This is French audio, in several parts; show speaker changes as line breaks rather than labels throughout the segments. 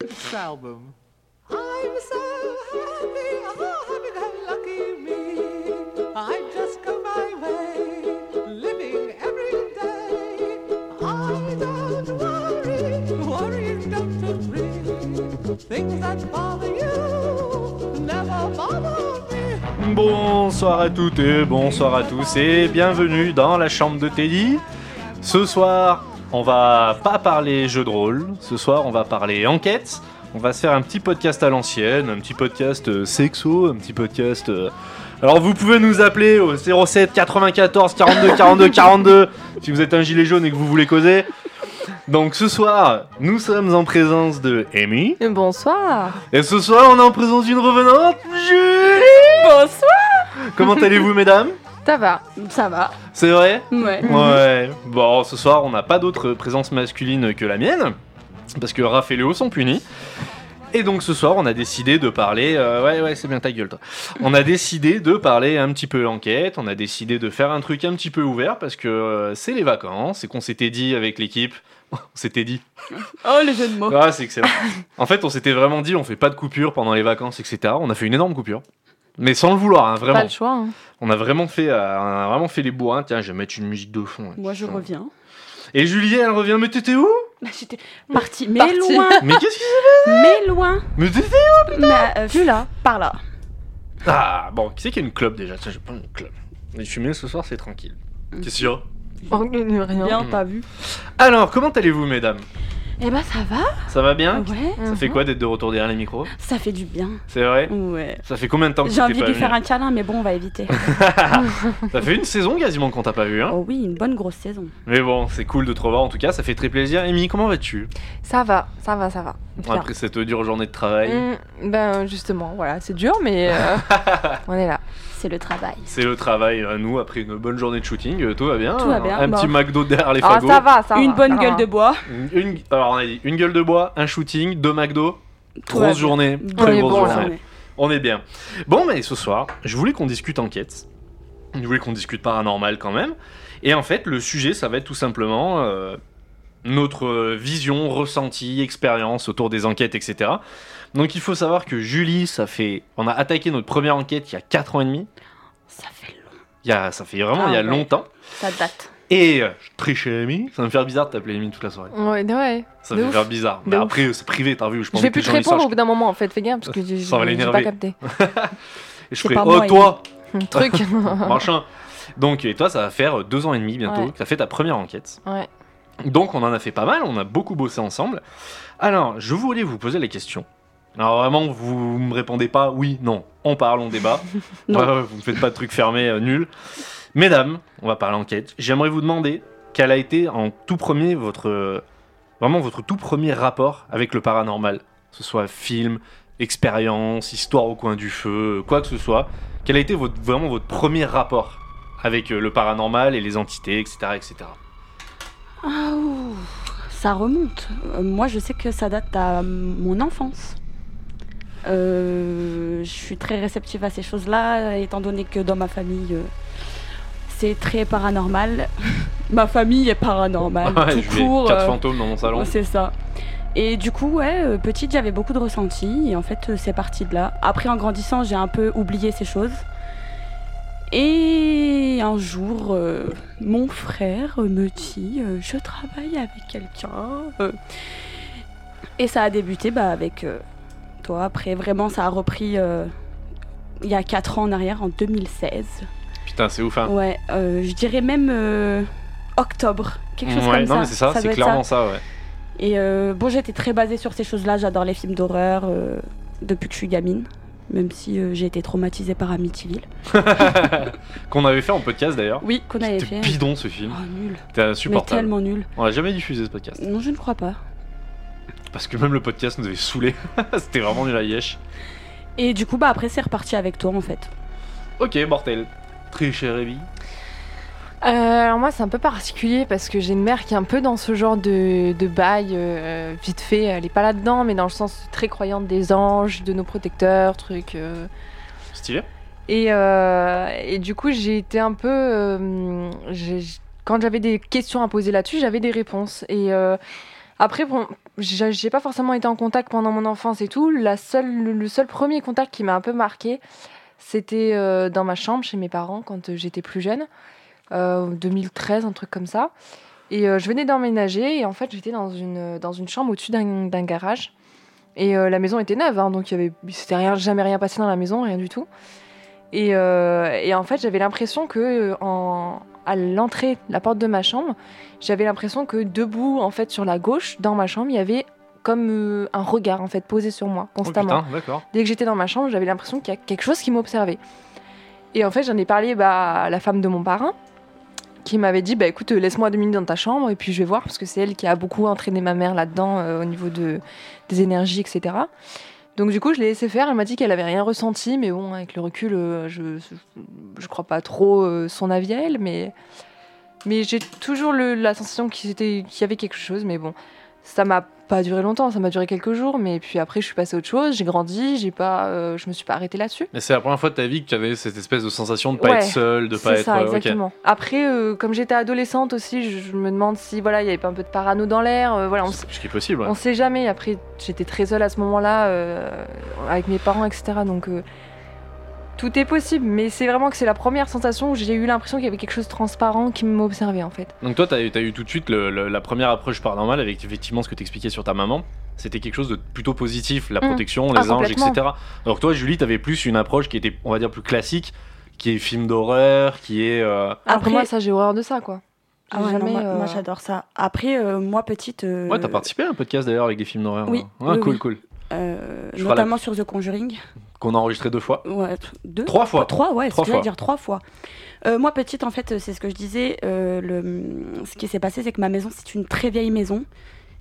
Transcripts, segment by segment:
this album. I'm so happy, oh happy-go-lucky me. I just go my way, living every day. I don't worry, worrying don't bring. Things that bother you never bother me.
Bonsoir à toutes et bonsoir à tous et bienvenue dans la chambre de Teddy. Ce soir, on va pas parler jeu de rôle, ce soir on va parler enquête, on va se faire un petit podcast à l'ancienne, un petit podcast euh, sexo, un petit podcast... euh, Alors vous pouvez nous appeler au 07 94 42 42 42 si vous êtes un gilet jaune et que vous voulez causer. Donc ce soir, nous sommes en présence de Amy.
Bonsoir.
Et ce soir, on est en présence d'une revenante, Julie
Bonsoir.
Comment allez-vous, mesdames
Ça va. Ça va.
C'est vrai
Ouais.
Ouais. Bon, ce soir, on n'a pas d'autre présence masculine que la mienne, parce que Raph et Léo sont punis. Et donc ce soir, on a décidé de parler. euh, ouais, ouais, c'est bien ta gueule, toi. On a décidé de parler un petit peu enquête. On a décidé de faire un truc un petit peu ouvert parce que euh, c'est les vacances et qu'on s'était dit avec l'équipe. On s'était dit.
Oh les jeux de mots.
Ah, c'est excellent. En fait, on s'était vraiment dit, on fait pas de coupure pendant les vacances, etc. On a fait une énorme coupure, mais sans le vouloir, hein,
Pas
vraiment.
le choix. hein.
On a vraiment fait, euh, on a vraiment fait les bois. Tiens, je vais mettre une musique de fond. là.
Ah, Moi, je
Putain.
reviens.
Et Julie, elle revient, mais t'étais où
Bah, J'étais partie, mais
Partie.
loin,
Mais qu'est-ce qui
mais loin.
Mais t'étais
Mais euh,
Plus là.
par là.
Ah, bon, qui c'est qui a une clope déjà Tiens, je prends une clope. Les fumées ce soir, c'est tranquille. Qu'est-ce qu'il y a
Oh, rien.
Bien,
Mm.
pas vu.
Alors, comment allez-vous, mesdames
Eh ben, ça va.
Ça va
Hein
bien
Ouais,
Ça fait quoi d'être de retour derrière les micros
ça fait du bien.
C'est vrai
Ouais.
Ça fait combien de temps que tu
J'ai
t'es
envie de
pas Ah, hein vu
lui faire un câlin, mais bon, on va éviter.
Ça fait une saison quasiment qu'on t'a pas vu, hein
Oh oui, une bonne grosse saison.
Mais bon, c'est cool de te revoir en tout cas, ça fait très plaisir. Amy, comment vas-tu
Ça va, ça va, ça va. Bien.
Après cette dure journée de travail
Mm, ben justement, voilà, c'est dur, mais euh, on est là.
C'est le travail.
C'est le travail, euh, nous, après une bonne journée de shooting, euh, tout va bien.
Tout va bien,
Un
bon.
petit McDo derrière les
Ah,
fagots.
ça va, ça va.
une bonne
ça
gueule
va.
de bois.
Une, une- alors on a dit une gueule de bois, un shooting, deux McDo.
Tout va
Grosse
bien.
journée,
On
très
est
grosse
bon, là.
journée. On est bien. Bon, mais ce soir, je voulais qu'on discute enquête. Je voulais qu'on discute paranormal quand même. Et en fait, le sujet, ça va être tout simplement euh, notre euh, vision, ressenti, expérience autour des enquêtes, etc. Donc il faut savoir que Julie, ça fait. On a attaqué notre première enquête il y a 4 ans et demi.
Ça fait long.
Il y a, ça fait vraiment
Ah
il y a
ouais.
longtemps.
Ça date.
Et euh, je triche à Amy. Ça va me faire bizarre de t'appeler Amy toute la soirée.
Ouais, ouais.
Ça
De
fait
ouf.
faire bizarre. Mais
De ouf.
après, euh, c'est privé, t'as vu. Je,
Je
pense
vais
que
plus
les
te
gens, ils
répondre au
sachent.
bout d'un moment en fait, fais gaffe parce que j'ai
Ça va
j'ai
l'énerver.
pas capté.
Et je
C'est
ferai,
pas
oh,
moi,
toi
Un truc.
Machin Donc, et toi, ça va faire deux ans et demi bientôt
Ouais.
que t'as fait ta première enquête.
ouais.
Donc, on en a fait pas mal, on a beaucoup bossé ensemble. Alors, je voulais vous poser la question. Alors, vraiment, vous me répondez pas oui, non. On parle, on débat.
Non.
Ouais, ouais, vous ne faites pas de truc fermé, euh, nul. Mesdames, on va parler enquête. J'aimerais vous demander quel a été en tout premier votre. euh, vraiment votre tout premier rapport avec le paranormal. Que ce soit film, expérience, histoire au coin du feu, quoi que ce soit. Quel a été votre, vraiment votre premier rapport avec euh, le paranormal et les entités, etc. etc.
Ah, ouh, ça remonte. Euh, Moi, je sais que ça date à euh, mon enfance. Euh, je suis très réceptive à ces choses-là, étant donné que dans ma famille, euh, c'est très paranormal. ma famille est paranormale,
Ouais,
Ah, tout
je vais
court.
quatre
euh,
fantômes dans mon salon.
c'est ça. Et du coup, ouais, euh, petite, j'avais beaucoup de ressentis, et en fait, euh, c'est parti de là. Après, en grandissant, j'ai un peu oublié ces choses. Et un jour, euh, mon frère me dit euh, Je travaille avec quelqu'un. euh. Et ça a débuté bah, avec euh, toi. Après, vraiment, ça a repris euh, il y a 4 ans en arrière, en 2016.
Putain, c'est ouf. Hein.
Ouais, euh, je dirais même euh, octobre, quelque chose
Ouais,
comme
non,
ça.
mais c'est ça, c'est
doit être
clairement ça. ouais.
et euh, bon, j'étais très basée sur ces choses-là. J'adore les films d'horreur euh, depuis que je suis gamine, même si euh, j'ai été traumatisée par Amityville.
Qu'on avait fait en podcast d'ailleurs.
Oui, qu'on avait
C'était
fait.
bidon ce film.
Oh, nul.
C'était
Mais
insupportable.
tellement nul.
On l'a jamais diffusé ce podcast.
Non, je ne crois pas.
Parce que même le podcast nous avait saoulé. C'était vraiment nul à Yesh.
Et du coup, bah après, c'est reparti avec toi en fait.
Ok, mortel. Très cher Evie.
Euh, alors moi c'est un peu particulier parce que j'ai une mère qui est un peu dans ce genre de, de bail euh, vite fait, elle est pas là-dedans mais dans le sens très croyante des anges, de nos protecteurs, truc. euh.
Stylé.
Et, euh, et du coup j'ai été un peu... euh, j'ai- j'ai- quand j'avais des questions à poser là-dessus j'avais des réponses. Et euh, Après, bon, j'ai j'ai pas forcément été en contact pendant mon enfance et tout. La seule, le seul premier contact qui m'a un peu marqué, c'était euh, dans ma chambre chez mes parents quand euh, j'étais plus jeune, euh, 2013, un truc comme ça. Et euh, je venais d'emménager et en fait j'étais dans une, euh, dans une chambre au-dessus d'un d'un garage. Et euh, la maison était neuve, hein, donc il y avait il s'était rien, jamais rien passé dans la maison, rien du tout. Et, euh, et en fait j'avais l'impression que euh, en, à l'entrée, la porte de ma chambre, j'avais l'impression que debout en fait sur la gauche, dans ma chambre, il y avait comme euh, un regard en fait posé sur moi
Oh
constamment.
putain, d'accord.
Dès que j'étais dans ma chambre, j'avais l'impression qu'il y a quelque chose qui m'observait. Et en fait, j'en ai parlé bah, à la femme de mon parrain, qui m'avait dit bah, écoute, euh, laisse-moi deux minutes dans ta chambre et puis je vais voir, parce que c'est elle qui a beaucoup entraîné ma mère là-dedans euh, au niveau de, des énergies, etc. Donc, du coup, je l'ai laissé faire. Elle m'a dit qu'elle avait rien ressenti, mais bon, avec le recul, euh, je, je crois pas trop euh, son avis à elle, mais, mais j'ai toujours le- la sensation qu'il s'était- qu'il y avait quelque chose, mais bon. Ça m'a pas duré longtemps, ça m'a duré quelques jours, mais puis après je suis passée à autre chose, j'ai grandi, j'ai pas, euh, je me suis pas arrêtée là-dessus.
Mais c'est la première fois de ta vie que tu avais cette espèce de sensation de pas
Ouais,
être seul, de pas
C'est
être.
ça,
euh, ok.
exactement. Après, euh, comme j'étais adolescente aussi, je, je me demande si voilà, il y avait pas un peu de parano dans l'air. euh, voilà, on, s-
Ce qui est possible. ouais.
on sait jamais. Après, j'étais très seule à ce moment-là, euh, avec mes parents, etc. Donc euh, tout est possible, mais c'est vraiment que c'est la première sensation où j'ai eu l'impression qu'il y avait quelque chose de transparent qui m'observait en fait.
Donc toi, t'as as eu tout de suite le- le- la première approche paranormale avec effectivement ce que t'expliquais sur ta maman. C'était quelque chose de plutôt positif, la
Mm.
protection,
Ah,
les anges, etc.
complètement.
Alors que toi, Julie, t'avais plus une approche qui était, on va dire, plus classique, qui est film d'horreur, qui est... euh,
Après,
Après-
moi, ça, j'ai horreur de ça, quoi.
Ah
J'ai
ouais, non,
jamais,
moi,
euh,
moi, j'adore ça. Après, euh, moi petite, euh,
Ouais, t'as participé à un podcast d'ailleurs avec des films d'horreur.
Oui,
hein. Ouais,
oui,
cool,
oui.
cool.
euh,
Je crois la-
notamment sur The Conjuring,
Qu'on a enregistré deux fois.
ouais, t- deux,
Trois fois.
Trois, ouais,
Trois
c'est à
fois.
dire trois fois. Euh, moi, petite, en fait, c'est ce que je disais. euh, le, ce qui s'est passé, c'est que ma maison, c'est une très vieille maison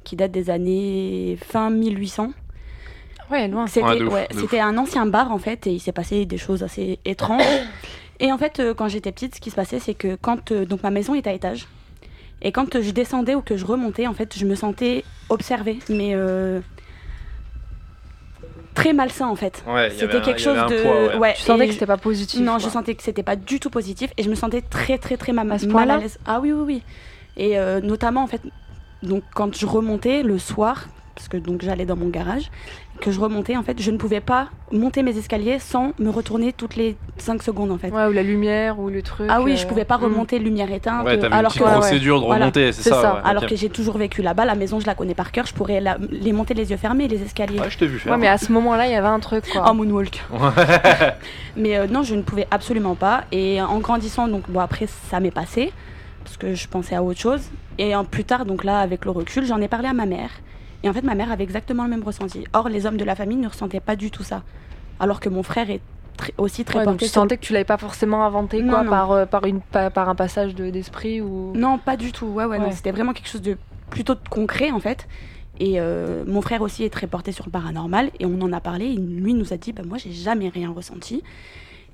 qui date des années fin 1800.
Ouais, loin.
C'était
Ouais, de ouf,
ouais,
de
c'était un ancien bar, en fait, et il s'est passé des choses assez étranges. et en fait, euh, quand j'étais petite, ce qui se passait, c'est que quand. euh, donc, ma maison est à étage. Et quand euh, je descendais ou que je remontais, en fait, je me sentais observée, mais. euh, très malsain, en fait.
Ouais, il y avait
C'était
un-
quelque
il y avait
chose
un
de.
poids, ouais.
Tu sentais
et
que
je-
c'était pas positif.
non,
quoi.
je sentais que c'était pas du tout positif et je me sentais très très très ma-
À ce
mal à
point-là
l'aise. Ah oui oui oui. Et euh, notamment en fait, donc quand je remontais le soir, parce que donc j'allais dans mon garage, que je remontais en fait, je ne pouvais pas monter mes escaliers sans me retourner toutes les 5 secondes en fait.
Ouais, ou la lumière, ou le truc.
Ah oui,
euh,
je pouvais pas
hmm.
remonter lumière éteinte.
Ouais, t'avais une
alors
petite
que
ouais,
procédure de
Voilà,
remonter, c'est
c'est
ça.
ça.
ouais,
alors
ok.
que j'ai toujours vécu là-bas, la maison je la connais par cœur, je pourrais la- les monter les yeux fermés les escaliers.
Ouais, je t'ai vu faire.
Ouais, mais à ce moment-là, il y avait un truc, quoi.
En moonwalk. Mais euh, non, je ne pouvais absolument pas. Et en grandissant, donc bon, après, ça m'est passé, parce que je pensais à autre chose. Et en, plus tard, donc là, avec le recul, j'en ai parlé à ma mère. Et en fait, ma mère avait exactement le même ressenti. Or, les hommes de la famille ne ressentaient pas du tout ça. Alors que mon frère est très- aussi très
Ouais, donc
porté
tu
sur-
sentais que tu l'avais pas forcément inventé,
Non,
quoi,
non.
Par, euh, par, une, pa- par un passage de- d'esprit ou...
Non, pas du tout. Ouais, ouais, non,
Ouais.
C'était vraiment quelque chose de plutôt de concret, en fait. Et euh, mon frère aussi est très porté sur le paranormal. Et on en a parlé. Et lui nous a dit bah, Moi, j'ai jamais rien ressenti.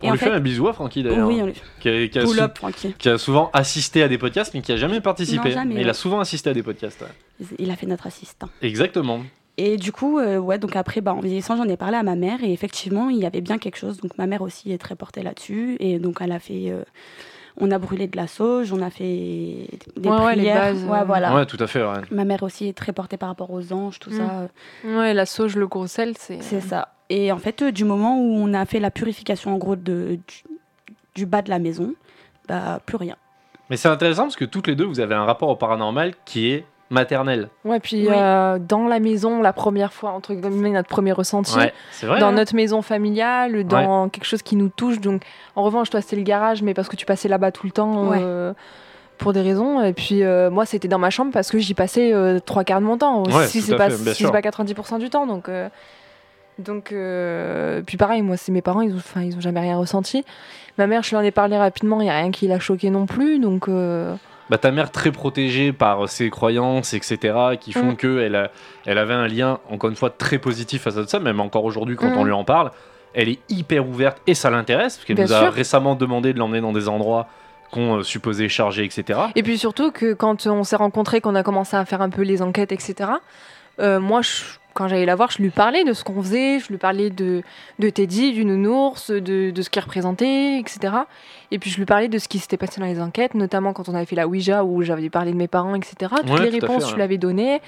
On lui fait un bisou à Francky d'ailleurs,
Oui,
hein,
on lui
qui a- qui a
pull
sou-
up, Francky.
qui a souvent assisté à des podcasts, mais qui a jamais participé.
Non, jamais,
Mais il
ouais.
a souvent assisté à des podcasts. ouais.
Il a fait notre assistant.
Exactement.
Et du coup, euh, ouais, donc après, bah, en vieillissant, j'en ai parlé à ma mère et effectivement, il y avait bien quelque chose. Donc ma mère aussi est très portée là-dessus et donc elle a fait. euh, on a brûlé de la sauge, on a fait des
Ouais, ouais, les
prières.
bases,
ouais,
euh.
voilà.
Ouais, tout à fait. ouais.
Ma mère aussi est très portée par rapport aux anges, tout
Mm.
ça. euh,
Ouais, la sauge, le gros sel, c'est...
C'est ça. Et en fait, euh, du moment où on a fait la purification en gros de, du, du bas de la maison, bah plus rien.
Mais c'est intéressant parce que toutes les deux, vous avez un rapport au paranormal qui est maternel.
Ouais, puis
Oui.
euh, dans la maison, la première fois, entre guillemets, notre premier ressenti,
c'est vrai. hein.
dans notre maison familiale, dans quelque chose qui nous touche. Donc, en revanche, toi, c'était le garage, mais parce que tu passais là-bas tout le temps
Ouais.
euh, pour des raisons. Et puis, euh, moi, c'était dans ma chambre parce que j'y passais euh, trois quarts de mon temps.
Ouais,
si
tout
c'est
à
pas,
fait, bien
si c'est
sûr.
pas 90% du temps. Donc, euh, donc euh, puis pareil, moi, c'est mes parents, ils ont, enfin, ils ont jamais rien ressenti. Ma mère, je lui en ai parlé rapidement, il n'y a rien qui l'a choqué non plus. Donc, euh,
Bah, ta mère très protégée par ses croyances, etc., qui font
Mm.
que elle, a- elle avait un lien, encore une fois, très positif face à tout ça, même encore aujourd'hui quand
Mm.
on lui en parle. Elle est hyper ouverte et ça l'intéresse, parce qu'elle
Bien
nous a
sûr.
récemment demandé de l'emmener dans des endroits qu'on euh, supposait chargés, etc.
Et puis surtout que quand on s'est rencontrés, qu'on a commencé à faire un peu les enquêtes, etc., euh, moi, je- quand j'allais la voir, je lui parlais de ce qu'on faisait, je lui parlais de, de Teddy, du nounours, de, de ce qu'il représentait, etc. Et puis je lui parlais de ce qui s'était passé dans les enquêtes, notamment quand on avait fait la Ouija, où j'avais parlé de mes parents, etc. Toutes
Ouais,
les
tout à
réponses,
fait,
je
ouais.
lui avais données.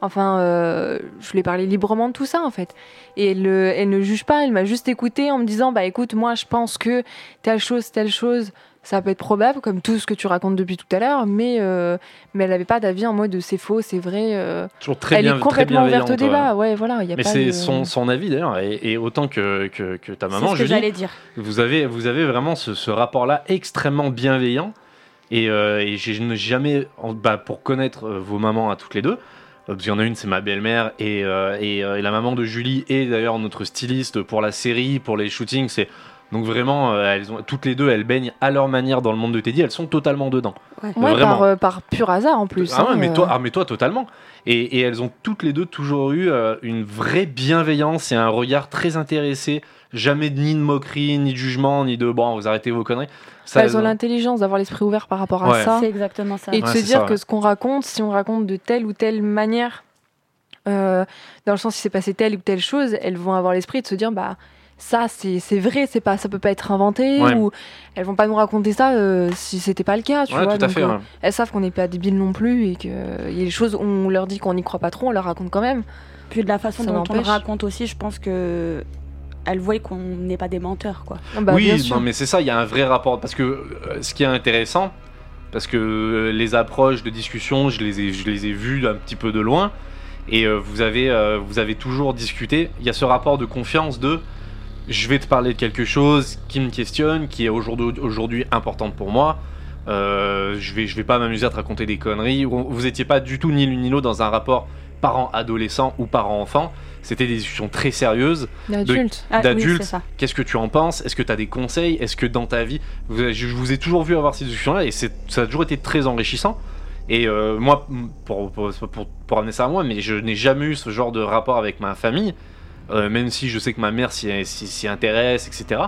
Enfin, euh, je lui ai parlé librement de tout ça en fait. Et elle, euh, elle ne juge pas, elle m'a juste écouté en me disant Bah écoute, moi je pense que telle chose, telle chose, ça peut être probable, comme tout ce que tu racontes depuis tout à l'heure, mais, euh, mais elle n'avait pas d'avis en mode c'est faux, c'est vrai. euh.
Toujours très
elle
bien,
est
très
complètement
bienveillante.
ouverte au
ouais.
débat, ouais, voilà. il Y a
Mais
pas
c'est
de-
son, son avis d'ailleurs, et, et autant que, que, que ta
c'est
Bah, maman,
ce que
Julie,
j'allais dire.
vous avez, vous avez vraiment ce, ce rapport-là extrêmement bienveillant. Et, euh, et j'ai n- jamais, en- bah, pour connaître euh, vos mamans à toutes les deux, euh, parce qu'il y en a une, c'est ma belle-mère, et, euh, et, euh, et la maman de Julie, et d'ailleurs notre styliste pour la série, pour les shootings, c'est. Donc vraiment, euh, elles ont, toutes les deux, elles baignent à leur manière dans le monde de Teddy, elles sont totalement dedans.
Ouais,
Vraiment.
par, euh, par pur hasard en plus.
Ah ouais,
hein,
mais
euh.
toi, ah, mais toi totalement. Et, et elles ont toutes les deux toujours eu euh, une vraie bienveillance et un regard très intéressé. Jamais de- ni de moquerie, ni de jugement, ni de bon, vous arrêtez vos conneries. Ça,
elles ont
elles ont-
l'intelligence d'avoir l'esprit ouvert par rapport à
Ouais.
ça.
C'est exactement ça.
Et de
Ouais,
se
c'est
dire
ça,
que
ouais.
ce qu'on raconte, si on raconte de telle ou telle manière, euh, dans le sens si s'est passé telle ou telle chose, elles vont avoir l'esprit de se dire bah ça c'est c'est vrai, c'est pas ça peut pas être inventé
Ouais.
ou elles vont pas nous raconter ça euh, si c'était pas le cas, tu
Ouais,
vois.
tout à
donc,
fait. hein.
euh,
ouais.
Elles savent qu'on n'est pas débiles non plus et que euh, il y a des choses où on leur dit qu'on n'y croit pas trop, on leur raconte quand même.
Puis de la façon
Ça
dont on le
n'empêche.
raconte aussi, je pense que elle voit qu'on n'est pas des menteurs, quoi.
Ah, bah,
oui,
bien sûr.
non, mais c'est ça, il y a un vrai rapport. Parce que euh, ce qui est intéressant, parce que euh, les approches de discussion, je les ai, je les ai vues un petit peu de loin, et euh, vous, avez, euh, vous avez toujours discuté. Il y a ce rapport de confiance de je vais te parler de quelque chose qui me questionne, qui est aujourd'hui aujourd'hui importante pour moi. Euh, je vais, je vais pas m'amuser à te raconter des conneries. On- Vous étiez pas du tout ni l'une ni l'autre dans un rapport parent-adolescent ou parent-enfant. C'était des discussions très sérieuses
Adulte.
Ah, oui,
D'adulte.
c'est ça.
Qu'est-ce que tu en penses Est-ce que tu as des conseils Est-ce que dans ta vie, vous avez- je vous ai toujours vu avoir ces discussions-là et c'est- ça a toujours été très enrichissant. Et euh, moi, pour, pour, pour- pour amener ça à moi, mais je n'ai jamais eu ce genre de rapport avec ma famille, euh, même si je sais que ma mère s'y s'y- s'y intéresse, etc.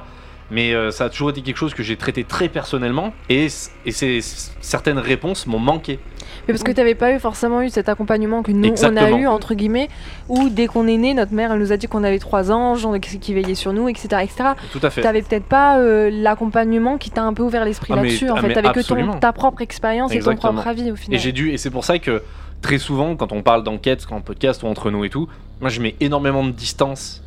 Mais euh, ça a toujours été quelque chose que j'ai traité très personnellement et, c- et c'est- c- certaines réponses m'ont manqué.
Mais parce que tu n'avais pas eu forcément eu cet accompagnement que nous on
Exactement.
a eu entre guillemets, où dès qu'on est né, notre mère elle nous a dit qu'on avait trois anges, on- qui veillaient sur nous, etc., etc.
Tout à fait.
T'avais peut-être pas euh, l'accompagnement qui t'a un peu ouvert l'esprit
Ah, mais-
là-dessus.
ah,
En fait,
mais
t'avais que ton-
absolument.
ta propre expérience et ton
Exactement.
propre avis au
Et
final.
j'ai dû, et c'est pour ça que très souvent, quand on parle d'enquête, quand en podcast ou entre nous et tout, moi je mets énormément de distance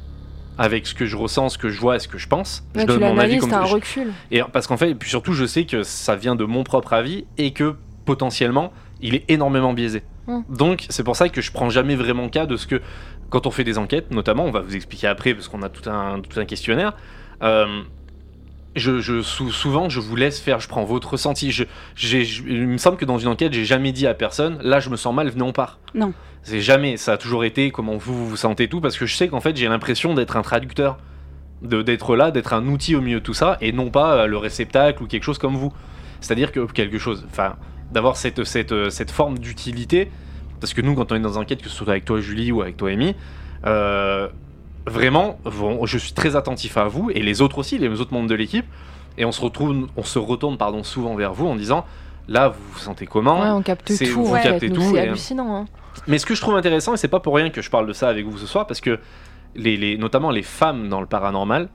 avec ce que je ressens, ce que je vois, et ce que je pense.
Ouais,
je
tu
donne mon avis
l'analyses,
comme
t'as un
je-
recul.
et parce qu'en fait, et puis surtout, je sais que ça vient de mon propre avis et que potentiellement, il est énormément biaisé.
Mm.
Donc, c'est pour ça que je prends jamais vraiment cas de ce que, quand on fait des enquêtes, notamment, on va vous expliquer après parce qu'on a tout un, tout un questionnaire. euh, je, je- sou- souvent, je vous laisse faire, je prends votre ressenti. Je, j'ai- je- il me semble que dans une enquête, j'ai jamais dit à personne, là, je me sens mal, venez, on part.
Non.
C'est jamais, ça a toujours été comment vous vous, vous sentez tout, parce que je sais qu'en fait, j'ai l'impression d'être un traducteur de- d'être là, d'être un outil au milieu de tout ça, et non pas euh, le réceptacle ou quelque chose comme vous. C'est-à-dire que quelque chose, enfin, d'avoir cette, cette, euh, cette forme d'utilité, parce que nous, quand on est dans une enquête, que ce soit avec toi Julie ou avec toi Amy, euh, vraiment, vont- je suis très attentif à vous, et les autres aussi, les autres membres de l'équipe, et on se, retrouve, on se retourne pardon, souvent vers vous en disant, là, vous vous sentez comment
Ouais, on capte
c'est-
tout.
vous
en fait,
captez
nous,
tout,
C'est
et- euh,
hallucinant. hein.
mais ce que je trouve intéressant, et c'est pas pour rien que je parle de ça avec vous ce soir, parce que les, les- notamment les femmes dans le paranormal,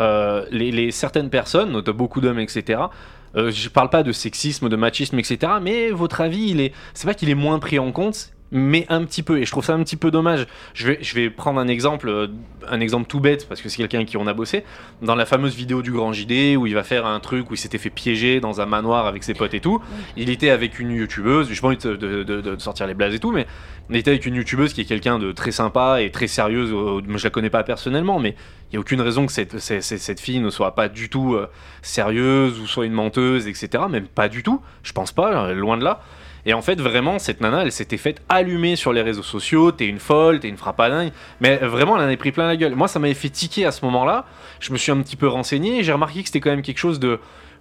euh, les, les- certaines personnes, notamment beaucoup d'hommes, etc. euh, je parle pas de sexisme, de machisme, etc. Mais votre avis, il est, c'est pas qu'il est moins pris en compte, mais un petit peu. Et je trouve ça un petit peu dommage. Je vais, je vais prendre un exemple, euh, un exemple tout bête, parce que c'est quelqu'un avec qui on a bossé dans la fameuse vidéo du Grand JD où il va faire un truc où il s'était fait piéger dans un manoir avec ses potes et tout. Il était avec une youtubeuse, j'ai pas envie de, de- de- de sortir les blazes et tout, mais on était avec une youtubeuse qui est quelqu'un de très sympa et très sérieuse. euh, moi, je la connais pas personnellement, mais il y a aucune raison que cette, cette, cette- cette fille ne soit pas du tout euh, sérieuse ou soit une menteuse, etc. Même pas du tout, je pense pas, euh, loin de là. Et en fait, vraiment, cette nana, elle s'était faite allumer sur les réseaux sociaux. T'es une folle, t'es une frappe à dingue. Mais euh, vraiment, elle en avait pris plein la gueule. Moi, ça m'avait fait tiquer à ce moment-là je me suis un petit peu renseigné et j'ai remarqué que c'était quand même quelque chose de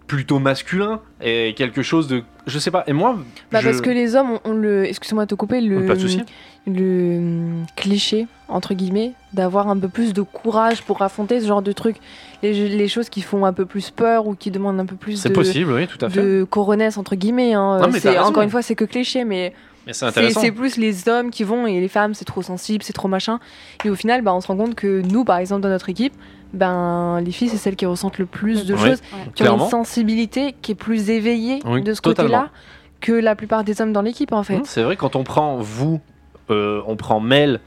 plutôt masculin et quelque chose de je sais pas et moi
Bah,
je-
Parce que les hommes, on, on le. Excuse-moi de te couper. Le...
pas de souci
le hum, cliché, entre guillemets, d'avoir un peu plus de courage pour affronter ce genre de truc. Les, les choses qui font un peu plus peur ou qui demandent un peu plus
c'est
de,
possible oui tout à fait
de coronesse, entre guillemets. hein.
Non, mais
C'est-
t'as raison.
encore une fois, c'est que cliché, mais
mais c'est
c'est
intéressant
c'est plus les hommes qui vont et les femmes, c'est trop sensible, c'est trop machin. Et au final, bah, on se rend compte que nous, par exemple, dans notre équipe, ben, les filles, c'est celles qui ressentent le plus de
Oui.
choses, qui ont
Clairement.
une sensibilité qui est plus éveillée
Oui,
de ce
totalement. Hmm,
côté-là que la plupart des hommes dans l'équipe, en fait.
Mmh, c'est vrai quand on prend vous euh, on prend Mel,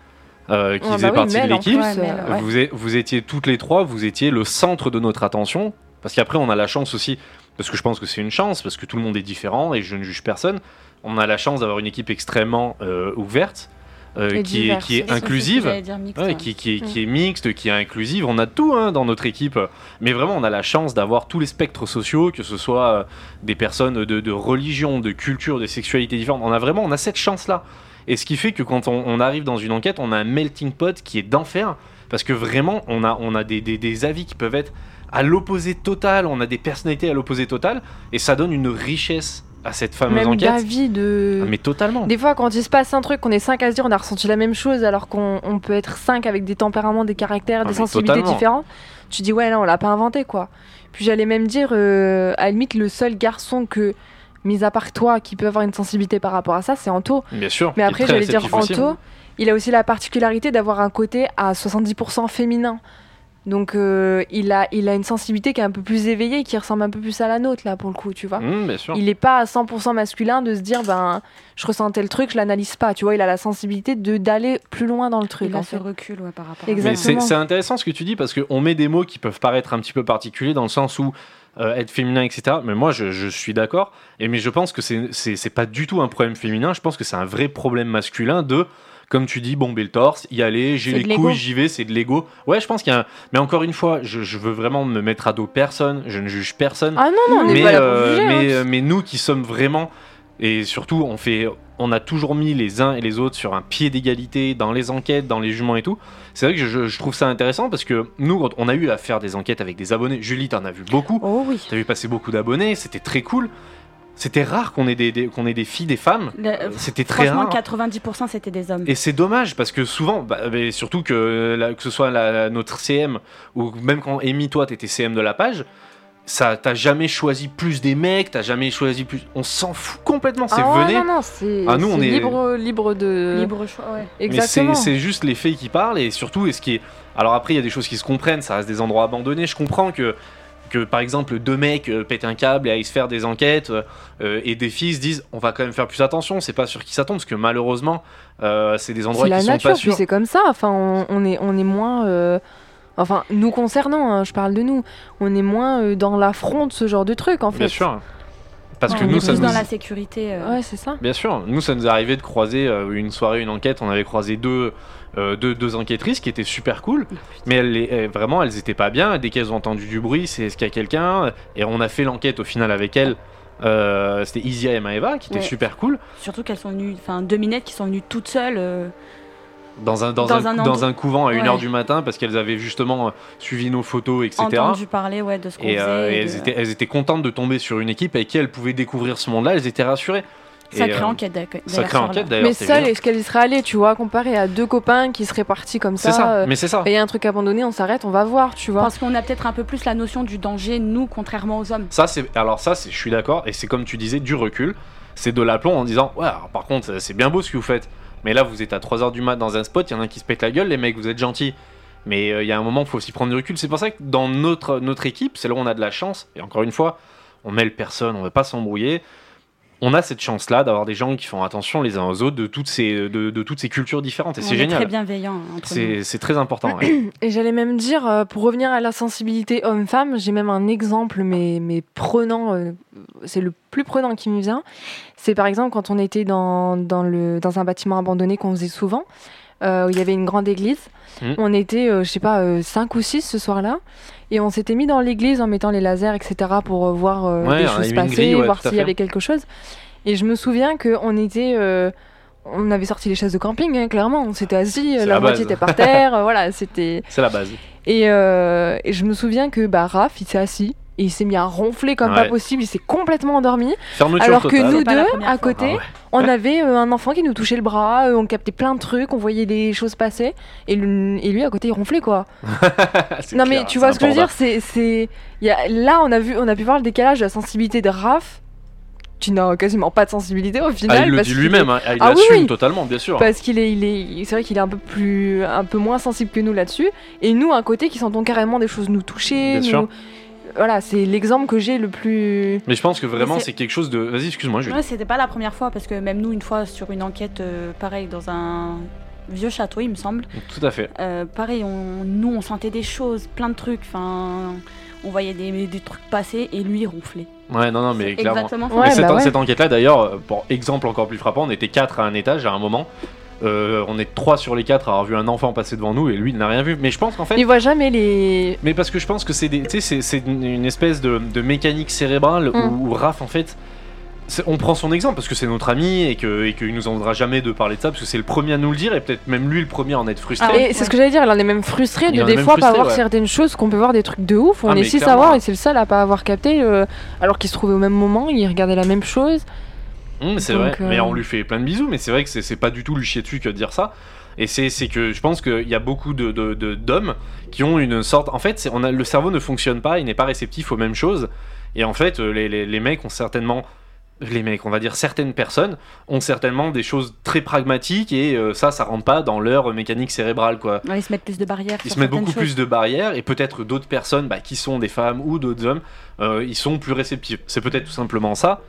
euh, qui
Ah bah
faisait
oui,
partie
Mel,
de
en
l'équipe.
plus,
Ouais,
euh,
Mel,
ouais.
Vous, êtes- vous étiez toutes les trois, vous étiez le centre de notre attention. Parce qu'après, on a la chance aussi, parce que je pense que c'est une chance, parce que tout le monde est différent et je ne juge personne. On a la chance d'avoir une équipe extrêmement euh, ouverte, euh,
Et
qui, est, qui est
diverse.
inclusive.
J'allais dire mixte,
Ouais,
hein.
qui, qui est,
Mm.
qui est mixte, qui est inclusive, on a tout hein, dans notre équipe. Mais vraiment, on a la chance d'avoir tous les spectres sociaux, que ce soit euh, des personnes de, de religion, de culture, de sexualité différentes. On a vraiment on a cette chance-là. Et ce qui fait que quand on, on arrive dans une enquête, on a un melting pot qui est d'enfer, parce que vraiment, on a, on a des, des- des avis qui peuvent être à l'opposé total, on a des personnalités à l'opposé total, et ça donne une richesse à cette fameuse
Même
enquête.
d'avis de.
Ah, Mais totalement.
Des fois, quand il se passe un truc, on est cinq à se dire, on a ressenti la même chose, alors qu'on on peut être cinq avec des tempéraments, des caractères,
Ah,
des
mais
sensibilités
totalement.
différentes. Tu dis, ouais, là, on l'a pas inventé, quoi. Puis j'allais même dire, euh, à la limite, le seul garçon que, mis à part toi, qui peut avoir une sensibilité par rapport à ça, c'est Anto.
Bien sûr.
Mais
qui est
après,
très
j'allais dire,
réceptif aussi.
Anto, il a aussi la particularité d'avoir un côté à 70% féminin. Donc, euh, il, a, il a une sensibilité qui est un peu plus éveillée, qui ressemble un peu plus à la nôtre, là, pour le coup, tu vois
Mmh, bien sûr.
il n'est pas à 100% masculin de se dire ben je ressens tel truc, je l'analyse pas. Tu vois, il a la sensibilité de d'aller plus loin dans le truc.
Il a
en
ce
fait.
recul ouais, par rapport à
Mais c'est
Exactement.
c'est intéressant ce que tu dis parce qu'on met des mots qui peuvent paraître un petit peu particuliers dans le sens où euh, être féminin, etc. Mais moi, je, je suis d'accord. Et mais je pense que c'est- c'est c'est pas du tout un problème féminin. Je pense que c'est un vrai problème masculin de, comme tu dis, bomber le torse, y aller, j'ai
C'est de
les
l'ego.
couilles, j'y vais, c'est de l'ego. Ouais, je pense qu'il y a. un- Mais encore une fois, je, je veux vraiment me mettre à dos personne. Je ne juge personne
Ah non, non, on
mais,
n'est pas là pour
euh,
juger.
mais,
hein.
euh, mais nous qui sommes vraiment et surtout on fait on a toujours mis les uns et les autres sur un pied d'égalité dans les enquêtes dans les jugements et tout c'est vrai que je, je trouve ça intéressant parce que nous quand on a eu à faire des enquêtes avec des abonnés Julie t'en as vu beaucoup
Oh oui.
t'as vu passer beaucoup d'abonnés c'était très cool c'était rare qu'on ait des, des- qu'on ait des filles des femmes
La- euh,
c'était très
Franchement,
rare
90% c'était des hommes.
et c'est dommage parce que souvent, bah, mais surtout que, la- que ce soit la- la- notre CM ou même quand Amy, toi, t'étais CM de la page, ça t'as jamais choisi plus des mecs, t'as jamais choisi plus. On s'en fout complètement, c'est
Ah ouais,
venez.
non, non, c'est
Ah, nous, on
c'est
est-
libre, libre de.
euh,
Libre choix, ouais.
Mais c'est
Exactement.
c'est juste les faits qui parlent et surtout, et ce qui est. Alors après, il y a des choses qui se comprennent, ça reste des endroits abandonnés. Je comprends que, que par exemple, deux mecs euh, pètent un câble et aillent se faire des enquêtes euh, euh, et des filles se disent on va quand même faire plus attention, c'est pas sur qui ça tombe parce que malheureusement, euh, c'est des endroits
C'est
qui
la
sont
nature,
pas
puis
sûrs.
c'est comme ça. Enfin, on, on est, on est moins. euh, Enfin, nous concernant, hein, je parle de nous, on est moins euh, dans l'affront de ce genre de truc en fait.
Bien sûr. Parce
Ouais,
que
on
nous,
est
ça
plus
nous.
dans la sécurité. euh.
Ouais, c'est ça.
Bien sûr, nous, ça nous est arrivé de croiser euh, une soirée, une enquête. On avait croisé deux, euh, deux, deux enquêtrices qui étaient super cool,
Oh,
mais elles, les- elles- vraiment, elles étaient pas bien. Dès qu'elles ont entendu du bruit, c'est est-ce qu'il y a quelqu'un Et on a fait l'enquête au final avec elles. Euh, C'était Isia et Maeva qui étaient
Ouais.
super cool
Surtout qu'elles sont venues, enfin deux minettes qui sont venues toutes seules. euh,
dans un, dans
Dans
un,
un
dans un couvent à 1h
Ouais.
du matin parce qu'elles avaient justement euh, suivi nos photos, etc.
entendu parler ouais, de ce qu'on
Et, euh,
faisait.
et
et
elles,
de-
étaient, elles étaient contentes de tomber sur une équipe avec qui elles pouvaient découvrir ce monde-là, elles étaient rassurées. Et,
Sacrée
euh,
enquête d'ailleurs.
Sacrée enquête d'ailleurs.
Mais
c'est
seule,
génial.
est-ce qu'elle y serait allée, tu vois, comparé à deux copains qui seraient partis comme ça
C'est ça,
euh,
mais c'est ça.
Il y a un truc abandonné, on s'arrête, on va voir, tu vois.
Parce qu'on a peut-être un peu plus la notion du danger, nous, contrairement aux hommes.
Ça, c'est alors ça, c'est je suis d'accord et c'est comme tu disais du recul, c'est de l'aplomb en disant ouais, alors, par contre, c'est bien beau ce que vous faites, mais là vous êtes à 3h du mat dans un spot, il y en a un qui se pète la gueule, les mecs, vous êtes gentils. Mais euh, il y a un moment, il faut aussi prendre du recul. C'est pour ça que dans notre notre équipe, c'est là où on a de la chance et encore une fois, on mêle personne, on ne veut pas s'embrouiller. On a cette chance-là d'avoir des gens qui font attention les uns aux autres de toutes ces, de, de toutes ces cultures différentes. Et
On
c'est
est très
génial.
bienveillant entre nous.
C'est c'est très important. ouais.
Et j'allais même dire, euh, pour revenir à la sensibilité homme-femme, j'ai même un exemple, mais, mais prenant, euh, c'est le plus prenant qui me vient. C'est par exemple quand on était dans, dans, le, dans un bâtiment abandonné qu'on faisait souvent, euh, où il y avait une grande église.
Mhm.
On était, euh, je sais pas, 5 ou 6 ce soir-là, et on s'était mis dans l'église en mettant les lasers, etc., pour euh, voir euh,
Ouais,
les
on a
choses
mis une
passer,
grille, ouais,
voir
tout à
s'il y
fait.
avait quelque chose. Et je me souviens qu'on était. euh, on avait sorti les chaises de camping, hein, clairement. On s'était assis, euh,
C'est
la,
la
moitié
base.
était par terre. euh, voilà, c'était.
C'est la base.
Et, euh, et je me souviens que bah, Raph, il s'est assis et il s'est mis à ronfler comme pas
Ouais.
possible. Il s'est complètement endormi.
Fermeture
alors que
totale.
nous
C'est pas la
deux,
première
à
fois.
côté,
Ah ouais.
on avait euh, un enfant qui nous touchait le bras, euh, on captait plein de trucs, on voyait des choses passer. Et, lui- et lui, à côté, il ronflait quoi.
Ah, C'est
Non,
clair,
mais tu
c'est
vois ce que je veux
important.
dire c'est, c'est... il y a- Là, on a, vu, on a pu voir le décalage de la sensibilité de Raph. Tu n'as quasiment pas de sensibilité au final.
Ah, il le
parce
dit
qu'il est-
lui-même, hein. Ah, il
Ah oui,
assume
oui. Bah,
totalement, bien sûr.
Parce qu'il est, il est, c'est vrai qu'il est un peu plus, un peu moins sensible que nous là-dessus. Et nous, à côté, qui sentons carrément des choses nous toucher.
Bien
nous-
sûr.
voilà, c'est l'exemple que j'ai le plus.
Mais je pense que vraiment,
Mais c'est-
c'est quelque chose de. Vas-y, excuse-moi, Julie.
Ouais, c'était pas la première fois parce que même nous, une fois sur une enquête, euh, pareil, dans un vieux château, il me semble,
Tout à fait.
euh, pareil, on, nous, on sentait des choses, plein de trucs, enfin, on voyait des, des trucs passer et lui ronfler.
Ouais, non, non, mais
C'est
clairement.
Exactement. ça.
Ouais,
Mais cette,
bah ouais.
cette enquête-là, d'ailleurs, euh, pour exemple encore plus frappant, on était quatre à un étage à un moment. Euh, on est trois sur les quatre à avoir vu un enfant passer devant nous et lui, il n'a rien vu. Mais je pense qu'en fait.
Il voit jamais les.
Mais parce que je pense que c'est des- tu sais, c'est- c'est une une espèce de, de mécanique cérébrale
Mm.
où, où Raph, en fait, c'est- on prend son exemple parce que c'est notre ami et qu'il et qu'il nous en voudra jamais de parler de ça parce que c'est le premier à nous le dire et peut-être même lui le premier à en être frustré.
Ah
Et
ouais.
c'est ce que j'allais dire, il en est même frustré
Il
de
en est
des
même
fois pas
frustré,
avoir
ouais.
certaines choses qu'on peut voir des trucs de ouf. On
Ah,
est
mais
six à
clairement.
voir et c'est le seul à pas avoir capté, euh, alors qu'il se trouvait au même moment, il regardait la même chose.
Hum, c'est
Donc,
vrai, mais
euh,
on lui fait plein de bisous, mais c'est vrai que c'est- c'est pas du tout lui chier dessus que de dire ça. Et c'est c'est que je pense qu'il y a beaucoup d'hommes de, de- d'hommes qui ont une sorte. En fait, c'est- on a, le cerveau ne fonctionne pas, il n'est pas réceptif aux mêmes choses. Et en fait, euh, les, les- les mecs ont certainement. Les mecs, on va dire certaines personnes, ont certainement des choses très pragmatiques et euh, ça, ça rentre pas dans leur mécanique cérébrale, quoi.
Ouais, Ils se mettent plus de barrières.
Ils
sur
se mettent
certaines
beaucoup
choses.
plus de barrières et peut-être d'autres personnes bah, qui sont des femmes ou d'autres hommes, euh, ils sont plus réceptifs. C'est peut-être tout simplement ça.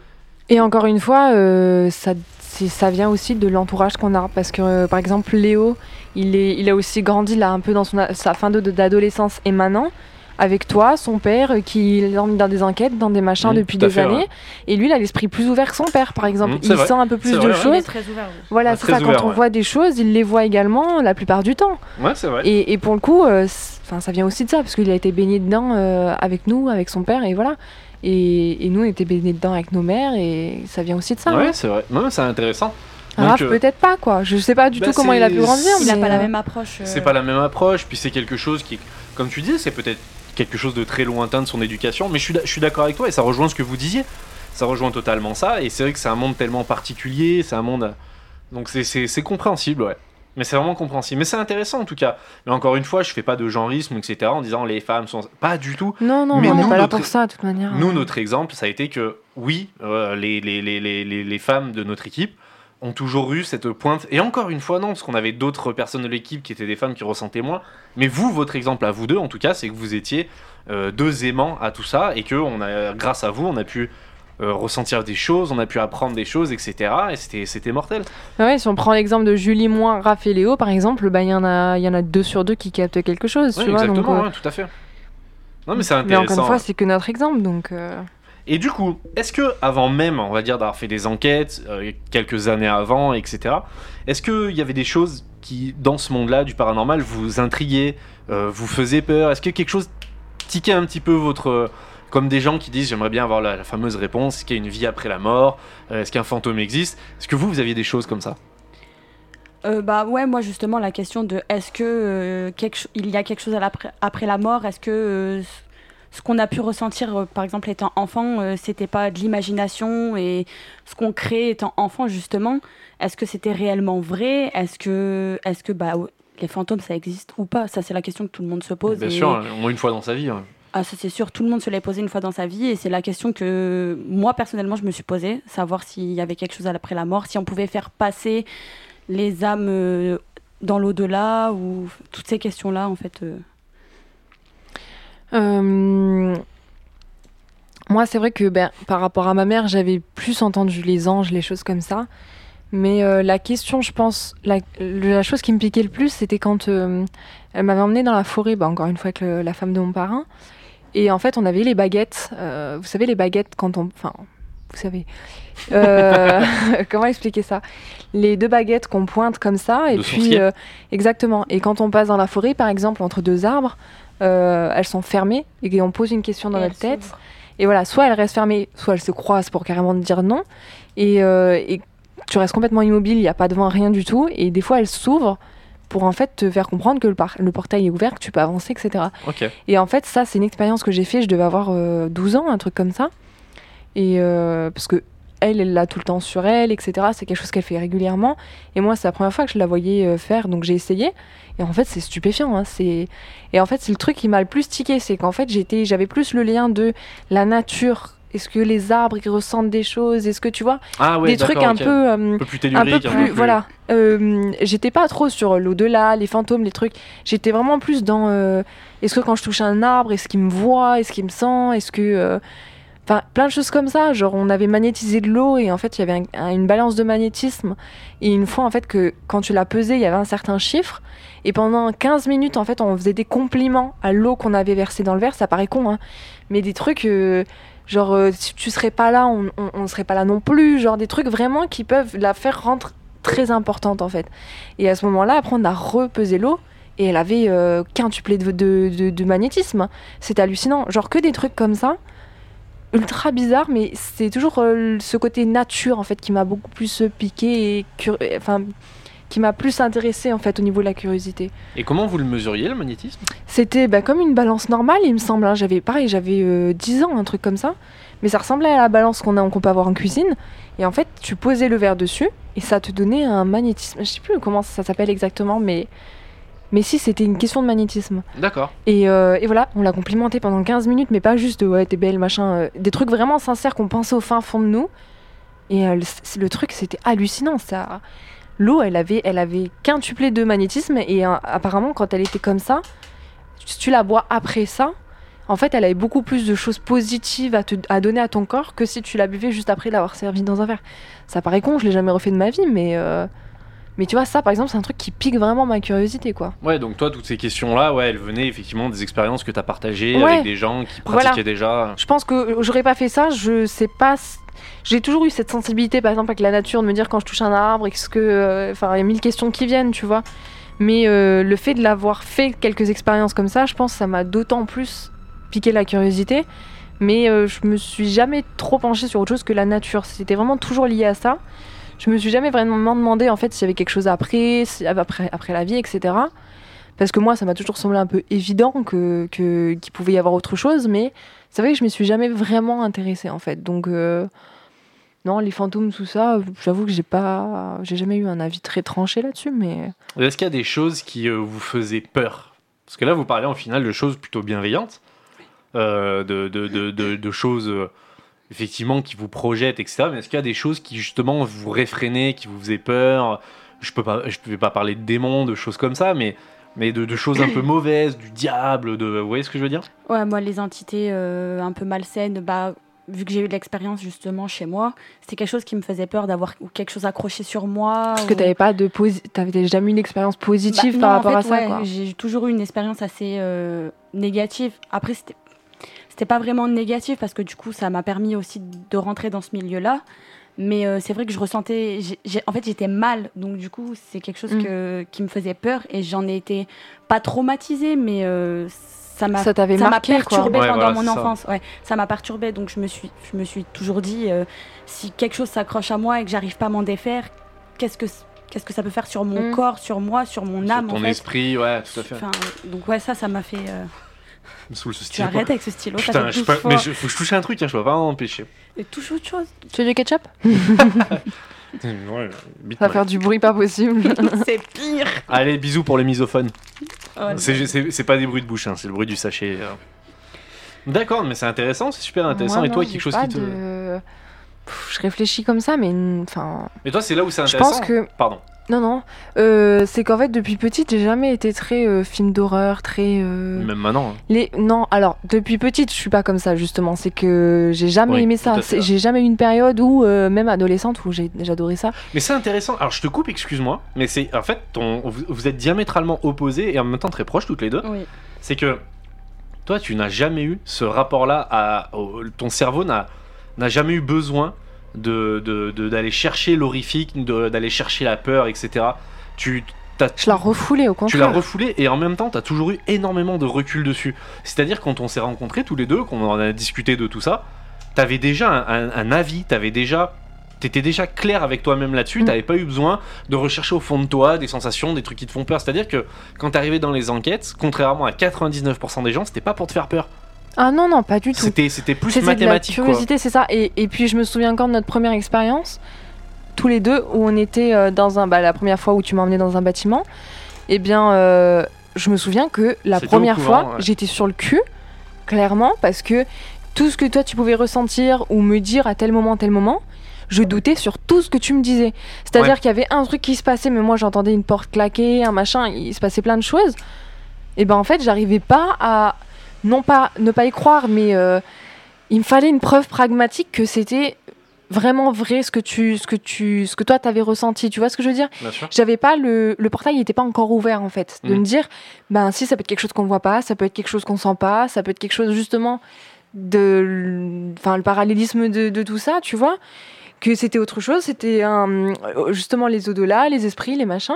Et encore une fois, euh, ça, c'est- ça vient aussi de l'entourage qu'on a. Parce que, euh, par exemple, Léo, il, est, il a aussi grandi là un peu dans son, a- sa fin de- de- d'adolescence et maintenant, avec toi, son père, euh, qui l'emmène dans des enquêtes, dans des machins
Mm,
depuis
tout à
des
fait,
années.
ouais.
Et lui, il a l'esprit plus ouvert que son père, par exemple.
Mm, c'est
il
vrai.
sent un peu plus
C'est
de
vrai, ouais.
Il est
choses.
très ouvert. oui.
Voilà,
Ah,
c'est
très
ça.
ouvert,
quand on
ouais.
voit des choses, il les voit également la plupart du temps.
Ouais, c'est vrai.
Et, et pour le coup, euh, c'est- 'fin, ça vient aussi de ça, parce qu'il a été baigné dedans euh, avec nous, avec son père, et voilà. Et, et nous, on était baignés dedans avec nos mères, et ça vient aussi de ça. hein.
Ouais, c'est vrai. Non, mais c'est intéressant.
Raph,
Donc, euh,
peut-être pas, quoi. Je sais pas du
bah,
tout comment
c'est-
il a pu grandir.
Il a
mais,
pas la
euh,
même approche. euh,
C'est pas la même approche, puis c'est quelque chose qui, comme tu dis, c'est peut-être quelque chose de très lointain de son éducation, mais je suis d'a- je suis d'accord avec toi et ça rejoint ce que vous disiez. Ça rejoint totalement ça, et c'est vrai que c'est un monde tellement particulier, c'est un monde. Donc c'est- c'est c'est compréhensible, ouais. Mais c'est vraiment compréhensible. Mais c'est intéressant en tout cas. Mais encore une fois, je fais pas de genrisme, etc., en disant les femmes sont. Pas du tout.
Non, non,
Mais
mais on n'est
nous,
pas là
notre-
pour ça, de toute manière.
Nous, notre exemple, ça a été que, oui, euh, les, les, les, les, les- les femmes de notre équipe ont toujours eu cette pointe. Et encore une fois, non, parce qu'on avait d'autres personnes de l'équipe qui étaient des femmes qui ressentaient moins. Mais vous, votre exemple à vous deux, en tout cas, c'est que vous étiez euh, deux aimants à tout ça et que on a, grâce à vous, on a pu euh, ressentir des choses, on a pu apprendre des choses, etc. Et c'était- c'était mortel.
Ah ouais, si on prend l'exemple de Julie, moi, Raph et Léo, par exemple, bah, il y, en a- il y en a deux sur deux qui captent quelque chose,
Ouais,
tu vois. donc,
exactement,
euh,
ouais, tout à fait. Non, mais c'est
mais encore
intéressant.
une fois, c'est que notre exemple, donc... euh,
Et du coup, est-ce que, avant même, on va dire, d'avoir fait des enquêtes, euh, quelques années avant, etc., est-ce qu'il y avait des choses qui, dans ce monde-là, du paranormal, vous intriguaient, euh, vous faisaient peur Est-ce que quelque chose tiquait un petit peu votre. euh, comme des gens qui disent j'aimerais bien avoir la, la fameuse réponse, est-ce qu'il y a une vie après la mort Euh, Est-ce qu'un fantôme existe Est-ce que vous, vous aviez des choses comme ça
Euh, bah ouais, moi justement la question de est-ce que euh, quelque cho- il y a quelque chose à l'après- après la mort Est-ce que euh, ce- ce qu'on a pu ressentir, euh, par exemple étant enfant, euh, c'était pas de l'imagination et ce qu'on crée étant enfant justement, est-ce que c'était réellement vrai Est-ce que est-ce que bah ouais, les fantômes ça existe ou pas Ça c'est la question que tout le monde se pose.
Bien
et-
sûr, hein, au moins une fois dans sa vie. hein.
ah, ça c'est sûr, tout le monde se l'est posé une fois dans sa vie et c'est la question que moi personnellement je me suis posée, savoir s'il y avait quelque chose à l'après la mort, si on pouvait faire passer les âmes euh, dans l'au-delà ou toutes ces questions-là en fait. euh.
Euh, moi, c'est vrai que ben, par rapport à ma mère, j'avais plus entendu les anges, les choses comme ça. Mais euh, la question, je pense, la, le- la chose qui me piquait le plus, c'était quand euh, elle m'avait emmenée dans la forêt, bah, encore une fois avec le- la femme de mon parrain. Et en fait, on avait les baguettes. euh, vous savez, les baguettes quand on. Enfin, vous savez. Euh, comment expliquer ça Les deux baguettes qu'on pointe comme ça. Et
De
puis.
sourcier.
euh, exactement. Et quand on passe dans la forêt, par exemple, entre deux arbres, euh, elles sont fermées et on pose une question dans
Et
notre
elles
tête. Et voilà, soit elles restent fermées, soit elles se croisent pour carrément te dire non. Et, euh, et tu restes complètement immobile, il n'y a pas de vent, rien du tout. Et des fois, elles s'ouvrent pour en fait te faire comprendre que le, par- le portail est ouvert, que tu peux avancer, etc.
Ok.
Et en fait, ça, c'est une expérience que j'ai fait. Je devais avoir euh, 12 ans, un truc comme ça. Et euh, parce que elle, elle l'a tout le temps sur elle, etc. C'est quelque chose qu'elle fait régulièrement. Et moi, c'est la première fois que je la voyais euh, faire, donc j'ai essayé. Et en fait, c'est stupéfiant. hein, c'est et en fait, c'est le truc qui m'a le plus tiqué, c'est qu'en fait, j'étais, j'avais plus le lien de la nature Est-ce que les arbres ils ressentent des choses Est-ce que tu vois
Ah ouais,
des trucs
d'accord,
un
ok.
peu euh,
un peu plus hein.
un
tellurique,
peu plus voilà Euh, j'étais pas trop sur l'au-delà les fantômes les trucs j'étais vraiment plus dans euh, est-ce que quand je touche un arbre est-ce qu'il me voit est-ce qu'il me sent est-ce que euh, enfin plein de choses comme ça genre on avait magnétisé de l'eau et en fait il y avait un- un- une balance de magnétisme et une fois en fait que quand tu l'as pesé il y avait un certain chiffre et pendant 15 minutes en fait on faisait des compliments à l'eau qu'on avait versée dans le verre ça paraît con hein mais des trucs euh, Genre, euh, si tu serais pas là, on, on, on serait pas là non plus. Genre, des trucs vraiment qui peuvent la faire rentrer très importante en fait. Et à ce moment-là, après, on a repesé l'eau et elle avait euh, quintuplé de, de, de- de magnétisme. C'est hallucinant. Genre que des trucs comme ça, ultra bizarre, mais c'est toujours euh, ce côté nature en fait qui m'a beaucoup plus euh, piqué et cur- et, enfin qui m'a plus intéressé en fait au niveau de la curiosité.
Et comment vous le mesuriez le magnétisme
C'était bah, comme une balance normale, il me semble. hein. J'avais pareil, j'avais euh, 10 ans, un truc comme ça. Mais ça ressemblait à la balance qu'on a, qu'on peut avoir en cuisine. Et en fait, tu posais le verre dessus et ça te donnait un magnétisme. Je sais plus comment ça s'appelle exactement, mais mais si c'était une question de magnétisme.
D'accord.
Et, euh, et voilà, on l'a complimenté pendant 15 minutes, mais pas juste de, ouais t'es belle machin, euh, des trucs vraiment sincères qu'on pensait au fin fond de nous. Et euh, le, c- le truc c'était hallucinant ça. L'eau, elle avait, elle avait quintuplé de magnétisme et euh, apparemment quand elle était comme ça, si tu la bois après ça, en fait elle avait beaucoup plus de choses positives à, te, à donner à ton corps que si tu la buvais juste après l'avoir servi dans un verre. Ça paraît con, je l'ai jamais refait de ma vie, mais euh, mais tu vois ça par exemple c'est un truc qui pique vraiment ma curiosité quoi.
Ouais, donc toi, toutes ces questions-là, ouais, elles venaient effectivement des expériences que t'as partagées
Ouais.
avec des gens qui pratiquaient
Voilà.
déjà.
Je pense que j'aurais pas fait ça, je sais pas. s- J'ai toujours eu cette sensibilité, par exemple, avec la nature, de me dire quand je touche un arbre, est-ce que. euh, Enfin, il y a mille questions qui viennent, tu vois. Mais euh, le fait de l'avoir fait quelques expériences comme ça, je pense que ça m'a d'autant plus piqué la curiosité. Mais euh, je me suis jamais trop penchée sur autre chose que la nature. C'était vraiment toujours lié à ça. Je me suis jamais vraiment demandé en fait s'il y avait quelque chose après, si- après, après la vie, etc. Parce que moi, ça m'a toujours semblé un peu évident que que- qu'il pouvait y avoir autre chose, mais c'est vrai que je m'y suis jamais vraiment intéressée en fait. Donc euh, non, les fantômes tout ça, euh, j'avoue que j'ai pas j'ai jamais eu un avis très tranché là-dessus mais
Ah
Est-ce qu'il y a des choses qui euh, vous faisaient peur Parce que là, vous parlez en final de choses plutôt bienveillantes, euh, de, de- de- de- de choses euh, effectivement qui vous projettent, etc. Mais est-ce qu'il y a des choses qui justement vous réfrénaient, qui vous faisaient peur Je peux pas, je pouvais pas parler de démons, de choses comme ça, mais mais de, de choses un peu mauvaises, du diable, de, vous voyez ce que je veux dire
Ouais, moi, les entités euh, un peu malsaines, bah, vu que j'ai eu de l'expérience justement chez moi, c'était quelque chose qui me faisait peur d'avoir ou quelque chose accroché sur moi.
parce que
ou-
t'avais pas de posi- t'avais jamais eu une expérience
Bah,
positive
non,
par
en
rapport
fait,
à ça
ouais,
quoi.
J'ai toujours eu une expérience assez euh, négative. Après, c'était c'était pas vraiment négatif parce que du coup, ça m'a permis aussi de rentrer dans ce milieu-là. Mais euh, c'est vrai que je ressentais, j'ai- j'ai- en fait, j'étais mal, donc du coup, c'est quelque chose
Mm.
que- qui me faisait peur et j'en ai été pas traumatisée, mais euh, ça m'a
Ça t'avait
ça m'a
marqué quoi.
perturbé
Ouais,
pendant
voilà,
mon
c'est ça.
enfance. Ouais, ça m'a perturbé, donc je me suis, je me suis toujours dit, euh, si quelque chose s'accroche à moi et que j'arrive pas à m'en défaire, qu'est-ce que qu'est-ce que ça peut faire sur mon
Mm.
corps, sur moi, sur mon
Sur
âme
ton
en fait.
esprit, ouais, tout à fait.
Enfin, donc ouais, ça, ça m'a fait. euh,
Sous le
Tu
style, quoi.
arrêtes avec ce hein. stylo. ça
Putain,
fait
je
12
peux-
fois.
mais je- faut que je touche un truc, hein, je peux pas m'empêcher.
Et touche autre chose.
Tu veux du ketchup
Ouais,
Ça va faire du bruit pas possible.
C'est pire. Oh
Allez, bisous pour les misophones.
Voilà.
C'est- C'est c'est pas des bruits de bouche, hein, c'est le bruit du sachet. euh. D'accord, mais c'est intéressant, c'est super intéressant.
Moi,
et toi,
non, j'ai
quelque chose
pas
qui te.
de- Pff, je réfléchis comme ça mais enfin
Mais toi, c'est là où c'est
Je
intéressant.
pense que
Pardon.
non non, euh, c'est qu'en fait depuis petite, j'ai jamais été très euh, film d'horreur, très euh,
Même maintenant. hein.
Les... Non, alors depuis petite, je suis pas comme ça justement. C'est que j'ai jamais
Oui,
aimé
tout
ça.
à fait.
C'est- J'ai jamais eu une période où, euh, même adolescente, où j'ai- j'adorais ça.
Mais c'est intéressant. Alors, je te coupe, excuse-moi. Mais c'est. En fait, ton... vous vous êtes diamétralement opposés et en même temps très proches toutes les deux.
Oui.
c'est que toi, tu n'as jamais eu ce rapport-là à au- ton cerveau n'a n'a jamais eu besoin de de- de- d'aller chercher l'horrifique, de- d'aller chercher la peur, etc. Tu t'as-
Je la refoulais au
tu
contraire.
l'as refoulé et en même temps, tu as toujours eu énormément de recul dessus. C'est-à-dire quand on s'est rencontrés tous les deux, qu'on en a discuté de tout ça, tu avais déjà un, un- un avis, tu avais déjà... T'étais déjà clair avec toi-même là-dessus,
Mm.
t'avais pas eu besoin de rechercher au fond de toi des sensations, des trucs qui te font peur. C'est-à-dire que quand t'arrivais dans les enquêtes, contrairement à 99% des gens, c'était pas pour te faire peur.
Ah non, non, pas du tout.
C'était c'était plus
C'était de la
mathématique. quoi.
curiosité, c'est ça. Et, et puis je me souviens encore de notre première expérience, tous les deux, où on était euh, dans un. Bah, la première fois où tu m'as emmené dans un bâtiment, eh bien, euh, je me souviens que la
C'était au
première
couvent,
fois,
ouais.
j'étais sur le cul, clairement, parce que tout ce que toi tu pouvais ressentir ou me dire à tel moment, tel moment, je doutais sur tout ce que tu me disais. C'est-à-dire qu'il y avait un truc qui se passait, mais moi j'entendais une porte claquer, un machin, il se passait plein de choses. Et ben en fait, j'arrivais pas à, non pas ne pas y croire, mais euh, il me fallait une preuve pragmatique que c'était vraiment vrai ce que tu, ce que tu, ce que toi t'avais ressenti. Tu vois ce que je veux dire
Bien sûr.
j'avais pas le, le portail n'était pas encore ouvert en fait de
Mm.
me dire ben si ça peut être quelque chose qu'on voit pas ça peut être quelque chose qu'on sent pas ça peut être quelque chose justement de l- enfin le parallélisme de, de tout ça tu vois que c'était autre chose c'était un- euh, justement les au-delà les esprits les machins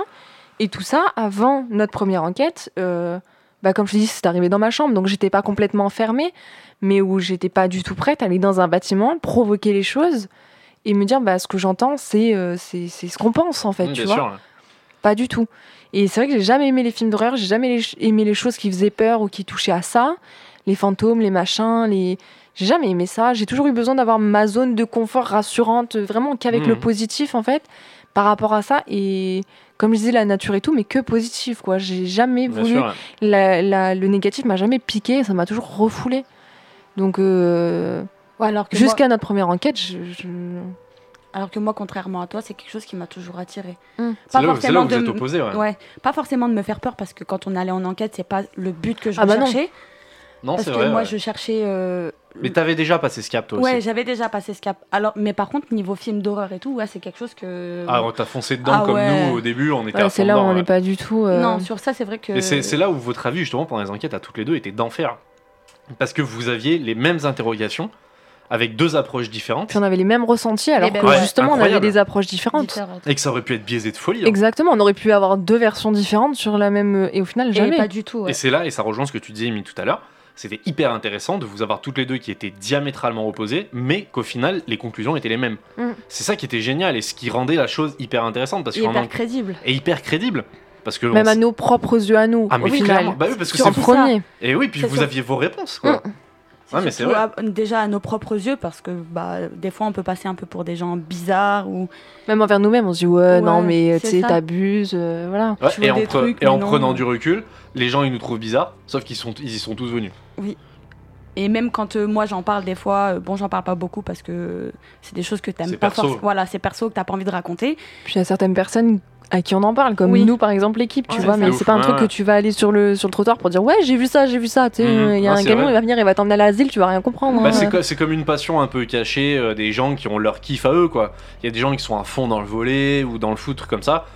et tout ça avant notre première enquête euh, bah comme je te dis c'est arrivé dans ma chambre donc j'étais pas complètement fermée mais où j'étais pas du tout prête à aller dans un bâtiment provoquer les choses et me dire bah ce que j'entends c'est euh, c'est c'est ce qu'on pense en fait
Mm,
Bah, tu
bien
vois
sûr, ouais.
pas du tout. Et c'est vrai que j'ai jamais aimé les films d'horreur, j'ai jamais les- aimé les choses qui faisaient peur ou qui touchaient à ça. Les fantômes, les machins, les. J'ai jamais aimé ça. J'ai toujours eu besoin d'avoir ma zone de confort rassurante, vraiment qu'avec
Mhm.
le positif en fait, par rapport à ça. Et comme je disais, la nature et tout, mais que positif quoi. J'ai jamais
Bien
voulu.
sûr, ouais.
la- la- le négatif m'a jamais piqué, ça m'a toujours refoulé. Donc, euh,
Ouais, alors, que moi,
jusqu'à notre première enquête, je. je-
alors que moi, contrairement à toi, c'est quelque chose qui m'a toujours attirée.
Mm.
C'est là où, c'est là où vous
de
êtes
me-
opposés, hein. ouais.
Ouais, pas forcément de me faire peur parce que quand on allait en enquête, c'est pas le but que je
Ah bah non.
cherchais.
Non,
Parce
c'est
que
vrai.
moi,
ouais.
je cherchais. euh,
Mais t'avais déjà passé ce cap, toi
ouais,
aussi.
j'avais déjà passé ce cap. Alors, mais par contre, niveau film d'horreur et tout, ouais, c'est quelque chose que.
Ah, on t'a foncé dedans
Ah
comme
ouais.
nous au début, on était
voilà,
à
c'est
fond
là où
dedans,
on n'est
ouais.
pas du tout. euh,
Non, sur ça, c'est vrai que.
Et c'est c'est là où votre avis, justement, pendant les enquêtes à toutes les deux, était d'enfer. Parce que vous aviez les mêmes interrogations, avec deux approches différentes,
Puis on avait les mêmes ressentis, alors
ben
que
ouais.
justement on
Incroyable.
avait des approches différentes.
différente.
et que ça aurait pu être biaisé de folie. hein.
Exactement, on aurait pu avoir deux versions différentes sur la même. euh, Et au final,
Et
jamais.
pas du tout. ouais.
Et c'est là, et ça rejoint ce que tu disais, Amy, tout à l'heure. C'était hyper intéressant de vous avoir toutes les deux qui étaient diamétralement opposées, mais qu'au final, les conclusions étaient les mêmes.
Mm.
C'est ça qui était génial et ce qui rendait la chose hyper intéressante parce
Et
qu'on
hyper
en-
crédible.
et hyper crédible. Parce que on
Même à
s-
nos propres yeux à nous,
ah mais
au final.
clairement, bah oui, parce que
Sur en
c'est vous.
premier.
Et oui, puis
C'est
vous
ça.
aviez vos réponses.
Mm.
Quoi. Ouais, mais c'est
surtout à- déjà à nos propres yeux parce que bah, des fois, on peut passer un peu pour des gens bizarres ou.
Même envers nous-mêmes, on se dit ouais,
Ouais,
non, mais tu
c'est
sais,
ça.
t'abuses, euh, voilà.
Ouais,
Tu vois
et en,
des
pre-
trucs,
et en
mais non.
prenant du recul, les gens ils nous trouvent bizarres, sauf qu'ils sont, ils y sont tous venus.
Et même quand euh, moi j'en parle des fois, euh, bon j'en parle pas beaucoup parce que euh, c'est des choses que t'aimes
C'est
pas
perso.
forcément. Voilà, c'est perso que t'as pas envie de raconter.
Puis il y a certaines personnes à qui on en parle, comme
Oui.
nous par exemple, l'équipe, tu
Ouais,
vois,
c'est
mais
ouf,
c'est pas un
ouais,
truc
ouais.
que tu vas aller sur le, sur le trottoir pour dire ouais, j'ai vu ça, j'ai vu ça, tu sais, euh, il
Mhm.
y a
Ah,
un
c'est
camion,
vrai.
il va venir, il va t'emmener à l'asile, tu vas rien comprendre.
Bah,
hein.
c'est, co- c'est comme une passion un peu cachée euh, des gens qui ont leur kiff à eux, quoi. Il y a des gens qui sont à fond dans le volet ou dans le foot, trucs comme ça.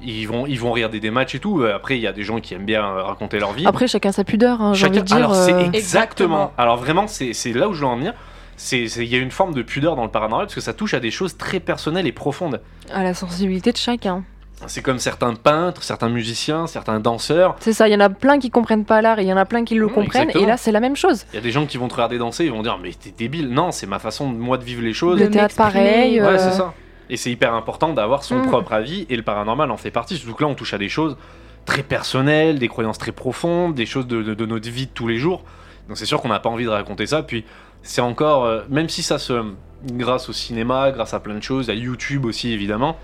Ils vont, ils vont regarder des matchs et tout. Euh, Après, il y a des gens qui aiment bien euh, raconter leur vie.
Après, chacun sa pudeur, hein, j'ai
Chacun-
envie de dire.
Alors, c'est
euh,
exactement.
Exactement.
Alors, vraiment, c'est c'est là où je veux en venir. C'est- c'est- Il y a une forme de pudeur dans le paranormal parce que ça touche à des choses très personnelles et profondes.
à la sensibilité de chacun.
C'est comme certains peintres, certains musiciens, certains danseurs.
C'est ça, il y en a plein qui comprennent pas l'art et il y en a plein qui le
Mmh,
comprennent.
exactement.
Et là, c'est la même chose.
Il y a des gens qui vont te regarder danser et vont dire Mais t'es débile. Non, c'est ma façon, de- moi, de vivre les choses.
Le
de
théâtre,
m'exprimer.
pareil.
Ouais,
euh,
c'est ça. Et c'est hyper important d'avoir son
Mm.
propre avis et le paranormal en fait partie. Surtout que là, on touche à des choses très personnelles, des croyances très profondes, des choses de, de- de notre vie de tous les jours. Donc c'est sûr qu'on n'a pas envie de raconter ça. Puis c'est encore, euh, même si ça se, grâce au cinéma, grâce à plein de choses, à YouTube aussi évidemment,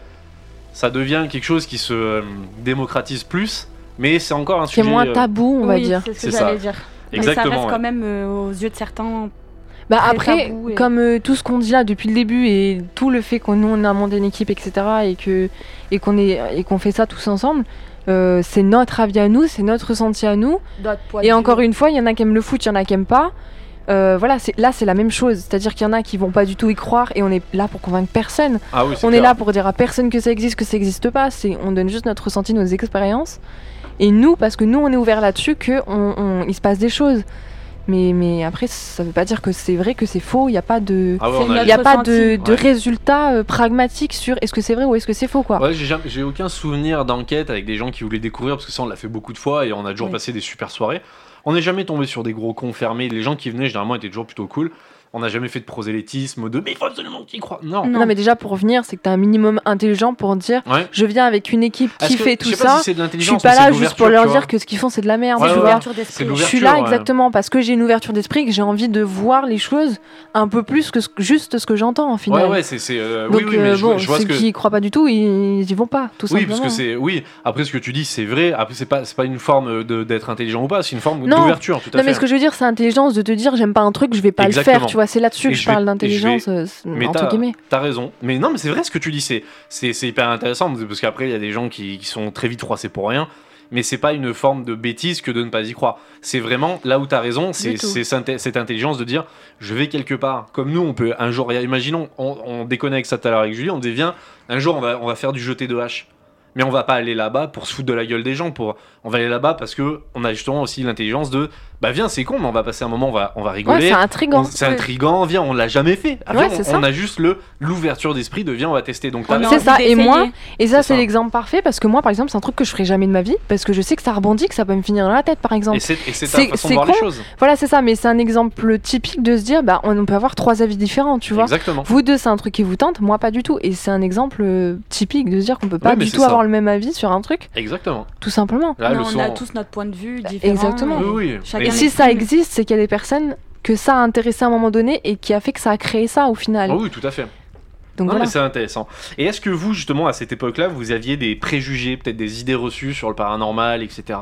ça devient quelque chose qui se euh, démocratise plus. Mais c'est encore un
qui est
sujet.
moins
euh,
tabou, on va
Oui,
dire.
C'est ce
C'est
que
ça.
j'allais dire. Mais ça
exactement.
reste
ouais.
quand même euh, aux yeux de certains.
Bah
très
après,
tabou et-
comme euh, tout ce qu'on dit là depuis le début et tout le fait qu'on nous on a monté une équipe, etc. et que et qu'on est et qu'on fait ça tous ensemble, euh, c'est notre avis à nous, c'est notre ressenti à nous. Et encore une fois, il y en a qui aiment le foot, il y en a qui aiment pas. Euh, voilà, c'est- là c'est la même chose, c'est-à-dire qu'il y en a qui vont pas du tout y croire et on est là pour convaincre personne.
Ah oui, c'est
On est
clair.
là pour dire à personne que ça existe, que ça existe pas. C'est, on donne juste notre ressenti, nos expériences. Et nous, parce que nous, on est ouvert là-dessus, que on, on- il se passe des choses. Mais, mais après, ça veut pas dire que c'est vrai, que c'est faux. Il n'y a pas de,
Ah ouais,
C'est
on a-
notre-
il y a pas de,
ressenti.
de
Ouais.
résultat euh, pragmatique sur est-ce que c'est vrai ou est-ce que c'est faux, quoi.
Ouais, j'ai, jamais- j'ai aucun souvenir d'enquête avec des gens qui voulaient découvrir, parce que ça, on l'a fait beaucoup de fois et on a toujours
Oui.
passé des super soirées. On n'est jamais tombé sur des gros cons fermés. Les gens qui venaient, généralement, étaient toujours plutôt cool. On n'a jamais fait de prosélytisme de mais il faut absolument que tu y crois. Non.
Non.
Non.
mais déjà pour revenir, c'est que t'as un minimum intelligent pour dire
Ouais.
je viens avec une équipe
Est-ce
qui
que-
fait
je
tout
sais pas
ça.
si c'est de
je suis
l'intelligence, mais
pas
c'est de
là juste pour
l'ouverture,
leur
tu
dire que ce qu'ils font c'est de la merde.
Ouais,
tu
ouais,
vois.
ouais.
Ouverture
C'est
d'esprit.
de
Je
l'ouverture. euh,
suis là
ouais.
exactement parce que j'ai une ouverture d'esprit que j'ai envie de voir les choses un peu plus que ce- juste ce que j'entends en
vois.
final.
Ouais, ouais, c'est. c'est, euh,
Donc
oui, oui, mais
euh,
je,
bon,
je vois
ceux
ce que.
qui y croient pas du tout, ils ils y vont pas, tout
Oui,
simplement.
parce que c'est oui. Après, ce que tu dis, c'est vrai. Après, c'est pas c'est pas une forme de- d'être intelligent ou pas. C'est une forme
Non.
d'ouverture, tout à
Non
fait.
mais ce que je veux dire, c'est intelligence de te dire j'aime pas un truc, je vais pas le
Exactement.
faire, tu vois. C'est là-dessus
Et
que
je
je
vais-
parle
et je vais-
d'intelligence, euh, c'est-
Mais
entre guillemets.
T'as raison. Mais non, mais c'est vrai ce que tu dis. C'est c'est c'est hyper intéressant parce qu'après, il y a des gens qui, qui sont très vite froissés pour rien. Mais c'est pas une forme de bêtise que de ne pas y croire. C'est vraiment là où t'as raison. C'est
Du tout.
c'est cette cette intelligence de dire je vais quelque part. Comme nous, on peut un jour. Imaginons, on, on déconne avec ça tout à l'heure avec Julie. On devient un jour, on va on va faire du jeté de hache. Mais on va pas aller là-bas pour se foutre de la gueule des gens. Pour on va aller là-bas parce que on a justement aussi l'intelligence de bah viens c'est con mais on va passer un moment on va on va
Ouais,
rigoler.
c'est
On-
intrigant.
C'est intriguant, viens, on l'a jamais fait. Ah,
Ouais,
viens,
c'est
on,
ça.
on a juste le l'ouverture d'esprit de viens, on va tester. Donc t'as
On a
raison.
C'est
envie
ça, et
d'essayer.
moi- Et
C'est
ça, c'est
ça.
l'exemple parfait parce que moi, par exemple, c'est un truc que je ferai jamais de ma vie parce que je sais que ça rebondit, que ça peut me finir dans la tête, par exemple.
et c'est et c'est ta
C'est-
façon de
c'est
voir les
con,
choses.
Voilà, c'est ça, mais c'est un exemple typique de se dire, bah, on on peut avoir trois avis différents, tu vois.
Exactement.
Vous deux, c'est un truc qui vous tente, moi pas du tout. Et c'est un exemple euh, typique de se dire qu'on peut pas
Oui, mais
du
c'est
tout
ça.
avoir le même avis sur un truc,
Exactement.
tout simplement.
Là, Ah,
Non,
le
on
son-
a tous notre point de vue différent.
Exactement.
Oui,
et-
oui.
Chacun
Et
Et
les
c'est-
si ça
films.
existe, c'est qu'il y a des personnes que ça a intéressé à un moment donné et qui a fait que ça a créé ça au final.
Ah oui, tout à fait.
Donc
Non,
voilà.
mais c'est intéressant. Et est-ce que vous, justement, à cette époque-là, vous aviez des préjugés, peut-être des idées reçues sur le paranormal, etc.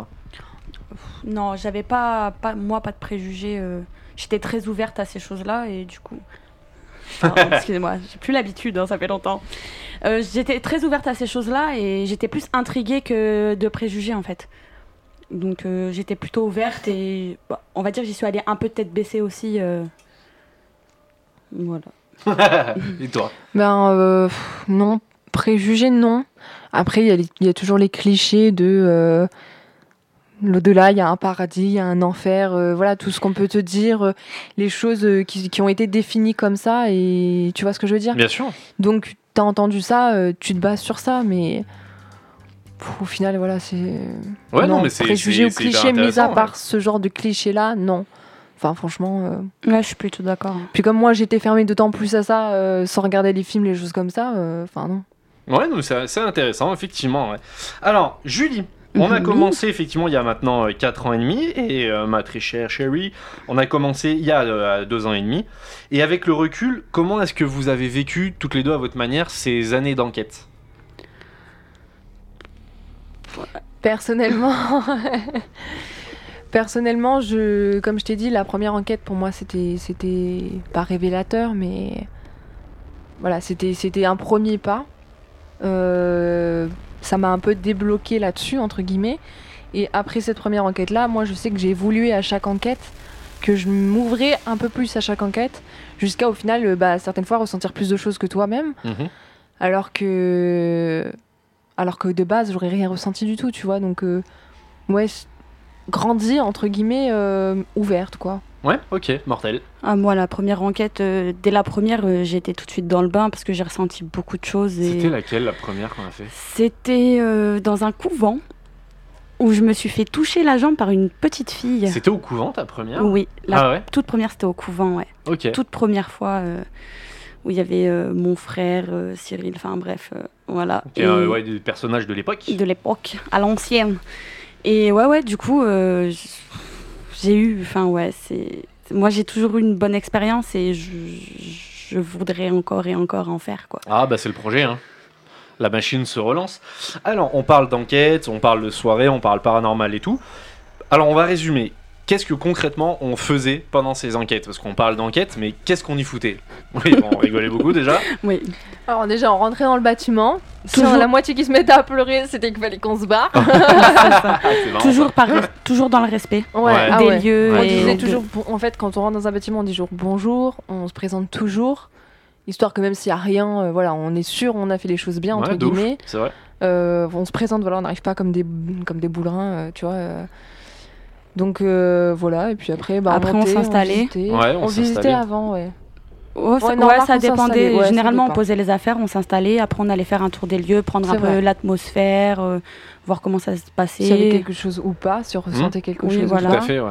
Non, j'avais pas, pas, moi, pas de préjugés. euh, J'étais très ouverte à ces choses-là et du coup. Pardon, Excusez-moi, j'ai plus l'habitude, hein, ça fait longtemps. Euh, j'étais très ouverte à ces choses-là et j'étais plus intriguée que de préjugés en fait. Donc euh, j'étais plutôt ouverte et bah, on va dire que j'y suis allée un peu tête baissée aussi. euh. Voilà.
Et toi
Ben euh, pff, non, préjugés non. Après, il y a les- il y, a toujours les clichés de euh, l'au-delà, il y a un paradis, il y a un enfer, euh, voilà tout ce qu'on peut te dire, euh, les choses euh, qui, qui ont été définies comme ça, et tu vois ce que je veux dire.
Bien sûr.
Donc, t'as entendu ça, euh, tu te bases sur ça, mais pff, au final, voilà, c'est.
Ouais, non, mais c'est.
Préjugés
c'est-
ou
c'est hyper
clichés, mis à
intéressant,
part ce genre de clichés-là, non. Enfin, franchement. euh,
Là, je suis plutôt d'accord.
Puis comme moi, j'étais fermée d'autant plus à ça, euh, sans regarder les films, les choses comme ça, euh, enfin non.
Ouais, donc c'est c'est intéressant, effectivement. ouais. Alors, Julie, on a
Mhm.
commencé effectivement il y a maintenant 4 ans et demi, et euh, ma très chère Sherry, on a commencé il y a 2 ans et demi. Et avec le recul, comment est-ce que vous avez vécu, toutes les deux à votre manière, ces années d'enquête
Personnellement, personnellement, je, comme je t'ai dit, la première enquête pour moi, c'était, c'était pas révélateur, mais voilà, c'était, c'était un premier pas. Euh, ça m'a un peu débloqué là-dessus entre guillemets. Et après cette première enquête-là, moi, je sais que j'ai évolué à chaque enquête, que je m'ouvrais un peu plus à chaque enquête, jusqu'à au final, euh, bah, certaines fois, ressentir plus de choses que toi-même.
Mhm.
Alors que. Alors que de base, j'aurais rien ressenti du tout, tu vois. Donc, euh, ouais, s- grandi, entre guillemets, euh, ouverte, quoi.
Ouais, ok, mortel.
Ah, moi, la première enquête, euh, dès la première, euh, j'étais tout de suite dans le bain parce que j'ai ressenti beaucoup de choses. Et...
C'était laquelle la première qu'on a fait
C'était euh, dans un couvent où je me suis fait toucher la jambe par une petite fille.
C'était au couvent ta première
Oui, la
Ah ouais
toute première c'était au couvent, ouais.
Ok.
Toute première fois euh, où il y avait euh, mon frère, euh, Cyril, enfin bref, euh, voilà.
Et, euh, ouais, des personnages de l'époque.
De l'époque, à l'ancienne. Et ouais, ouais, du coup, euh, j- j'ai eu, enfin ouais, c'est. Moi j'ai toujours eu une bonne expérience et je, je voudrais encore et encore en faire, quoi.
Ah bah c'est le projet hein. La machine se relance. Alors on parle d'enquête, on parle de soirée, on parle paranormal et tout. Alors on va résumer. Qu'est-ce que concrètement on faisait pendant ces enquêtes Parce qu'on parle d'enquête, mais qu'est-ce qu'on y foutait Oui, bon, on rigolait beaucoup déjà.
Oui,
Alors, déjà, on rentrait dans le bâtiment.
Toujours-
Toujours la moitié qui se mettait à pleurer, c'était qu'il fallait qu'on se barre.
Ah, c'est marrant,
toujours, par, toujours dans le respect
Ouais,
Ouais.
ah
des
ouais.
lieux.
On
Ouais.
et
disait
de-
toujours, bon- en fait, quand on rentre dans un bâtiment, on dit toujours bonjour, on se présente toujours. Histoire que même s'il n'y a rien, euh, voilà, on est sûr, on a fait les choses bien,
ça.
entre
Ouais, de ouf,
guillemets.
C'est vrai.
Euh, on se présente, voilà, on n'arrive pas comme des, comme des boulins, euh, tu vois. euh. Donc euh, voilà, et puis après, bah,
Après, on
montait,
s'installait.
visitait.
Ouais, on
on visitait
s'installait.
avant, ouais.
Oh, ça-
Ouais,
ouais,
non, par
ça
contre,
dépendait.
s'installer, ouais, ça
Généralement, on
dépend.
posait les affaires, on s'installait. Après, on allait faire un tour des lieux, prendre un
C'est vrai.
peu l'atmosphère, euh, voir comment ça se
S'il y avait
passait.
Hmm.
quelque chose ou pas, si on ressentait quelque
Oui,
chose
voilà.
ou
Tout
pas.
à fait, ouais.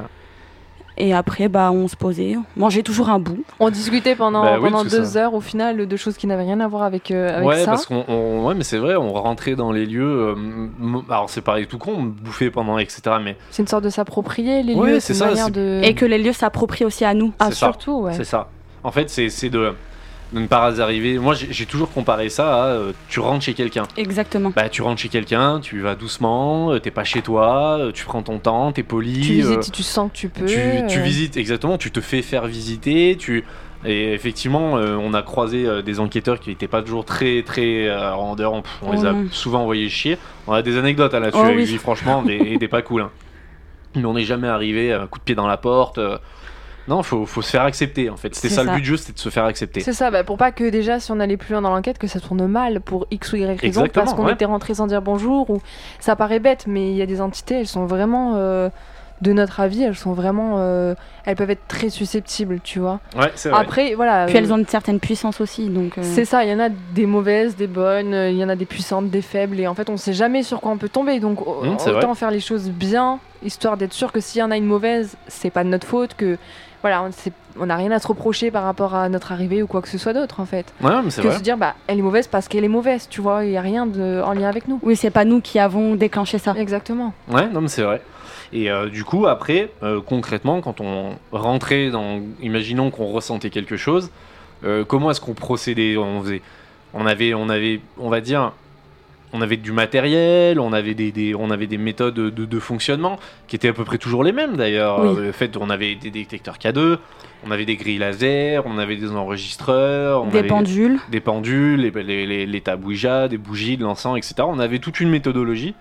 Et après, bah, on se posait, on mangeait toujours un bout.
On discutait pendant,
Bah oui,
pendant
parce que
deux
ça-
heures au final de choses qui n'avaient rien à voir avec, euh, avec
ouais,
ça.
parce qu'on, on- ouais, mais c'est vrai, on rentrait dans les lieux. euh, m- alors c'est pareil, tout con, on bouffait pendant, etc. Mais
C'est une sorte de s'approprier les
Ouais,
lieux, c'est
c'est
une
ça,
manière
c'est-
de.
Et que les lieux s'approprient aussi à nous.
Ah,
C'est ça.
surtout, ouais.
c'est ça. En fait, c'est, c'est de, de ne pas arriver. Moi, j'ai, j'ai toujours comparé ça à euh, tu rentres chez quelqu'un.
Exactement.
Bah, tu rentres chez quelqu'un, tu vas doucement, euh, t'es pas chez toi, euh, tu prends ton temps, t'es poli.
Tu
euh,
visites si tu sens que tu peux.
Tu, tu
euh,
visites, exactement, tu te fais faire visiter, tu... Et effectivement, euh, on a croisé euh, des enquêteurs qui n'étaient pas toujours très, très euh, rendeurs, on, on
Oh
les a
Mm.
non.
souvent envoyés chier. On a des anecdotes à là-dessus
Oh
avec
oui.
lui, franchement, des, et des pas cool. hein. Mais on n'est jamais arrivé, un coup de pied dans la porte. euh, Non, faut, faut se faire accepter, en fait. C'était
C'est
ça, le
ça.
but du jeu, c'était de se faire accepter.
C'est ça, bah, pour pas que déjà, si on allait plus loin dans l'enquête, que ça tourne mal pour X ou Y raison,
Exactement,
parce qu'on
ouais.
était rentré sans dire bonjour, ou ça paraît bête, mais il y a des entités, elles sont vraiment, euh, de notre avis, elles sont vraiment, euh, elles peuvent être très susceptibles, tu vois.
Ouais, c'est vrai.
Après, voilà.
Puis
euh,
elles ont une certaine puissance aussi, donc. euh,
C'est ça, il y en a des mauvaises, des bonnes, euh, il y en a des puissantes, des faibles, et en fait on sait jamais sur quoi on peut tomber, donc au-
Mm, c'est
autant faire les choses bien, histoire d'être sûr que s'il y en a une mauvaise, c'est pas de notre faute, que voilà, on sait- on n'a rien à se reprocher par rapport à notre arrivée ou quoi que ce soit d'autre en fait.
Ouais, mais c'est
que
vrai.
se dire, bah elle est mauvaise parce qu'elle est mauvaise, tu vois, il n'y a rien de, en lien avec nous.
Oui, c'est pas nous qui avons déclenché ça.
Exactement.
Ouais, non, mais c'est vrai. Et euh, du coup, après, euh, concrètement, quand on rentrait dans. Imaginons qu'on ressentait quelque chose, euh, comment est-ce qu'on procédait On faisait. On avait, on avait, on va dire. On avait du matériel, on avait des, des- on avait des méthodes de, de fonctionnement qui étaient à peu près toujours les mêmes d'ailleurs.
Oui.
Euh, le fait, on avait des détecteurs K2, on avait des grilles laser, on avait des enregistreurs, on
Des
avait
pendules.
des pendules, les, les, les, les tables Ouija, des bougies, de l'encens, etc. On avait toute une méthodologie.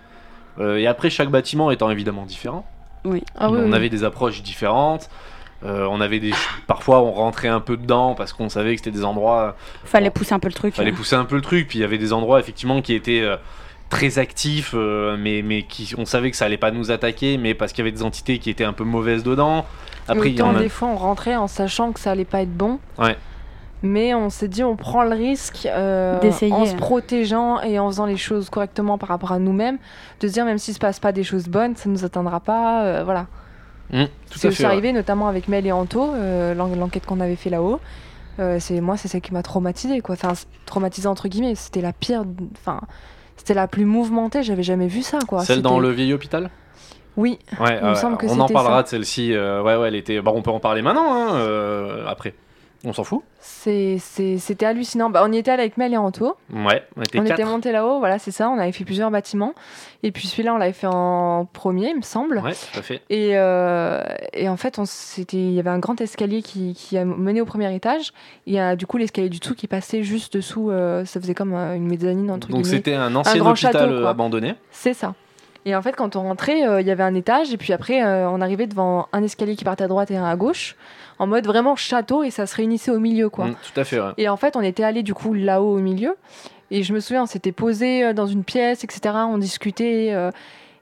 Euh, et après, chaque bâtiment étant évidemment différent,
Ah
Ah
on avait des approches différentes. Euh, on avait des ch- parfois on rentrait un peu dedans parce qu'on savait que c'était des endroits
Fallait pousser un peu le truc.
fallait pousser un peu le truc puis il y avait des endroits effectivement qui étaient euh, très actifs euh, mais mais qui on savait que ça allait pas nous attaquer mais parce qu'il y avait des entités qui étaient un peu mauvaises dedans après
Après,
il y en a
des fois, on rentrait en sachant que ça allait pas être bon.
Ouais.
Mais on s'est dit, on prend le risque euh,
D'essayer. hein.
en se protégeant et en faisant les choses correctement par rapport à nous-mêmes, de se dire même s'il se passe pas des choses bonnes, ça nous atteindra pas. euh, voilà.
Hum, tout
C'est
à
aussi
fait ouais.
arrivé notamment avec Mel et Anto, euh, l'en- l'enquête qu'on avait fait là-haut. Euh, c'est moi, c'est celle qui m'a traumatisée, quoi. Enfin, traumatisée entre guillemets. C'était la pire. Enfin, c'était la plus mouvementée. J'avais jamais vu ça, quoi.
celle dans
C'était-
le vieil hôpital
Oui,
Ouais,
Il me
ouais,
semble que
on en
c'était
parlera
ça.
de celle-ci. euh, ouais, ouais, elle était. Bah, on peut en parler maintenant, hein, euh, après. On s'en fout.
c'est- c'est- c'était hallucinant. Bah, on y était allé avec Mel et Anto.
Ouais, on était
on
quatre.
était monté là-haut, voilà, c'est ça. On avait fait plusieurs bâtiments. Et puis celui-là, on l'avait fait en premier, il me semble.
Ouais, tout à fait.
Et, euh, et en fait, on s'était- il y avait un grand escalier qui, qui a mené au premier étage. Il y a du coup l'escalier du dessous qui passait juste dessous. euh, ça faisait comme euh, une mezzanine, entre
Donc
guillemets.
c'était un ancien
grand
hôpital
château,
euh,
quoi.
abandonné.
C'est ça. Et en fait, quand on rentrait, euh, il y avait un étage, et puis après, euh, on arrivait devant un escalier qui partait à droite et un à gauche, en mode vraiment château, et ça se réunissait au milieu, quoi.
Mm, tout à fait. ouais.
Et en fait, on était allé du coup là-haut au milieu. Et je me souviens, on s'était posé euh, dans une pièce, etc. On discutait. euh,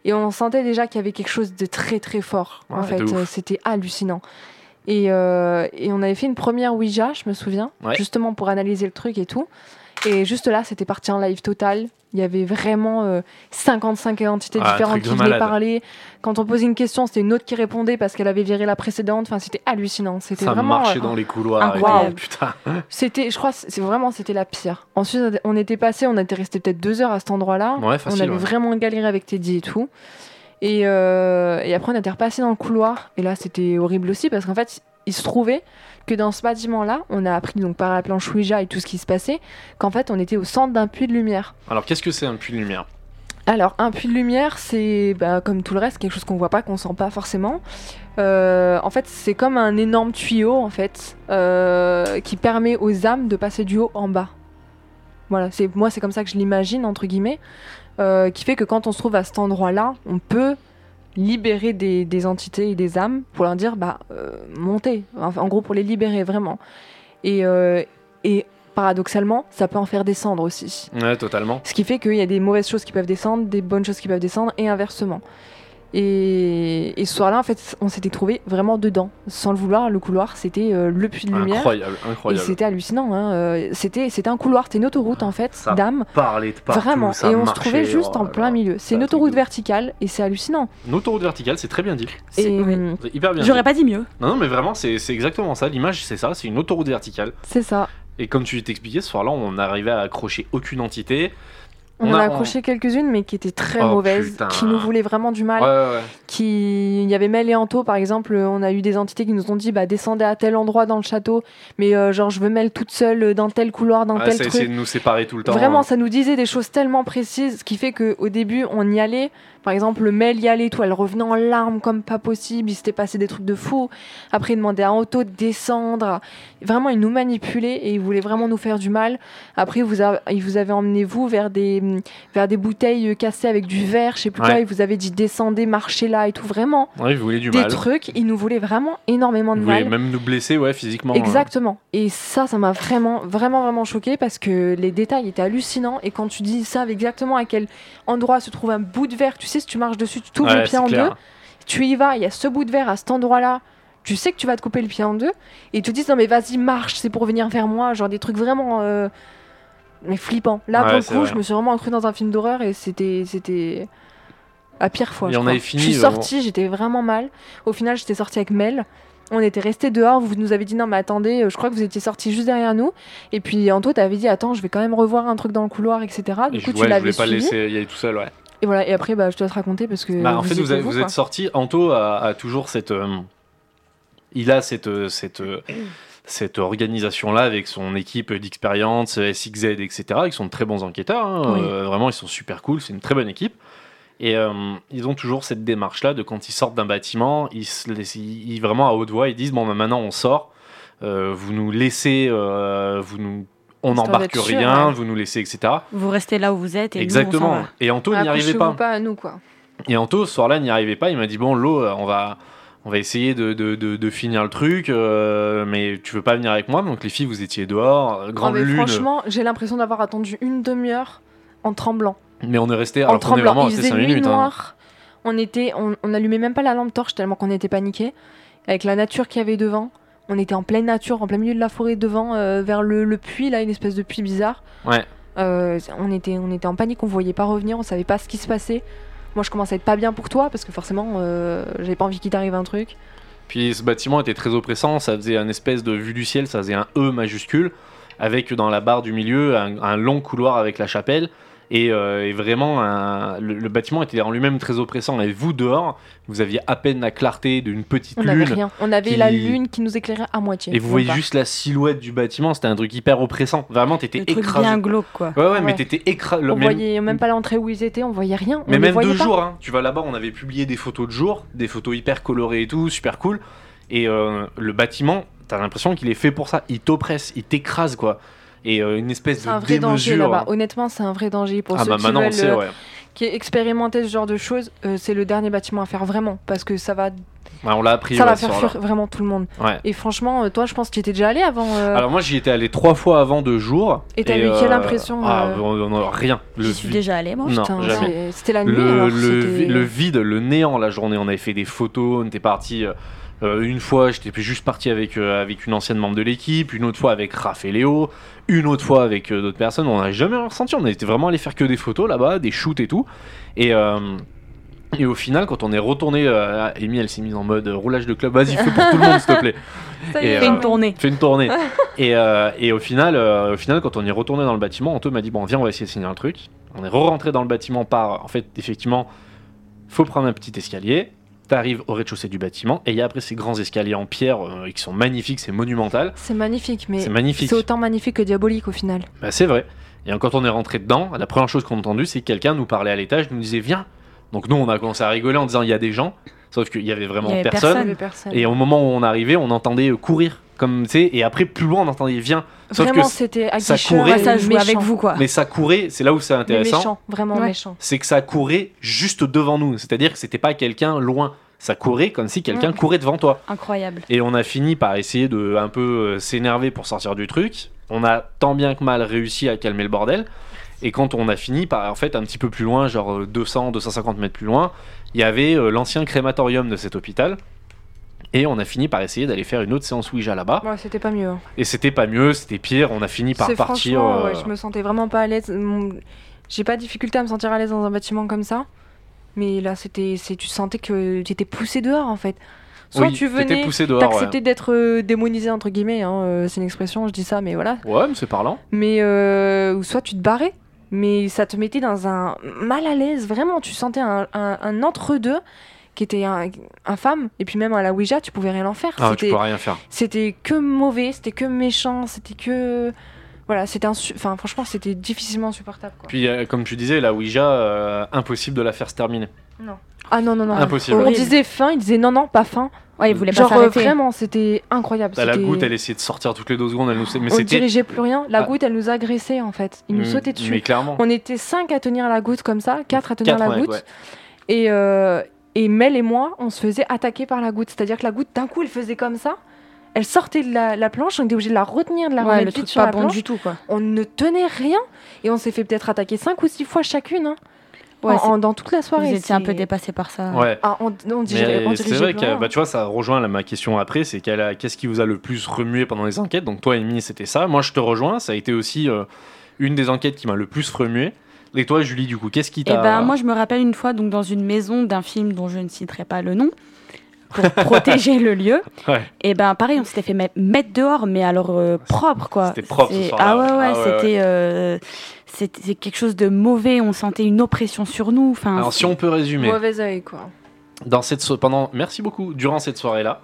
et on sentait déjà qu'il y avait quelque chose de très très fort.
Ouais,
en fait,
de ouf.
Euh, c'était hallucinant. Et, euh, et on avait fait une première Ouija, je me souviens,
Ouais.
justement pour analyser le truc et tout. Et juste là, c'était parti en live total. Il y avait vraiment euh, 55 entités
Ah, un
différentes
truc de
qui venaient
malade.
parler. Quand on posait une question, c'était une autre qui répondait parce qu'elle avait viré la précédente. Enfin, c'était hallucinant. C'était
Ça
vraiment
marchait
euh,
dans les couloirs. et
incroyable.
tout, Putain.
c'était, je crois, c'est c'est vraiment c'était la pire. Ensuite, on était passé, on était resté peut-être deux heures à cet endroit-là.
Ouais,
on
facile.
avait
ouais.
vraiment galéré avec Teddy et tout. Et, euh, et après, on était repassé dans le couloir. Et là, c'était horrible aussi parce qu'en fait, il se trouvait que dans ce bâtiment-là, on a appris donc par la planche Ouija et tout ce qui se passait, qu'en fait, on était au centre d'un puits de lumière.
Alors qu'est-ce que c'est un puits de lumière
Alors, un puits de lumière, c'est bah, comme tout le reste, quelque chose qu'on voit pas, qu'on sent pas forcément. Euh, en fait, c'est comme un énorme tuyau, en fait, euh, qui permet aux âmes de passer du haut en bas. Voilà, c'est moi, c'est comme ça que je l'imagine, entre guillemets, euh, qui fait que quand on se trouve à cet endroit-là, on peut libérer des, des entités et des âmes pour leur dire, bah, euh, montez. Enfin, en gros, pour les libérer vraiment. Et, euh, et paradoxalement, ça peut en faire descendre aussi.
Ouais, totalement.
Ce qui fait qu'il y a des mauvaises choses qui peuvent descendre, des bonnes choses qui peuvent descendre, et inversement. Et, et ce soir-là, en fait, on s'était trouvé vraiment dedans. Sans le vouloir, le couloir, c'était euh, le puits de lumière.
Incroyable,
Et
incroyable.
c'était hallucinant. hein, euh, C'était c'était un couloir, c'était une autoroute en fait,
Ça
d'âme.
Parler de partout,
Vraiment.
ça
et on
marchait,
se trouvait juste
oh
en
là
plein
là.
milieu.
C'est
C'est
un
une
truc de
autoroute
ouf.
verticale et c'est hallucinant.
Une autoroute verticale, c'est très bien dit.
C'est-
Et
ouais.
hum,
C'est hyper bien dit.
J'aurais pas dit mieux.
Non, non, mais vraiment, c'est c'est exactement ça. L'image, c'est ça. C'est une autoroute verticale.
c'est ça.
Et comme tu t'expliquais, ce soir-là, on n'arrivait à accrocher aucune entité.
On,
On
a
a-
accroché quelques-unes, mais qui étaient très
Oh,
mauvaises,
putain.
qui nous voulaient vraiment du mal.
Ouais, ouais, ouais.
qui il y avait Mel et Anto par exemple euh, on a eu des entités qui nous ont dit bah descendez à tel endroit dans le château mais euh, genre je veux Mel toute seule euh, dans tel couloir dans
Ah,
tel
ça essaie
truc
de nous séparer tout le temps. hein.
vraiment ça nous disait des choses tellement précises ce qui fait que au début on y allait par exemple Mel y allait tout elle revenait en larmes comme pas possible il s'était passé des trucs de fou après il demandait à Anto de descendre vraiment il nous manipulait et il voulait vraiment nous faire du mal après il vous a- il vous avait emmené vous vers des vers des bouteilles euh, cassées avec du verre je sais plus
Ouais.
quoi il vous avait dit descendez marchez là et tout vraiment
Ouais, ils voulaient du
des
mal.
trucs, ils nous voulaient vraiment énormément de
Ils voulaient
mal.
même nous blesser, ouais, physiquement. hein.
Exactement. Et ça, ça m'a vraiment, vraiment, vraiment choqué parce que les détails étaient hallucinants. Et quand tu dis ça, exactement à quel endroit se trouve un bout de verre, tu sais, si tu marches dessus, tu t'ouvres
Ouais,
le pied
c'est
en
clair.
deux, tu y vas, il y a ce bout de verre à cet endroit-là, tu sais que tu vas te couper le pied en deux, et ils te disent non, mais vas-y, marche, c'est pour venir vers moi, genre des trucs vraiment. euh, Mais flippants. Là,
Ouais,
pour le
c'est
coup,
vrai.
je me suis vraiment cru dans un film d'horreur et c'était. c'était à pire fois.
Et
je
on
crois.
avait fini,
Je suis
euh,
sortie, j'étais vraiment mal. Au final, j'étais sortie avec Mel. On était restés dehors. Vous nous avez dit non, mais attendez, euh, je crois que vous étiez sortis juste derrière nous. Et puis Anto, t'avais dit attends, je vais quand même revoir un truc dans le couloir, etc.
Et
Du
je,
coup,
ouais,
tu
je
l'avais
voulais pas le
suivi.
laisser y aller tout seul, ouais.
Et voilà. Et après, bah, je dois te raconter parce que.
Bah, en fait,
étiez
vous, avez- vous
quoi.
êtes sorti. Anto a, a toujours cette. euh, il a cette. euh, cette euh, cette organisation-là avec son équipe d'expérience, SXZ, etc., qui sont de très bons enquêteurs, hein,
Oui.
euh, vraiment ils sont super cool, c'est une très bonne équipe. Et euh, ils ont toujours cette démarche-là de quand ils sortent d'un bâtiment, ils, se laissent- ils- ils- vraiment à haute voix, ils disent, bon, bah, maintenant on sort, euh, vous nous laissez, euh, vous nous, on
Histoire
n'embarque
d'être sûr,
rien,
ouais.
vous nous laissez, etc.
Vous restez là où vous êtes et nous, on s'en
Exactement.
va.
Et
Ah,
Anto n'y arrivait
Accrochez-vous
pas.
pas à nous, quoi.
Et Anto, ce soir-là, n'y arrivait pas. Il m'a dit Bon, l'eau, on va, on va essayer de, de- de- de finir le truc, euh, mais tu veux pas venir avec moi Donc, les filles, vous étiez dehors, euh, grande
Ah, mais
lune.
Franchement, j'ai l'impression d'avoir attendu une demi-heure en tremblant.
Mais Ah, on est resté,
en
alors qu'on est
tremblant.
vraiment
Il
resté
faisait
5
nuit
minutes. hein.
noire. On était, on, on allumait même pas la lampe torche tellement qu'on était paniqué. Avec la nature qu'il y avait devant, on était en pleine nature, en plein milieu de la forêt devant, euh, vers le, le puits là, une espèce de puits bizarre.
Ouais.
Euh, on était, on était en panique, on voyait pas revenir, on savait pas ce qui se passait. Moi, je commençais à être pas bien pour toi parce que forcément, euh, j'avais pas envie qu'il t'arrive un truc.
Puis ce bâtiment était très oppressant, ça faisait un espèce de vue du ciel, ça faisait un E majuscule, avec dans la barre du milieu un, un long couloir avec la chapelle. Et, euh, et vraiment, un- le, le bâtiment était en lui-même très oppressant. Et vous, dehors, vous aviez à peine la clarté d'une petite
On
lune.
avait rien. On avait
qui-
la lune qui nous éclairait à moitié.
Et vous
même
voyez
pas.
juste la silhouette du bâtiment, c'était un truc hyper oppressant. Vraiment, t'étais
Le truc
écrasé.
bien glauque, quoi.
Ouais, ouais,
Ouais.
mais t'étais écrasé.
On voyait même pas l'entrée où ils étaient, on voyait rien. on
Mais
les
même
voyait
deux
pas.
jours, hein. tu vas là-bas, on avait publié des photos de jour, des photos hyper colorées et tout, super cool. Et euh, le bâtiment, t'as l'impression qu'il est fait pour ça. Il t'oppresse, il t'écrase, quoi. Et euh, une espèce
C'est
de
un vrai danger
démesure.
là-bas. Honnêtement, c'est un vrai danger pour
ah
ceux
bah
qui
maintenant, on le
veulent
sait,
euh,
ouais.
qui ait expérimenté ce genre de choses, euh, c'est le dernier bâtiment à faire vraiment, parce que ça va,
Ouais, on l'a appris.
ça
ouais,
va
ce
faire
soir-là.
fuir vraiment tout le monde.
Ouais.
Et franchement, euh, toi, je pense que tu étais déjà allé avant. euh,
Alors moi, j'y étais allé trois fois avant deux jours.
Et t'as eu quelle impression,
ah,
euh
on- on- on- Rien. Le
J'y suis déjà allée, moi.
non,
putain,
jamais.
c'est- c'était la nuit.
le,
alors,
le
c'était-
vi- le vide, le néant la journée. On avait fait des photos, on était parti euh, une fois, j'étais juste parti avec, euh, avec une ancienne membre de l'équipe, une autre fois avec Raph et Léo, une autre fois avec euh, d'autres personnes. On n'a jamais rien ressenti, on était vraiment allé faire que des photos là-bas, des shoots et tout. Et. euh, et au final, quand on est retourné, euh, ah, Amy, elle s'est mise en mode euh, roulage de club. Vas-y, fais pour tout le monde, s'il te plaît.
Ça y est,
et,
Fais
euh,
une tournée.
Fais une tournée. et, euh, et au final, euh, au final, quand on est retourné dans le bâtiment, Anto m'a dit bon, viens, on va essayer de signer un truc. On est re-rentré dans le bâtiment par, en fait, effectivement, faut prendre un petit escalier. T'arrives au rez-de-chaussée du bâtiment et il y a après ces grands escaliers en pierre euh, qui sont magnifiques, c'est monumental.
C'est magnifique, mais
C'est magnifique.
c'est autant magnifique que diabolique au final.
Bah, c'est vrai. Et quand on est rentré dedans, la première chose qu'on a entendue, c'est que quelqu'un nous parlait à l'étage, nous disait viens. Donc nous, on a commencé à rigoler en disant il y a des gens, sauf qu'il y avait vraiment
Il y avait
personne.
personne.
personne.
Et au moment où on arrivait, on entendait euh, courir comme tu sais, et après plus loin, on entendait viens. Sauf
vraiment,
que
c'était
ça
aguicheur,
courait.
Ouais,
et
ça joue
méchant.
avec vous, quoi.
Mais ça courait, c'est là où c'est
Mais
intéressant,
méchant, vraiment
Ouais.
méchant.
c'est que ça courait juste devant nous. C'est-à-dire que c'était pas quelqu'un loin. Ça courait comme si quelqu'un
Mm.
courait devant toi.
Incroyable.
Et on a fini par essayer de un peu euh, s'énerver pour sortir du truc. On a tant bien que mal réussi à calmer le bordel. Et quand on a fini, par, en fait, un petit peu plus loin, genre euh, 200-250 mètres plus loin, il y avait euh, l'ancien crématorium de cet hôpital. Et on a fini par essayer d'aller faire une autre séance Ouija là-bas.
Ouais, c'était pas mieux. hein.
Et c'était pas mieux, c'était pire. On a fini par
C'est
partir.
franchement, ouais,
euh,
je me sentais vraiment pas à l'aise. Mon- J'ai pas de difficulté à me sentir à l'aise dans un bâtiment comme ça. Mais là, c'était, c'est, tu sentais que tu étais poussé dehors en fait. Soit
oui,
tu
t'étais
venais,
poussé dehors.
t'acceptais
Ouais.
d'être euh, démonisé entre guillemets. hein, euh, c'est une expression, je dis ça, mais voilà.
ouais, mais c'est parlant.
Mais euh, ou soit tu te barrais. Mais ça te mettait dans un mal à l'aise, vraiment. Tu sentais un, un- un entre-deux qui était un- infâme. Et puis même à la Ouija, tu pouvais rien en faire.
Ah,
C'était-
tu peux rien faire.
c'était que mauvais, c'était que méchant, c'était que voilà, c'était insu- enfin franchement, c'était difficilement supportable quoi.
Puis, euh, comme tu disais, la Ouija, euh, impossible de la faire se terminer.
Ah non non non.
Impossible.
On
Horrible.
disait fin, il disait non non, pas fin.
Ouais, il voulait pas
Genre euh,
s'arrêter.
vraiment, c'était incroyable,
Bah, la
c'était-
goutte, elle essayait de sortir toutes les deux secondes. Elle nous... Mais
on
c'était.
dirigeait plus rien, la
Ah.
goutte elle nous agressait en fait, il nous
Mm,
sautait dessus.
Mais clairement.
On était cinq à tenir la goutte comme ça, quatre à tenir
Quatre,
la
ouais,
goutte
ouais.
et euh, et Mel et moi, on se faisait attaquer par la goutte, c'est-à-dire que la goutte d'un coup, elle faisait comme ça. Elle sortait de la, la planche, on était obligé de la retenir, de la
Ouais,
remettre
le
vite
truc
sur
pas
la
bon
planche.
du tout, quoi.
on ne tenait rien et on s'est fait peut-être attaquer 5 ou 6 fois chacune hein,
Ouais,
en-
c'est-
en- dans toute la
vous
soirée.
étiez un peu
c'est-
dépassé par ça.
Ouais.
Ah, on, on dirait, on dirigeait
Mais c'est vrai
plus
que
rien.
bah, tu vois, ça rejoint la- ma question après, c'est qu'elle a- qu'est-ce qui vous a le plus remué pendant les enquêtes Donc toi, Amy, c'était ça. Moi, je te rejoins. Ça a été aussi euh, une des enquêtes qui m'a le plus remué. Et toi, Julie, du coup,
Eh
qu'est-ce qui
Et
t'a
ben moi je me rappelle une fois donc dans une maison d'un film dont je ne citerai pas le nom pour protéger le lieu.
Ouais.
Et ben pareil on s'était fait met- mettre dehors mais alors euh, propre quoi.
C'était propre, ce
C'est-
soir-là,
Ah ouais ouais,
ouais. Ah ouais,
c'était euh, c'était c'est quelque chose de mauvais on sentait une oppression sur nous enfin.
Alors, si on peut résumer,
Mauvais oeil quoi.
dans cette so- pendant, merci beaucoup, durant cette soirée-là,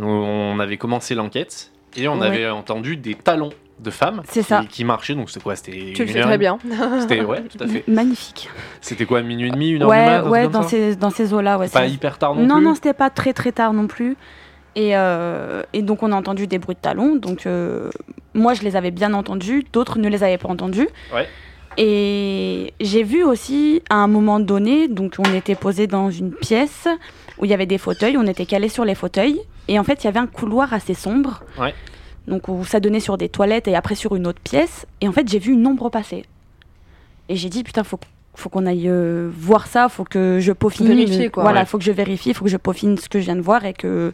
on avait commencé l'enquête et on
Ouais.
avait entendu des talons de femmes
C'est
qui,
ça.
qui marchaient. Donc c'était quoi C'était
Tu le
une
fais
heure-
très bien.
C'était ouais, tout à fait.
Magnifique.
C'était quoi, minuit et demi, une heure du
Ouais
mat, un truc
ouais
comme
dans
ça
ces dans ces eaux là ouais.
Pas
c'est-
hyper tard non,
Non,
plus.
non, c'était pas très très tard non plus. Et, euh, et donc on a entendu des bruits de talons. Donc euh, moi je les avais bien entendus, d'autres ne les avaient pas entendus.
Ouais.
Et j'ai vu aussi à un moment donné, donc on était posé dans une pièce où il y avait des fauteuils, on était calés sur les fauteuils. Et en fait il y avait un couloir assez sombre.
Ouais.
Donc où ça donnait sur des toilettes et après sur une autre pièce. Et en fait j'ai vu une ombre passer. Et j'ai dit putain faut faut qu'on aille euh, voir ça, faut que je peaufine.
Vérifier,
euh,
quoi.
Voilà,
Ouais.
faut que je vérifie, faut que je peaufine ce que je viens de voir et que.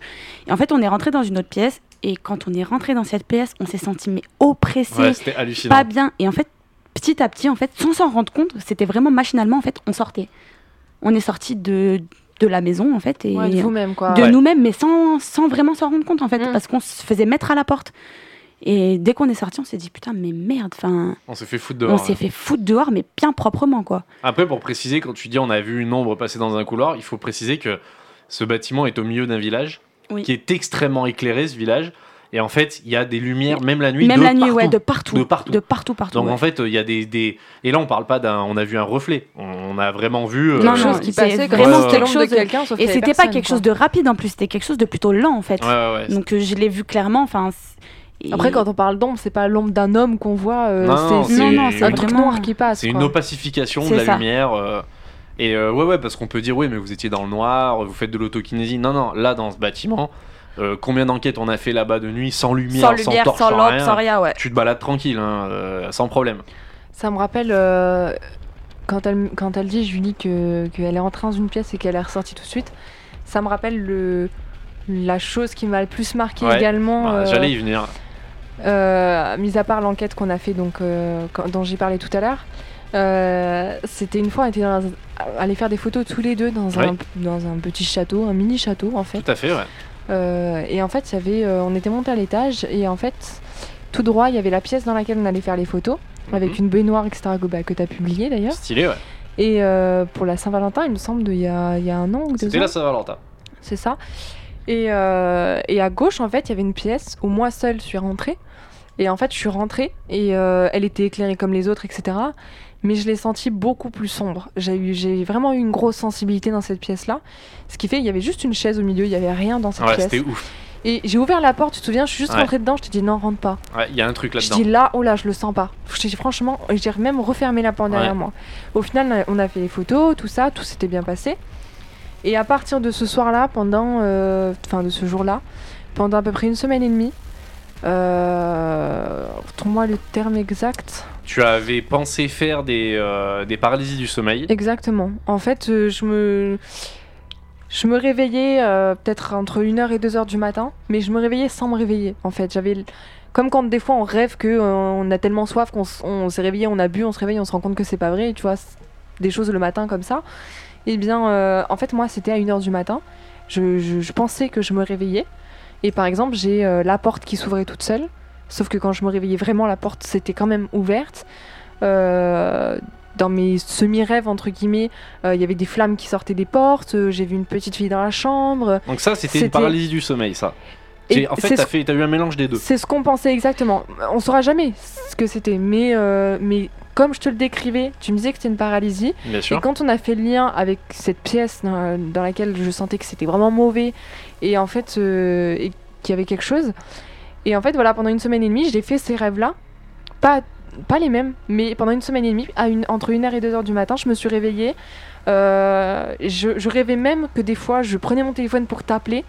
Et en fait, on est rentré dans une autre pièce et quand on est rentré dans cette pièce, on s'est senti mais oppressé,
Ouais, c'était hallucinant.
pas bien. Et en fait, petit à petit, en fait, sans s'en rendre compte, c'était vraiment machinalement en fait, on sortait. On est sorti de de la maison en fait et
Ouais, de vous-même quoi.
de
Ouais.
nous-mêmes, mais sans, sans vraiment s'en rendre compte en fait,
Mm.
parce qu'on se faisait mettre à la porte. Et dès qu'on est sorti, on s'est dit putain mais merde, enfin,
On s'est fait foutre
on
dehors. hein.
s'est fait foutre dehors, mais bien proprement quoi.
Après, pour préciser, quand tu dis on a vu une ombre passer dans un couloir, il faut préciser que ce bâtiment est au milieu d'un village
Oui.
qui est extrêmement éclairé, ce village. Et en fait, il y a des lumières, même la nuit,
Même
de
la nuit,
partout.
ouais, de partout.
De partout.
partout, partout,
Donc
ouais.
en fait, il y a des, des- Et là, on parle pas d'un. On a vu un reflet. On, on a vraiment vu. euh,
Quelque
Non,
chose
non,
qui
c'est
passait comme
vraiment
si c'était
quelque
l'ombre de
chose de-
quelqu'un sauf
Et c'était pas quelque chose de rapide en plus, c'était quelque chose de plutôt lent en fait.
Ouais, ouais, ouais.
Donc euh, je l'ai vu clairement. Enfin, c'est- et-
Après quand on parle d'ombre, c'est pas l'ombre d'un homme qu'on voit, euh,
Non, non,
c'est
c'est-
non, non, c'est
c'est un truc
vraiment-
noir qui passe
C'est une
quoi.
opacification de
C'est
la
ça.
lumière. euh, Et euh, ouais, ouais, parce qu'on peut dire, oui, mais vous étiez dans le noir, vous faites de l'autokinésie. Non, non, là, dans ce bâtiment, euh, combien d'enquêtes on a fait là-bas de nuit, sans
sans
lumière, sans,
lumière,
torche,
sans
sans
lampe,
rien.
sans rien, ouais.
Tu te balades tranquille, hein, euh, sans problème.
Ça me rappelle euh, quand, elle, quand elle dit, Julie, que- qu'elle est entrée dans une pièce et qu'elle est ressortie tout de suite, ça me rappelle le, la chose qui m'a le plus marqué
Ouais.
également,
Bah,
euh,
J'allais y venir.
euh, mis à part l'enquête qu'on a fait, donc, euh, quand- dont j'ai parlé tout à l'heure. euh, C'était une fois, on était dans un- allés faire des photos tous les deux dans, un,
Ouais.
dans un petit château, un mini château en fait.
Tout à fait, ouais.
Euh, et en fait, il y avait, euh, on était monté à l'étage et en fait, tout droit, il y avait la pièce dans laquelle on allait faire les photos, avec une baignoire, etc. que- bah, que tu as publié d'ailleurs.
Mhm. Stylé, ouais.
Et euh, pour la Saint-Valentin, il me semble, il y a, il y a un an ou deux
C'était
ans.
la Saint-Valentin.
C'est ça. Et, euh, et à gauche, en fait, il y avait une pièce où moi seule je suis rentrée. Et en fait, je suis rentrée et euh, elle était éclairée comme les autres, etc. Mais je l'ai sentie beaucoup plus sombre. J'ai eu- j'ai vraiment eu une grosse sensibilité dans cette pièce-là. Ce qui fait qu'il y avait juste une chaise au milieu, il n'y avait rien dans cette
Ouais,
pièce.
c'était ouf.
Et j'ai ouvert la porte, tu te souviens, je suis juste
Ouais.
rentrée dedans, je t'ai dit non, rentre pas.
Ouais, il y a un truc
Je
là-dedans.
dis là, oh là, je le sens pas. Je dis franchement, et j'ai même refermé la porte derrière
Ouais.
moi. Au final, on a fait les photos, tout ça, tout s'était bien passé. Et à partir de ce soir-là, pendant, euh, enfin de ce jour-là, pendant à peu près une semaine et demie, euh, retrouve-moi le terme exact.
Tu avais pensé faire des, euh, des paralysies du sommeil.
Exactement. En fait, euh, je me. Je me réveillais euh, peut-être entre 1h et 2h du matin, mais je me réveillais sans me réveiller en fait. J'avais l- comme quand des fois on rêve que euh, on a tellement soif qu'on s- on s'est réveillé, on a bu, on se réveille, on se rend compte que c'est pas vrai, tu vois, c- des choses le matin comme ça. Et bien euh, en fait moi c'était à 1h du matin. Je, je- je pensais que je me réveillais et par exemple, j'ai euh, la porte qui s'ouvrait toute seule, sauf que quand je me réveillais vraiment la porte c'était quand même ouverte. Euh, dans mes semi-rêves entre guillemets, euh, il y avait des flammes qui sortaient des portes, euh, j'ai vu une petite fille dans la chambre.
Donc ça, c'était
C'était-
une paralysie du sommeil, ça.
Et
C'est- En fait,
c'est
t'as
ce-
fait- t'as eu un mélange des deux.
C'est ce qu'on pensait exactement. On saura jamais ce que c'était, mais, euh, mais comme je te le décrivais, tu me disais que c'était une paralysie.
Bien
Et
sûr.
quand on a fait le lien avec cette pièce dans, dans laquelle je sentais que c'était vraiment mauvais et en fait euh, et qu'il y avait quelque chose, et en fait voilà, pendant une semaine et demie, j'ai fait ces rêves-là, pas pas les mêmes, mais pendant une semaine et demie, à une, entre 1h et 2h du matin, je me suis réveillée. Euh, je, je rêvais même que des fois, je prenais mon téléphone pour t'appeler,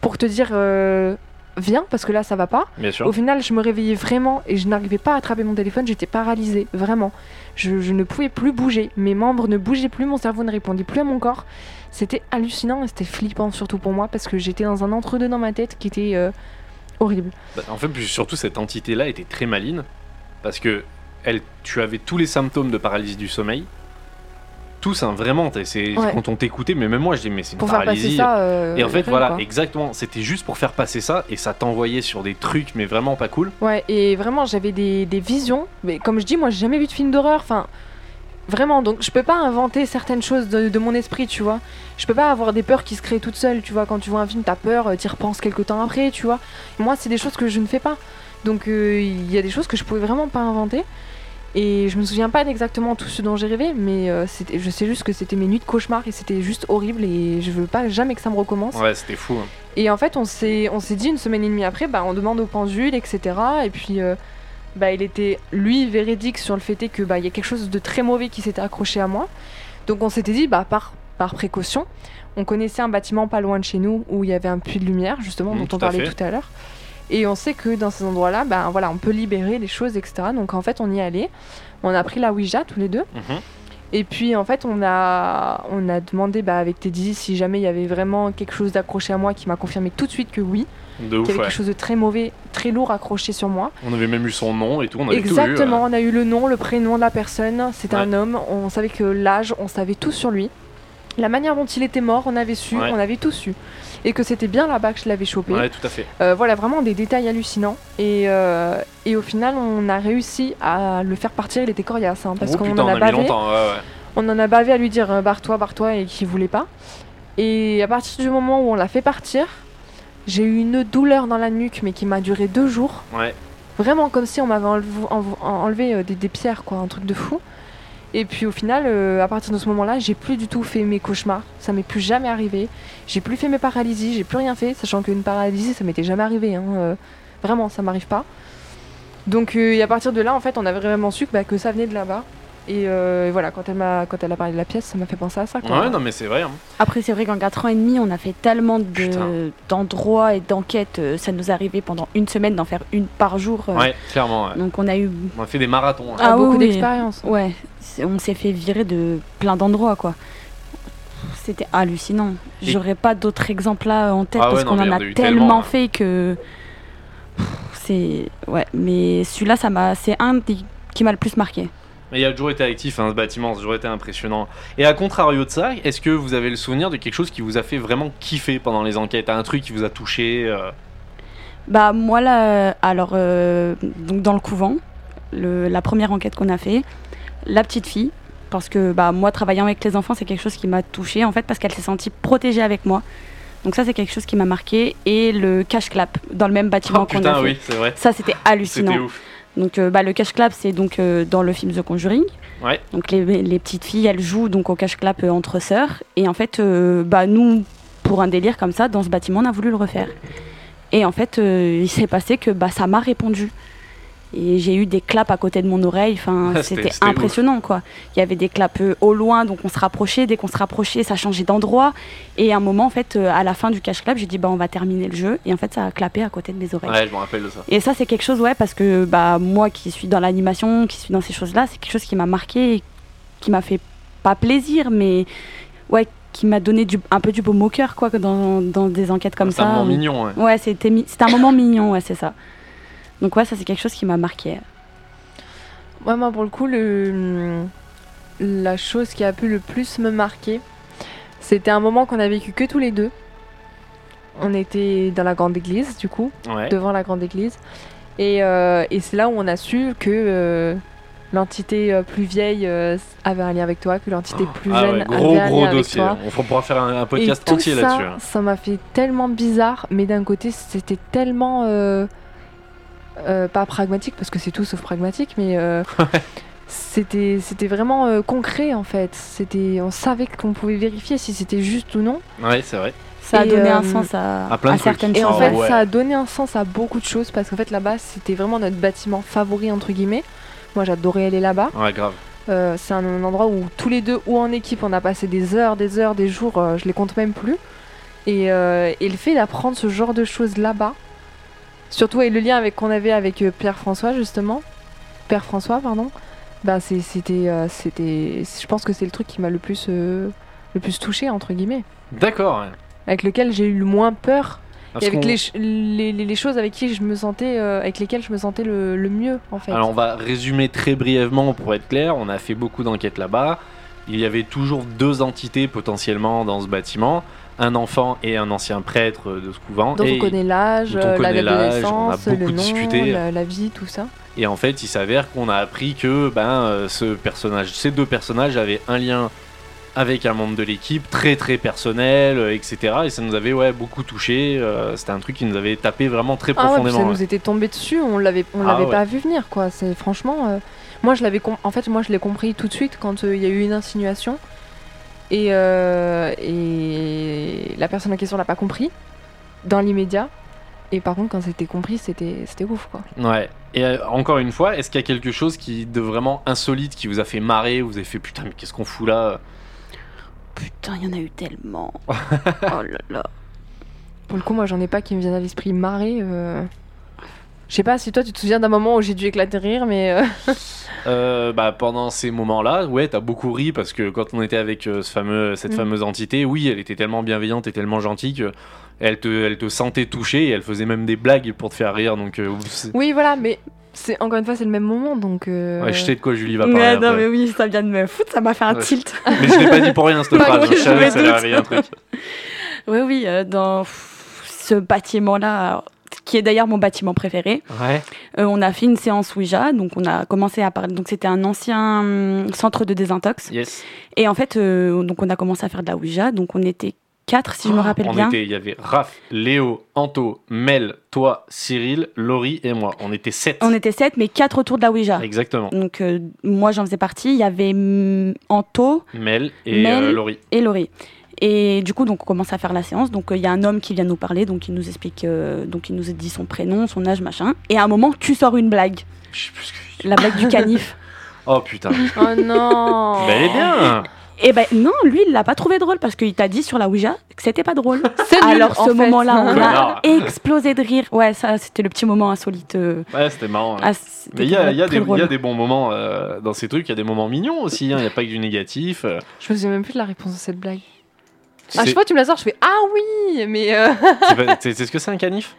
pour te dire euh, viens, parce que là, ça va pas.
Bien sûr.
Au final, je me réveillais vraiment et je n'arrivais pas à attraper mon téléphone, j'étais paralysée, vraiment. Je, je ne pouvais plus bouger, mes membres ne bougeaient plus, mon cerveau ne répondait plus à mon corps. C'était hallucinant et c'était flippant, surtout pour moi, parce que j'étais dans un entre-deux dans ma tête qui était euh, horrible.
Bah, en fait, puis surtout, cette entité-là était très maligne parce que elle, tu avais tous les symptômes de paralysie du sommeil. Tous, hein, vraiment. t'es- C'est
Ouais.
quand on t'écoutait, mais même moi, je dis, mais c'est une
Pour faire passer
paralysie.
ça. euh,
et en fait,
rien,
voilà,
quoi.
exactement. C'était juste pour faire passer ça et ça t'envoyait sur des trucs, mais vraiment pas cool.
Ouais, et vraiment, j'avais des, des visions. Mais comme je dis, moi, j'ai jamais vu de film d'horreur. Enfin, vraiment, donc je peux pas inventer certaines choses de, de mon esprit, tu vois. Je peux pas avoir des peurs qui se créent toutes seules, tu vois. Quand tu vois un film, t'as peur, euh, t'y repenses quelques temps après, tu vois. Moi, c'est des choses que je ne fais pas. Donc, euh, il y a des choses que je pouvais vraiment pas inventer. Et je me souviens pas d'exactement tout ce dont j'ai rêvé, mais euh, c'était- je sais juste que c'était mes nuits de cauchemar et c'était juste horrible et je veux pas jamais que ça me recommence.
Ouais, c'était fou. hein.
Et en fait, on s'est, on s'est dit une semaine et demie après, bah, on demande au pendule, etc. Et puis, euh, bah, il était, lui, véridique sur le fait est que bah, il y a quelque chose de très mauvais qui s'était accroché à moi. Donc, on s'était dit, bah, par, par précaution, on connaissait un bâtiment pas loin de chez nous où il y avait un puits de lumière, justement,
Mhm,
dont
tout
on
à
parlait
fait.
tout à l'heure. Et on sait que dans ces endroits-là, bah, voilà, on peut libérer les choses, etc. Donc, en fait, on y allait. On a pris la Ouija tous les deux.
Mhm.
Et puis en fait, on a, on a demandé bah, avec Teddy si jamais il y avait vraiment quelque chose d'accroché à moi qui m'a confirmé tout de suite que oui,
De
qu'il y
ouf,
avait
ouais.
quelque chose de très mauvais, très lourd accroché sur moi.
On avait même eu son nom et tout. On avait tout eu. euh.
Exactement, on a eu le nom, le prénom de la personne, c'était
Ouais.
un homme, on savait que l'âge, on savait tout sur lui. La manière dont il était mort, on avait su,
Ouais.
on avait tout su. Et que c'était bien là-bas que je l'avais chopé.
Ouais, tout à fait.
Euh, voilà, vraiment des détails hallucinants. Et, euh, et au final, on a réussi à le faire partir, il était coriace, hein, parce
oh
qu'on
putain,
en
on
a
a mis
bavé.
longtemps. ouais, ouais.
On en a bavé à lui dire euh, barre-toi, barre-toi et qu'il voulait pas. Et à partir du moment où on l'a fait partir, j'ai eu une douleur dans la nuque mais qui m'a duré deux jours.
Ouais.
Vraiment comme si on m'avait enlev- env- enlevé euh, des, des pierres, quoi, un truc de fou. Et puis au final, euh, à partir de ce moment-là, j'ai plus du tout fait mes cauchemars. Ça m'est plus jamais arrivé. J'ai plus fait mes paralysies, j'ai plus rien fait, sachant qu'une paralysie, ça m'était jamais arrivé. hein, euh, vraiment, ça m'arrive pas. Donc euh, et à partir de là, en fait, on avait vraiment su que, bah, que ça venait de là-bas. Et, euh, et voilà, quand elle, m'a, quand elle a parlé de la pièce, ça m'a fait penser à ça. Quoi.
Ouais, non, mais c'est vrai. hein.
Après, c'est vrai qu'en 4 ans et demi, on a fait tellement de-
Putain.
d'endroits et d'enquêtes. euh, Ça nous arrivait pendant une semaine d'en faire une par jour. euh,
Ouais, clairement. ouais.
Donc on a eu.
On a fait des marathons. hein.
Ah oui,
beaucoup
oui.
d'expérience.
Ouais, c'est- on s'est fait virer de plein d'endroits, quoi. C'était hallucinant.
Et-
J'aurais pas d'autres exemples là euh, en tête
Ah ouais,
parce
non,
qu'on
mais
en
il y en
a
a eu
tellement,
tellement, hein.
fait que. Pff, C'est. Ouais, mais celui-là, ça m'a- c'est un des- qui m'a le plus marqué.
Mais il a toujours été actif, hein, ce bâtiment, ça a toujours été impressionnant. Et à contrario de ça, est-ce que vous avez le souvenir de quelque chose qui vous a fait vraiment kiffer pendant les enquêtes Un truc qui vous a touché euh,
Bah moi là, euh, alors euh, donc dans le couvent, le- la première enquête qu'on a fait, la petite fille, parce que bah moi travaillant avec les enfants, c'est quelque chose qui m'a touchée en fait parce qu'elle s'est sentie protégée avec moi. Donc ça c'est quelque chose qui m'a marqué et le cash clap dans le même bâtiment
Oh
qu'on
putain,
a fait.
oui, c'est vrai.
Ça c'était
C'était
hallucinant.
ouf.
Donc euh, bah le cash clap c'est donc euh, dans le film The Conjuring.
Ouais.
Donc les, les petites filles elles jouent donc au cash clap euh, entre sœurs et en fait euh, bah nous pour un délire comme ça dans ce bâtiment on a voulu le refaire. Et en fait euh, il s'est passé que bah ça m'a répondu. Et j'ai eu des claps à côté de mon oreille. Enfin,
Ah, c'était-
c'était
c'était ouf.
impressionnant, quoi. Il y avait des claps euh, au loin, donc on se rapprochait. Dès qu'on se rapprochait, ça changeait d'endroit. Et à un moment, en fait, euh, à la fin du cash clap, j'ai dit, bah, on va terminer le jeu. Et en fait, ça a clapé à côté de mes oreilles.
Ouais, je me rappelle de ça.
Et ça, c'est quelque chose, ouais, parce que bah, moi qui suis dans l'animation, qui suis dans ces choses-là, c'est quelque chose qui m'a marqué, et qui m'a fait pas plaisir, mais ouais, qui m'a donné du, un peu du baume au cœur, quoi, que dans, dans des enquêtes comme
C'est un
ça.
euh,
moment mignon, ouais.
Ouais, c'était mi- c'était un moment mignon, ouais, c'est ça. Donc, ouais, ça, c'est quelque chose qui m'a marqué.
Ouais, moi, pour le coup, le... la chose qui a pu le plus me marquer, c'était un moment qu'on a vécu que tous les deux. On était dans la grande église, du coup,
Ouais.
devant la grande église. Et, euh, et c'est là où on a su que euh, l'entité euh, plus vieille euh, avait un lien avec toi, que l'entité plus
Ah
jeune
ouais, gros
avait un
gros
lien
dossier. hein.
avec toi.
On pourra faire un, un
Et
podcast
tout
entier
ça,
là-dessus. hein.
Ça m'a fait tellement bizarre, mais d'un côté, c'était tellement. euh, euh, pas pragmatique, parce que c'est tout sauf pragmatique, mais. euh, C'était, c'était vraiment euh, concret en fait. C'était, on savait qu'on pouvait vérifier si c'était juste ou non.
Ouais, c'est vrai.
Ça a
Et,
donné
euh,
un sens à,
à plein de trucs.
certaines
Et en
Ah
choses.
fait,
ouais.
ouais.
ça a donné un sens à beaucoup de choses parce qu'en fait là-bas, c'était vraiment notre bâtiment favori entre guillemets. Moi, j'adorais aller là-bas.
Ouais, grave.
Euh, c'est un, un endroit où tous les deux ou en équipe on a passé des heures, des heures, des jours, euh, je les compte même plus. Et, euh, et le fait d'apprendre ce genre de choses là-bas, surtout et le lien avec qu'on avait avec euh, Pierre-François justement, Père François pardon, bah c'est- c'était, euh, c'était, je pense que c'est le truc qui m'a le plus, euh, le plus touché entre guillemets,
D'accord. ouais.
avec lequel j'ai eu le moins peur
Parce
et avec
qu'on-
les, ch- les, les- les choses avec qui je me sentais, euh, avec lesquelles je me sentais le, le mieux en fait.
Alors on va résumer très brièvement pour être clair. On a fait beaucoup d'enquêtes là-bas. Il y avait toujours deux entités potentiellement dans ce bâtiment, un enfant et un ancien prêtre euh, de ce couvent.
dont
et,
on connaît l'âge,
dont on
euh, la
connaît
date de
l'âge, on a
naissance,
beaucoup
le nom,
discuté.
la, la vie, tout ça.
et en fait, il s'avère qu'on a appris que ben euh, ce personnage, ces deux personnages avaient un lien avec un membre de l'équipe très très personnel, euh, etc. Et ça nous avait ouais beaucoup touché. C'était un truc qui nous avait tapé vraiment très
Ah ouais, puis
profondément.
ça
ouais.
nous était tombé dessus, on l'avait, on
Ah
l'avait
ouais.
pas vu venir quoi. C'est franchement, euh, moi je l'avais, com- en fait moi je l'ai compris tout de suite quand euh, il y a eu une insinuation et euh, et la personne en question l'a pas compris dans l'immédiat. Et par contre quand c'était compris c'était c'était ouf quoi.
Ouais. Et euh, encore une fois, est-ce qu'il y a quelque chose qui de vraiment insolite qui vous a fait marrer, vous avez fait putain mais qu'est-ce qu'on fout là
Putain, il y en a eu tellement. oh là là.
Pour le coup moi j'en ai pas qui me viennent à l'esprit marrer. euh. Je sais pas si toi tu te souviens d'un moment où j'ai dû éclater de rire mais euh,
Euh, Bah pendant ces moments-là, ouais, t'as beaucoup ri parce que quand on était avec euh, ce fameux, cette
Mm.
fameuse entité, oui, elle était tellement bienveillante et tellement gentille que elle te, elle te sentait touché et elle faisait même des blagues pour te faire rire. Donc, euh, c'est-
oui voilà mais c'est encore une fois c'est le même moment donc. euh,
ouais, je sais de quoi Julie va parler.
Ouais, non,
après.
mais oui, ça vient de me foutre, ça m'a fait un
Ouais.
tilt.
Mais je l'ai pas dit pour rien cette
Ouais,
phrase.
je
Je savais
me
que ça allait
doute.
réveiller un truc.
Oui, oui, euh, dans pff, ce bâtiment-là, euh, qui est d'ailleurs mon bâtiment préféré,
Ouais.
euh, on a fait une séance Ouija, donc on a commencé à parler. Donc c'était un ancien hum, centre de désintox.
Yes.
Et en fait, euh, donc on a commencé à faire de la Ouija, donc on était quatre, si je me rappelle
Oh, on
bien.
était, il y avait Raph, Léo, Anto, Mel, toi, Cyril, Laurie et moi. On était sept.
On était sept, mais quatre autour de la Ouija.
Exactement.
Donc euh, moi j'en faisais partie, il y avait hum, Anto,
Mel et
Mel.
euh, Laurie.
et Laurie. Et du coup, donc, on commence à faire la séance. Donc, euh, il y a un homme qui vient nous parler, donc il nous explique, euh, donc il nous dit son prénom, son âge, machin. Et à un moment, tu sors une blague,
Je sais plus ce que je dis.
la blague du canif.
Oh putain.
Oh non.
Ben, elle est bien.
Et ben non, lui, il l'a pas trouvé drôle parce qu'il t'a dit sur la Ouija que c'était pas drôle.
C'est nul,
Alors,
en
ce
fait.
moment-là, hein. on
Connard.
a explosé de rire. Ouais, ça, c'était le petit moment insolite. euh,
Ouais, c'était marrant. hein.
ah, c'était
Mais il y a, il y a
très
des, il
drôle.
y a des bons moments euh, dans ces trucs, il y a des moments mignons aussi, hein, il n'y a pas que du négatif. euh.
Ah,
Je me souviens même plus de la réponse à cette blague.
Tu
Ah, je
sais-
sais pas, tu me la sors, je fais Ah oui Mais euh,
tu sais pas- tu sais ce que c'est un canif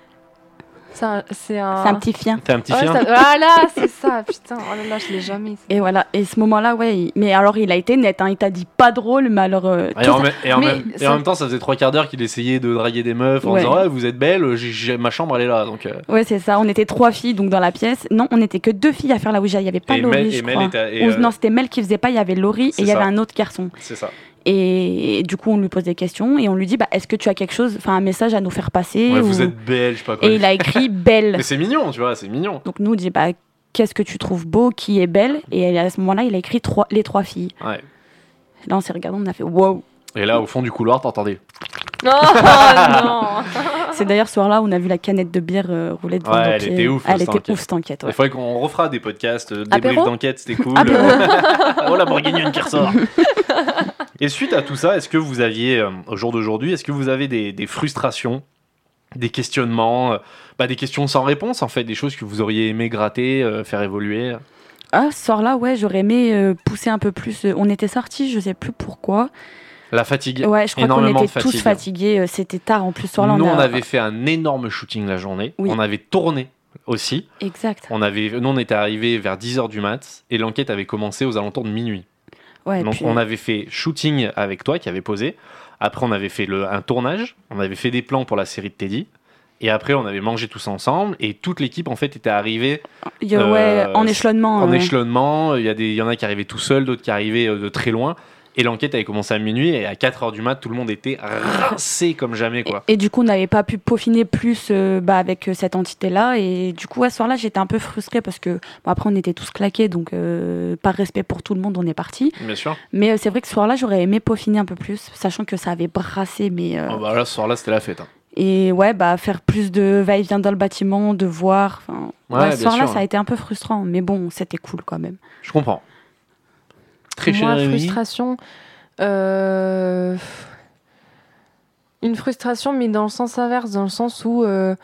c'est un. C'est un,
C'est un petit fien.
T'es un petit
Ouais,
chien
ça- Voilà, c'est ça, putain. Oh là là, je l'ai jamais.
Et voilà. Et ce moment-là, ouais. il- Mais alors, il a été net. hein, Il t'a dit pas drôle, mais alors. euh,
Et
tout
en,
ça-
même- et en
Mais
même, et
ça-
en même temps, ça faisait trois quarts d'heure qu'il essayait de draguer des meufs en
Ouais.
disant Ouais, vous êtes belle, j'ai- j'ai- ma chambre elle est là. Donc, euh,
Ouais, c'est ça. On était trois filles donc dans la pièce. Non, on n'était que deux filles à faire la Ouija. Il y avait pas
et Mel,
Laurie,
et
je
Mel
crois.
était à- et,
Ou-
euh,
Non, c'était Mel qui faisait pas, il y avait Laurie et
C'est
il y avait
ça.
un autre garçon.
c'est ça.
Et, du coup, on lui pose des questions et on lui dit bah, Est-ce que tu as quelque chose, enfin un message à nous faire passer
Ouais,
ou-
vous êtes belle, je sais pas quoi.
Et il a écrit Belle.
Mais c'est mignon, tu vois, c'est mignon.
Donc nous, on dit bah, Qu'est-ce que tu trouves beau Qui est belle Et à ce moment-là, il a écrit trois, Les trois filles.
Ouais.
Là, on s'est regardé, on a fait Wow
Et là, au fond du couloir, t'entendais
Oh, Non, non
C'est d'ailleurs ce soir-là, on a vu la canette de bière euh, rouler devant
Ouais,
nos
elle
pieds.
était ouf,
Elle
cette
était
enquête.
ouf, cette enquête. ouais.
Il faudrait qu'on refera des podcasts, euh,
Ah,
des briefs
Apéro
d'enquête, c'était cool.
Apéro.
oh la bourguignonne qui ressort. Et suite à tout ça, est-ce que vous aviez, euh, au jour d'aujourd'hui, est-ce que vous avez des, des frustrations, des questionnements, euh, bah, des questions sans réponse en fait, des choses que vous auriez aimé gratter, euh, faire évoluer
Ah, ce soir-là, ouais, j'aurais aimé euh, pousser un peu plus. euh, On était sortis, je sais plus pourquoi.
La fatigue
Ouais, je crois qu'on
énormément
était
de fatigue.
tous fatigués. euh, C'était tard en plus Oh, ce soir-là.
Nous,
a-
on avait fait un énorme shooting la journée,
Oui.
on avait tourné aussi,
Exact.
on avait, nous on était arrivés vers 10h du mat et l'enquête avait commencé aux alentours de minuit.
Ouais,
Donc
puis-
on avait fait shooting avec toi qui avait posé. Après on avait fait le, un tournage, on avait fait des plans pour la série de Teddy. Et après on avait mangé tous ensemble et toute l'équipe en fait était arrivée
Il y a-
euh,
ouais, en échelonnement.
en
Ah ouais.
échelonnement. Il y, a des, il y en a qui arrivaient tout seuls, d'autres qui arrivaient euh, de très loin. Et l'enquête avait commencé à minuit et à 4h du mat tout le monde était rincé comme jamais quoi.
Et, et du coup, on n'avait pas pu peaufiner plus euh, bah, avec euh, cette entité-là. Et du coup, à ce soir-là, j'étais un peu frustrée parce que, bon, après, on était tous claqués, donc euh, par respect pour tout le monde, on est parti.
Bien sûr.
Mais euh, c'est vrai que ce soir-là, j'aurais aimé peaufiner un peu plus, sachant que ça avait brassé. Mais, euh,
Oh, bah, là ce soir là c'était la fête. hein.
Et ouais, bah, faire plus de va-et-vient dans le bâtiment, de voir. enfin,
Ouais,
ouais,
bien
ce soir-là,
sûr.
ça a été un peu frustrant. Mais bon, c'était cool quand même.
Je comprends. Très
Moi,
cher Rémi.
frustration. euh, Une frustration, mais dans le sens inverse, dans le sens où euh,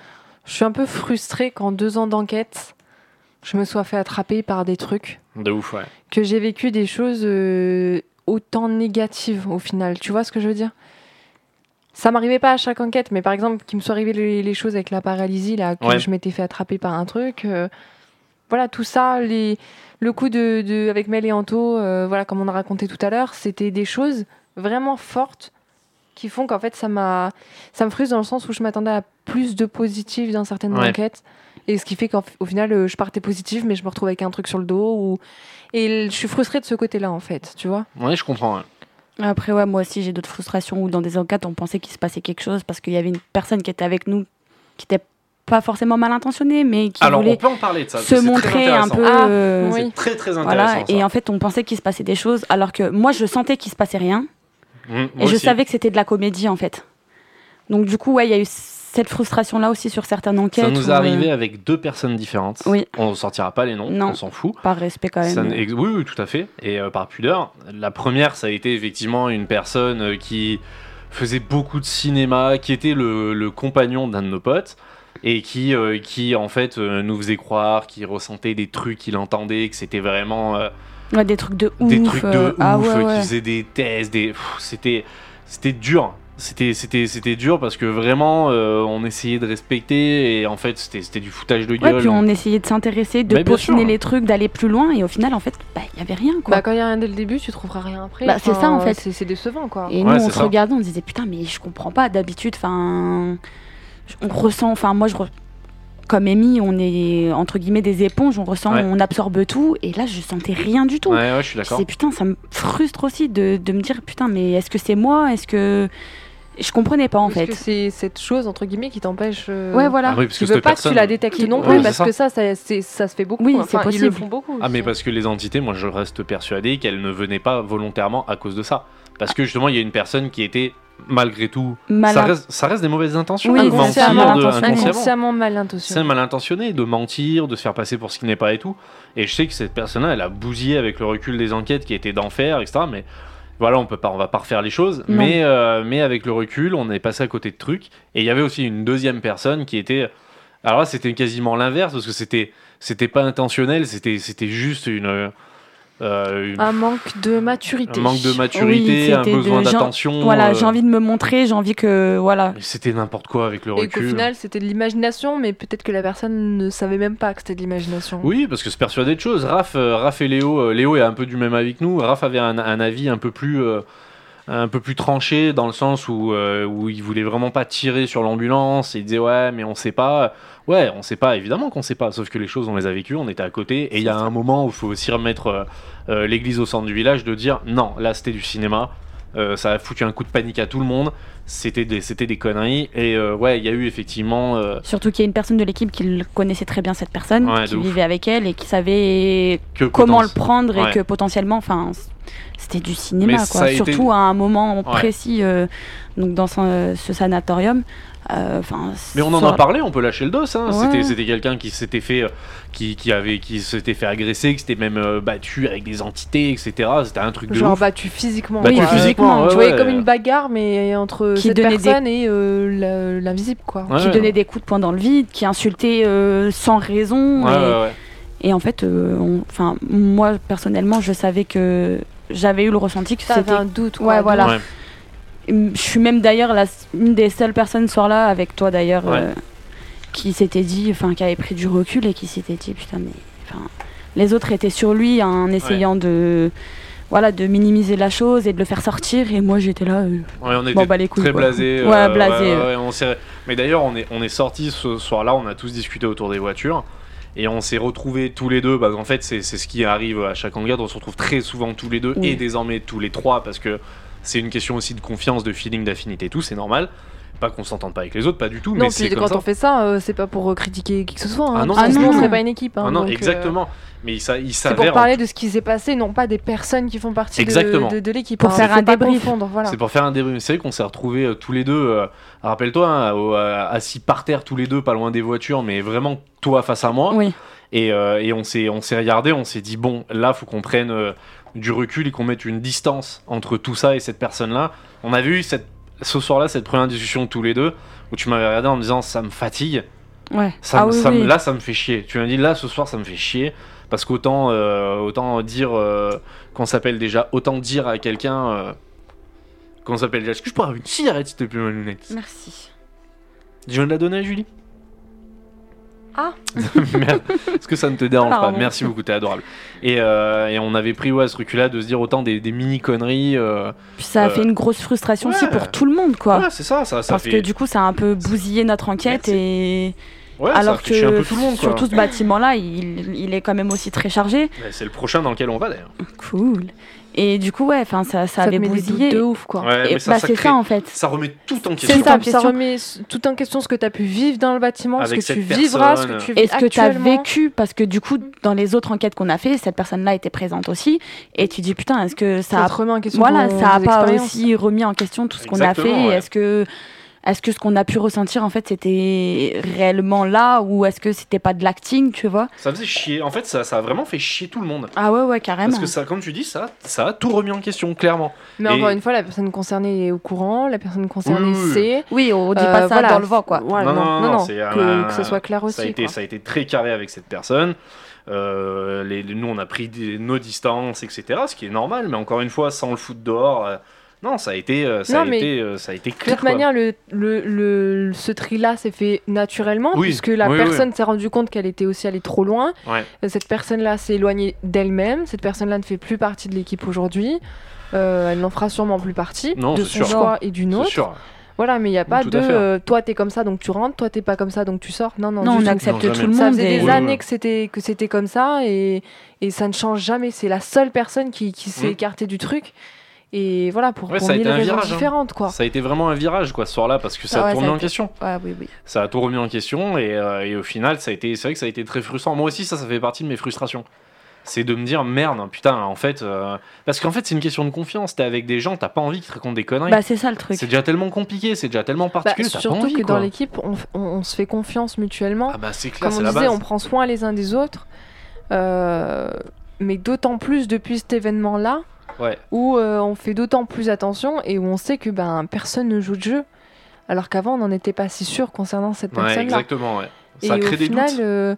je suis un peu frustrée qu'en deux ans d'enquête, je me sois fait attraper par des trucs,
De ouf ouais.
que j'ai vécu des choses euh, autant négatives au final. Tu vois ce que je veux dire ça m'arrivait pas à chaque enquête, mais par exemple, qu'il me soit arrivé les, les choses avec la paralysie, là, que
Ouais.
je m'étais fait attraper par un truc. euh, voilà, tout ça, les, le coup de, de- avec Mel et Anto, euh, voilà, comme on a raconté tout à l'heure, c'était des choses vraiment fortes qui font qu'en fait, ça m'a, ça me frustre dans le sens où je m'attendais à plus de positif dans certaines
Ouais.
enquêtes. Et ce qui fait qu'au au final, euh, je partais positive, mais je me retrouve avec un truc sur le dos. Ou... Et je suis frustrée de ce côté-là, en fait, tu vois.
Ouais je comprends. hein. ouais.
Après, ouais, moi aussi, j'ai d'autres frustrations où dans des enquêtes, on pensait qu'il se passait quelque chose parce qu'il y avait une personne qui était avec nous qui était pas forcément mal intentionnée, mais qui
Alors on
voulait
peut en parler de ça.
se
c'est très
montrer un
intéressant.
peu.
Ah,
euh,
oui.
C'est très très
Voilà,
intéressant.
et
ça.
en fait, on pensait qu'il se passait des choses, alors que moi, je sentais qu'il se passait rien,
Mm, moi
et je
aussi.
savais que c'était de la comédie, en fait. Donc, du coup, ouais, il y a eu cette frustration-là aussi sur certaines enquêtes.
Ça nous est
où, euh,
arrivé avec deux personnes différentes.
Oui.
On ne sortira pas les noms,
Non.
on s'en fout.
par respect, quand même.
Ça n- ex- oui, oui, tout à fait. Et euh, par pudeur, la première, ça a été effectivement une personne euh, qui faisait beaucoup de cinéma, qui était le, le compagnon d'un de nos potes, et qui, euh, qui en fait, euh, nous faisait croire qu'il ressentait des trucs qu'il entendait, que c'était vraiment euh,
Ouais, des trucs de ouf.
des trucs de
euh,
ouf,
ah ouais,
euh,
ouais.
qui faisaient des tests, des... pff, c'était, c'était dur. C'était, c'était, c'était dur parce que vraiment, euh, on essayait de respecter et en fait, c'était, c'était du foutage de
Ouais,
gueule.
puis on essayait de s'intéresser, de
hein. Mais bien sûr.
peaufiner les trucs, d'aller plus loin, et au final, en fait, bah, il y avait rien, quoi.
Bah, quand il y a rien dès le début, tu trouveras rien après.
Bah, c'est ça, en fait.
C'est c'est décevant, quoi.
Et
Ouais,
nous, on
c'est
se
ça.
regardait, on se disait putain, mais je comprends pas. D'habitude, enfin, je- on ressent, enfin, moi, je re- comme Amy, on est entre guillemets des éponges, on ressent,
Ouais.
on absorbe tout. Et là, je sentais rien du tout.
Ouais, ouais, je suis
Je
d'accord.
disais, putain, ça me frustre aussi de, de me dire putain, mais est-ce que c'est moi Est-ce que je comprenais pas en
Parce que
fait
c'est cette chose, entre guillemets, qui t'empêche. euh,
Ouais, voilà.
Ah oui, parce
Tu
que
veux
cette
pas
personne-
que tu la détectes non
Ouais,
plus,
c'est
parce
ça.
que ça, ça, c'est- ça se fait beaucoup.
Oui,
hein.
c'est
Enfin, Ils
possible.
le font beaucoup.
Ah mais
aussi.
parce que les entités, moi je reste persuadé qu'elles ne venaient pas volontairement à cause de ça. Parce que justement, il y a une personne qui était, malgré tout,
Malin.
ça reste, ça reste des mauvaises intentions.
Oui,
de
bien sûr,
mentir,
mal
de,
Ah,
intentionné.
inconsciemment.
Inconsciemment mal
C'est
intentionné.
mal intentionné de mentir, de se faire passer pour ce qui n'est pas et tout. Et je sais que cette personne-là, elle a bousillé avec le recul des enquêtes qui étaient d'enfer, etc. Mais voilà, on peut pas, on va pas refaire les choses.
Non.
Mais, euh, mais avec le recul, on est passé à côté de trucs. Et il y avait aussi une deuxième personne qui était. Alors là, c'était quasiment l'inverse parce que c'était, c'était pas intentionnel, c'était, c'était juste une. euh, euh, une-
Ah
Un manque de maturité.
un manque de maturité,
Oui,
un
c'était
besoin
de gens-
d'attention.
Voilà,
euh,
j'ai envie de me montrer, j'ai envie que voilà.
mais C'était n'importe quoi avec le
Et qu'au
recul.
final, c'était de l'imagination, mais peut-être que la personne ne savait même pas que c'était de l'imagination.
Mm.
Oui, parce que se persuader de choses. Raph, euh, Raph et Léo, euh, Léo est un peu du même avis que nous. Raph avait un, un avis un peu plus, euh, un peu plus tranché dans le sens où, euh, où il voulait vraiment pas tirer sur l'ambulance. Il disait ouais, mais on sait pas. Ouais, on sait pas. Évidemment qu'on sait pas. Sauf que les choses, on les a vécues, on était à côté. Et il y a un moment où il faut aussi remettre euh, euh, l'église au centre du village de dire non, là c'était du cinéma. Euh, ça a foutu un coup de panique à tout le monde. C'était des, c'était des conneries. Et euh, ouais, il y a eu effectivement. euh,
Surtout qu'il y a une personne de l'équipe qui le connaissait très bien cette personne,
Ouais, de
qui
ouf.
vivait avec elle et qui savait
que
comment le
potence-
prendre
Ouais.
et que potentiellement, enfin, c- c'était du cinéma,
Mais ça a
quoi.
été-
Surtout à un moment
Ouais.
précis, euh, donc dans ce, ce sanatorium, Euh, enfin, c-
Mais on en
sur-
a parlé, on peut lâcher le dos. Hein.
Ouais.
C'était, c'était quelqu'un qui s'était fait, euh, qui, qui avait, qui s'était fait agresser, qui s'était même euh, battu avec des entités, etc. C'était un truc de
Genre
ouf.
battu physiquement.
Battu
quoi.
physiquement,
Tu
ouais,
voyais
ouais.
comme une bagarre, mais entre
Qui
cette
donnait des-
personne et euh, la- l'invisible, quoi.
Ouais,
qui
ouais.
donnait des coups de poing dans le vide, qui insultait euh, sans raison.
Ouais,
et,
ouais, ouais.
et en fait, euh, on- enfin, moi personnellement, je savais que j'avais eu le ressenti que
T'avais
c'était.
un doute, quoi.
Ouais,
donc-
voilà.
Ouais.
Je suis même d'ailleurs la- une des seules personnes ce soir-là avec toi d'ailleurs
Ouais.
euh, qui s'était dit, enfin, qui avait pris du recul et qui s'était dit, putain, mais, enfin, les autres étaient sur lui en essayant de, voilà, de minimiser la chose et de le faire sortir. Et moi, j'étais là. euh,
Ouais, on était
Bon, bah, les couilles,
très
quoi.
blasé.
Ouais, blasé,
ouais,
ouais.
ouais, on s'est- Mais d'ailleurs, on est, on est sorti ce soir-là, on a tous discuté autour des voitures. Et on s'est retrouvés tous les deux, parce qu'en fait c'est c'est ce qui arrive à chaque hangar, on se retrouve très souvent tous les deux
Oui.
et désormais tous les trois, parce que c'est une question aussi de confiance, de feeling, d'affinité et tout, c'est normal. Pas qu'on s'entende pas avec les autres, pas du tout,
Non,
mais c'est
puis
comme
quand
ça.
on fait ça, euh, c'est pas pour euh, critiquer qui que ce soit. hein,
Ah non,
parce que
non,
sinon, on
non.
serait pas une équipe. hein,
Ah non,
donc, euh,
exactement. Mais il s'a- il
C'est pour
s'avère. hein. en-
parler de ce qui s'est passé, non pas des personnes qui font partie de-
Exactement.
de, de l'équipe.
Pour
hein,
faire
faut
un
pas
débrief.
confondre, Voilà.
C'est pour faire un débrief. C'est vrai qu'on s'est retrouvés euh, tous les deux, euh, rappelle-toi, hein, au- euh, assis par terre tous les deux, pas loin des voitures, mais vraiment toi face à moi.
Oui.
Et, euh, et on s'est on s'est regardé, on s'est dit bon, là faut qu'on prenne euh, du recul et qu'on mette une distance entre tout ça et cette personne-là. On a vu cette ce soir-là cette première discussion tous les deux où tu m'avais regardé en me disant ça me fatigue,
Ouais.
ça,
Ah
me-
oui,
ça me-
oui.
là ça me fait chier. Tu m'as dit là ce soir ça me fait chier parce qu'autant euh, autant dire euh, qu'on s'appelle déjà autant dire à quelqu'un euh, qu'on s'appelle déjà. Est-ce que je peux avoir une cigarette s'il te plaît ma lunette
Merci.
Je viens de la donner à Julie.
Ah.
Merde. Est-ce que ça ne te dérange pas
Pardon.
Merci beaucoup, t'es adorable. Et, euh, et on avait pris ouais, ce recul-là de se dire autant des, des mini conneries. euh,
Puis ça a
Euh,
fait une grosse frustration aussi
ouais.
pour tout le monde, quoi.
Ouais, c'est ça, ça, ça
Parce que
fait.
du coup, ça a un peu bousillé notre enquête
Merci.
et
Ouais, ça
alors
fait chier
que
un peu tout le monde. quoi.
sur tout ce bâtiment-là, il, il est quand même aussi très chargé.
Ouais, c'est le prochain dans lequel on va d'ailleurs.
Cool. Et du coup, ouais, enfin, ça, ça,
Ça te
avait
met des
bousillé.
doutes de ouf, quoi.
Ouais,
Et
mais ça,
bah,
ça,
c'est
crée-
ça en fait.
ça remet tout en
C'est
question.
ça,
en
puis ça
question.
remet s- tout en question ce que tu as pu vivre dans le bâtiment,
Avec
ce que tu
cette
vivras, ce que
personne.
tu vis
Et ce que tu as
actuellement.
vécu, parce que du coup, dans les autres enquêtes qu'on a fait, cette personne-là était présente aussi. Et tu dis, putain, est-ce que ça
ça
a
te remet en question
voilà,
ton-
ça n'a
tes
pas
expériences.
aussi remis en question tout ce qu'on a fait.
Exactement,
et
ouais.
Est-ce que, est-ce que ce qu'on a pu ressentir en fait c'était réellement là ou est-ce que c'était pas de l'acting, tu vois
Ça faisait chier. En fait, ça, ça a vraiment fait chier tout le monde.
Ah ouais, ouais, carrément.
Parce que ça, comme tu dis, ça, ça a tout remis en question, clairement.
Mais
Et-
encore une fois, la personne concernée est au courant, la personne concernée
Oui, oui, oui.
sait.
Oui, on dit
Euh,
pas ça
voilà.
dans le vent, quoi.
Voilà,
Non, non, non,
non,
c'est
que,
un-
que ce soit clair aussi.
ça, a été,
quoi.
ça a été très carré avec cette personne. Euh, les, les- nous, on a pris des- nos distances, etc. Ce qui est normal, mais encore une fois, sans le foutre dehors. euh, non, ça a été, euh, ça,
Non,
a
mais
été euh, ça a été
De
clair.
toute
quoi.
manière, le, le, le- ce tri-là s'est fait naturellement,
Oui,
puisque la
oui, oui.
personne s'est rendue compte qu'elle était aussi allée trop loin.
Ouais.
Euh, Cette personne-là s'est éloignée d'elle-même. Cette personne-là ne fait plus partie de l'équipe aujourd'hui. Euh, elle n'en fera sûrement plus partie
Non,
de
c'est
son
sûr.
choix et d'une
C'est
autre.
sûr.
Voilà, mais il n'y a pas
Tout à
de
fait. hein.
euh, toi t'es comme ça donc tu rentres, toi t'es pas comme ça donc tu sors. Non, non,
Non,
du
on
tout.
accepte
Non,
tout
jamais.
le monde.
Ça faisait
et-
des
Oui,
années
oui.
que c'était que c'était comme ça et, et ça ne change jamais. C'est la seule personne qui, qui s'est
Mm.
écartée du truc. Et voilà, pour,
Ouais,
pour
ça a
mille
été un
raisons
virage, hein.
différentes, quoi.
Ça a été vraiment un virage, quoi, ce soir-là, parce que ça
Ah
a
ouais,
tout
ça
remis
a
en
été-
question.
Ouais, oui, oui.
Ça a tout remis en question, et, euh, et au final, ça a été, c'est vrai que ça a été très frustrant. Moi aussi, ça, ça fait partie de mes frustrations. C'est de me dire merde, putain, en fait, euh, parce qu'en fait, c'est une question de confiance. T'es avec des gens, t'as pas envie qu'ils te racontent des conneries.
Bah, c'est ça le truc.
C'est déjà tellement compliqué, c'est déjà tellement
Bah,
particulier, t'as pas
surtout
envie,
que
quoi.
dans l'équipe, on, f- on- on se fait confiance mutuellement.
Ah bah c'est clair,
Comme
c'est
on
la
disait,
base.
on prend soin les uns des autres. Euh, mais d'autant plus depuis cet événement-là,
Ouais.
où euh, on fait d'autant plus attention et où on sait que ben, personne ne joue de jeu. Alors qu'avant, on n'en était pas si sûr concernant cette
Ouais,
personne-là.
exactement, ouais.
Et
Ça crée
au
des
final,
doutes.
euh,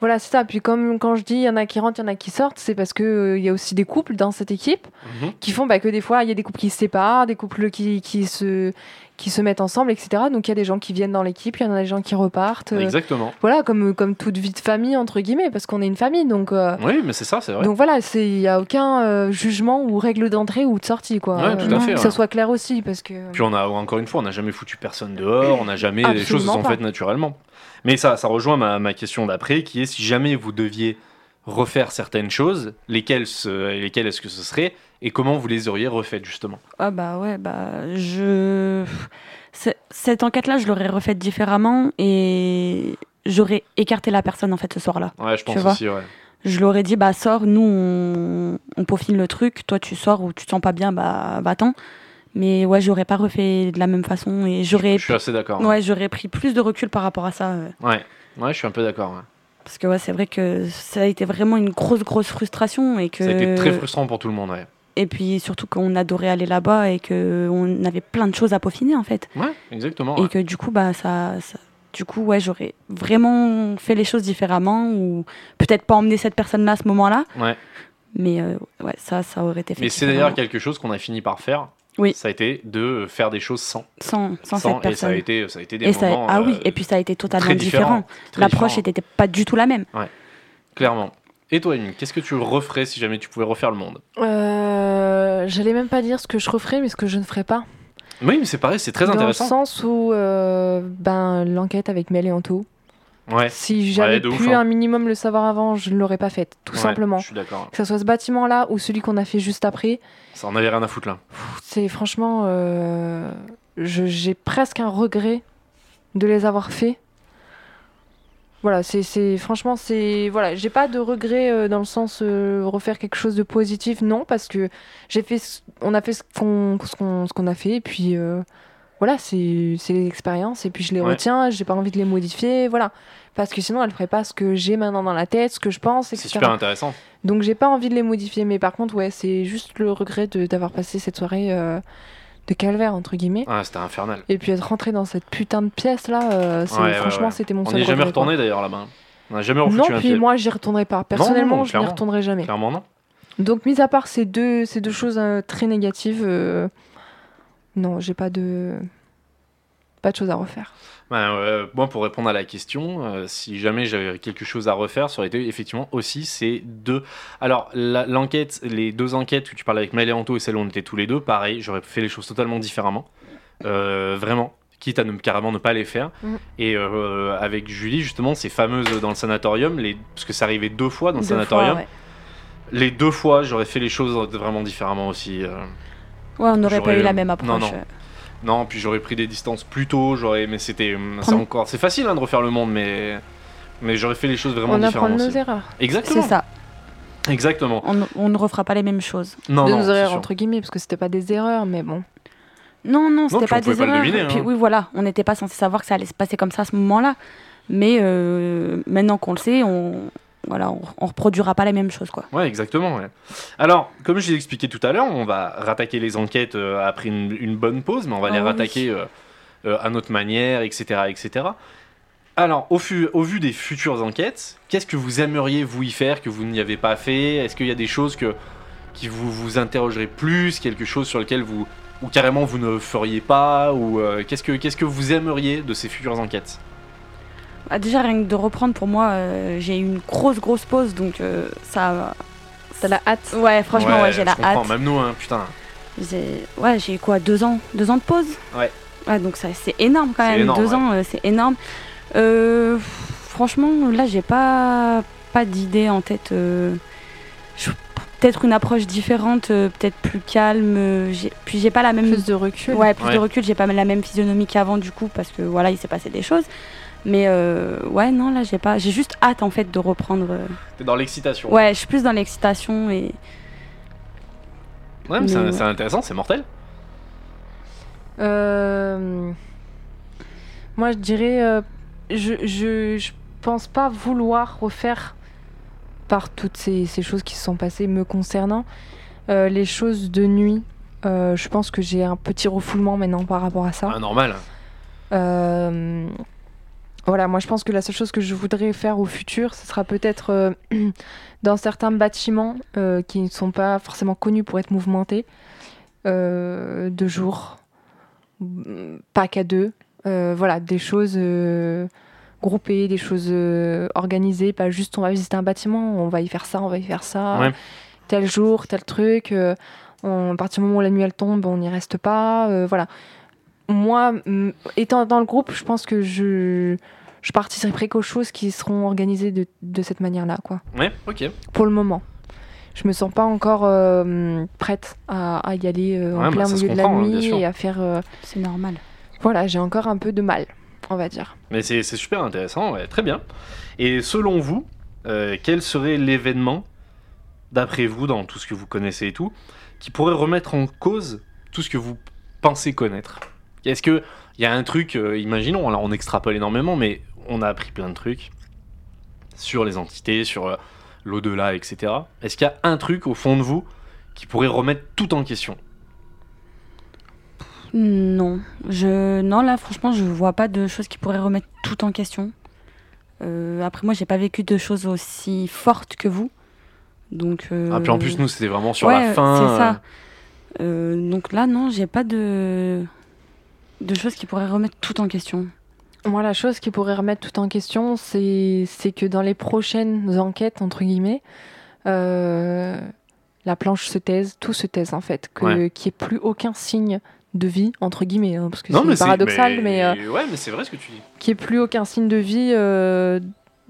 voilà, c'est ça. Puis comme quand je dis, il y en a qui rentrent, il y en a qui sortent, c'est parce qu'il il y a aussi des couples dans cette équipe
Mhm.
qui font bah, que des fois, il y a des couples qui se séparent, des couples qui, qui, se, qui se mettent ensemble, etc. Donc il y a des gens qui viennent dans l'équipe, il y en a des gens qui repartent. euh,
Exactement.
voilà, comme, comme toute vie de famille, entre guillemets, parce qu'on est une famille. Donc, euh,
Oui, mais c'est ça, c'est vrai.
donc voilà, c'est- il n'y a aucun euh, jugement ou règle d'entrée ou de sortie. Quoi.
Ouais, tout
à
Euh,
fait,
Que
ouais.
ça soit clair aussi, parce que.
Puis on a encore une fois, on n'a jamais foutu personne dehors, on n'a jamais les choses se
Absolument
sont
pas.
faites naturellement. Mais ça, ça rejoint ma, ma question d'après, qui est si jamais vous deviez refaire certaines choses, lesquelles, se- lesquelles est-ce que ce serait et comment vous les auriez refaites justement
Ah bah ouais, bah je... C'est- Cette enquête-là, je l'aurais refaite différemment et j'aurais écarté la personne en fait ce soir-là.
Ouais, je pense
vois.
aussi, ouais.
Je l'aurais dit, bah sors, nous on... on peufine le truc, toi tu sors ou tu te sens pas bien, bah va-t'en. Mais ouais, j'aurais pas refait de la même façon et j'aurais
Je suis assez d'accord. hein.
ouais, j'aurais pris plus de recul par rapport à ça. euh,
Ouais. Ouais, je suis un peu d'accord. ouais.
Parce que ouais, c'est vrai que ça a été vraiment une grosse, grosse frustration. Et que...
Ça a été très frustrant pour tout le monde, ouais.
Et puis surtout qu'on adorait aller là-bas et qu'on avait plein de choses à peaufiner en fait.
Ouais, exactement.
Et
ouais.
que du coup, bah, ça, ça- du coup ouais, j'aurais vraiment fait les choses différemment ou peut-être pas emmené cette personne-là à ce moment-là.
Ouais.
Mais euh, ouais, ça, ça aurait été fait.
Mais c'est d'ailleurs quelque chose qu'on a fini par faire.
Oui.
Ça a été de faire des choses sans.
différemment. sans, sans,
sans,
cette
et ça a
personne.
été, ça a été des
Et ça-
moments.
ah oui,
euh,
et puis ça a été totalement
très
différent.
différents, très
L'approche
différents,
n'était pas du tout la même.
Clairement. Et toi, Emine, qu'est-ce que tu referais si jamais tu pouvais refaire le monde
Euh, J'allais même pas dire ce que je referais, mais ce que je ne ferais pas.
Oui, mais c'est pareil, c'est très
Dans
intéressant.
le sens où euh, ben, l'enquête avec Mel et Anto,
Ouais.
si j'avais
Ouais, de
pu
ouf, hein.
un minimum le savoir avant, je ne l'aurais pas faite, tout
Ouais,
simplement.
Je suis d'accord.
Que ce soit ce bâtiment-là ou celui qu'on a fait juste après,
Ça en avait rien à foutre là.
pff, c'est franchement. euh, je- J'ai presque un regret de les avoir faits. Voilà, c'est- c'est franchement, c'est voilà, j'ai pas de regret euh, dans le sens euh, refaire quelque chose de positif, non, parce que j'ai fait, ce- on a fait ce qu'on ce qu'on ce qu'on a fait, et puis euh, voilà, c'est c'est les expériences, et puis je les
Ouais.
retiens, j'ai pas envie de les modifier, voilà, parce que sinon elles feraient pas ce que j'ai maintenant dans la tête, ce que je pense,
C'est
etc.
super intéressant.
Donc j'ai pas envie de les modifier, mais par contre, ouais, c'est juste le regret de- d'avoir passé cette soirée euh, de calvaire, entre guillemets.
Ah, c'était infernal.
Et puis être rentré dans cette putain de pièce là, euh, c'est-
Ouais, ouais,
franchement,
ouais.
c'était mon
On
seul
n'est jamais
regret, quoi.
retourné d'ailleurs là-bas. On n'a jamais refoutu
Non,
un
puis
pied.
moi j'y retournerai pas.
non, non,
Personnellement, je n'y
clairement.
retournerai jamais.
Clairement non.
Donc, mis à part ces deux, ces deux choses euh, très négatives, euh, non, j'ai pas de. Pas de choses à refaire.
Ben, euh, moi, pour répondre à la question, euh, si jamais j'avais quelque chose à refaire, ça aurait été effectivement aussi ces deux. Alors, la- l'enquête, les deux enquêtes que tu parlais avec Mel et Anto et celle où on était tous les deux, pareil, j'aurais fait les choses totalement différemment. Euh, vraiment. Quitte à ne, carrément ne pas les faire.
Mm.
Et euh, avec Julie, justement, ces fameuses dans le sanatorium, les, parce que ça arrivait deux fois dans le
Deux fois,
sanatorium.
ouais.
Les deux fois, j'aurais fait les choses vraiment différemment aussi. euh.
Ouais, on n'aurait pas
J'aurais-
eu la même
non,
approche.
non.
euh.
Non, puis j'aurais pris des distances plus tôt, j'aurais. Mais c'était. hum, C'est
Prendre-
encore. C'est facile hein, de refaire le monde, mais. Mais j'aurais fait les choses vraiment
On apprend de
différemment.
nos
aussi.
erreurs.
Exactement.
C'est ça.
Exactement.
On, on ne refera pas les mêmes choses.
Non,
de
non.
nos
c'est
erreurs,
sûr.
entre guillemets, parce que c'était pas des erreurs, mais bon.
Non, non, c'était
puis on
pas
pouvait
des
pas le
erreurs.
deviner,
Puis
hein.
oui, voilà, on n'était pas censé savoir que ça allait se passer comme ça à ce moment-là. Mais euh, maintenant qu'on le sait, on voilà, on, on reproduira pas les mêmes choses, quoi.
Ouais, exactement. ouais. Alors, comme je l'ai expliqué tout à l'heure, on va rattaquer les enquêtes euh, après une, une bonne pause, mais on va les
Ah oui.
rattaquer euh, euh, à notre manière, etc. etc. Alors, au, fu- au vu des futures enquêtes, qu'est-ce que vous aimeriez vous y faire que vous n'y avez pas fait Est-ce qu'il y a des choses que, qui vous vous interrogerez plus Quelque chose sur lequel vous. ou carrément vous ne feriez pas Ou euh, qu'est-ce que qu'est-ce que vous aimeriez de ces futures enquêtes
Ah, déjà, rien que de reprendre, pour moi, euh, j'ai eu une grosse, grosse pause, donc euh, ça.
T'as la hâte.
Ouais, franchement, ouais,
je
j'ai la
comprends,
hâte.
Même nous, hein, putain.
J'ai- Ouais, j'ai quoi, deux ans, deux ans de pause.
Ouais.
Ouais, donc ça, c'est énorme quand
C'est
même.
énorme,
deux
ouais.
ans, euh, c'est énorme. Euh, franchement, là, j'ai pas pas d'idée en tête. euh, je- Peut-être une approche différente, euh, peut-être plus calme. euh, j'ai- Puis j'ai pas la même
Plus de recul.
Ouais, plus
Ouais.
de recul, j'ai pas la même physionomie qu'avant du coup parce que voilà, il s'est passé des choses. Mais euh, ouais, non, là j'ai pas, j'ai juste hâte en fait de reprendre. euh,
T'es dans l'excitation.
Ouais, je suis plus dans l'excitation et
Ouais, mais c'est
Mais-
c'est intéressant, c'est mortel.
Euh, moi, je dirais, euh, je, je, je pense pas vouloir refaire par toutes ces, ces choses qui se sont passées me concernant euh, les choses de nuit. Euh, je pense que j'ai un petit refoulement maintenant par rapport à ça.
Ah, normal.
Euh, voilà, moi je pense que la seule chose que je voudrais faire au futur, ce sera peut-être euh, dans certains bâtiments euh, qui ne sont pas forcément connus pour être mouvementés, euh, de jour, mm, pas qu'à deux. Euh, voilà, des choses euh, groupées, des choses euh, organisées, pas juste on va visiter un bâtiment, on va y faire ça, on va y faire ça,
Ouais.
tel jour, tel truc. euh, on- à partir du moment où la nuit elle tombe, on n'y reste pas. euh, voilà. Moi, mm, étant dans le groupe, je pense que je, je participerai qu'aux choses qui seront organisées de, de cette manière-là, quoi
Ouais, ok.
pour le moment. Je me sens pas encore euh, prête à, à y aller euh,
Ouais, bah,
en plein
ça se
milieu de la
comprend, hein, bien
nuit
sûr.
et à faire. euh,
c'est normal.
voilà, j'ai encore un peu de mal, on va dire.
Mais c'est c'est super intéressant, ouais, très bien. Et selon vous, euh, quel serait l'événement, d'après vous, dans tout ce que vous connaissez et tout, qui pourrait remettre en cause tout ce que vous pensez connaître Est-ce que il y a un truc, euh, imaginons, alors on extrapole énormément, mais on a appris plein de trucs sur les entités, sur euh, l'au-delà, etc. Est-ce qu'il y a un truc au fond de vous qui pourrait remettre tout en question
Non, je non là franchement je vois pas de choses qui pourraient remettre tout en question. Euh, après moi j'ai pas vécu de choses aussi fortes que vous, donc. euh,
Ah, puis en plus, nous, c'était vraiment sur
ouais,
la fin.
C'est
euh,
ça. Euh, donc là non j'ai pas de de choses qui pourraient remettre tout en question.
Moi, la chose qui pourrait remettre tout en question, c'est c'est que dans les prochaines enquêtes, entre guillemets, euh, la planche se taise, tout se taise en fait, que- qu'il
Ouais.
n'y ait plus aucun signe de vie, entre guillemets, hein, parce que
Non, mais
c'est paradoxal, mais, euh,
Ouais, mais c'est vrai ce que tu dis.
qu'il n'y ait plus aucun signe de vie euh,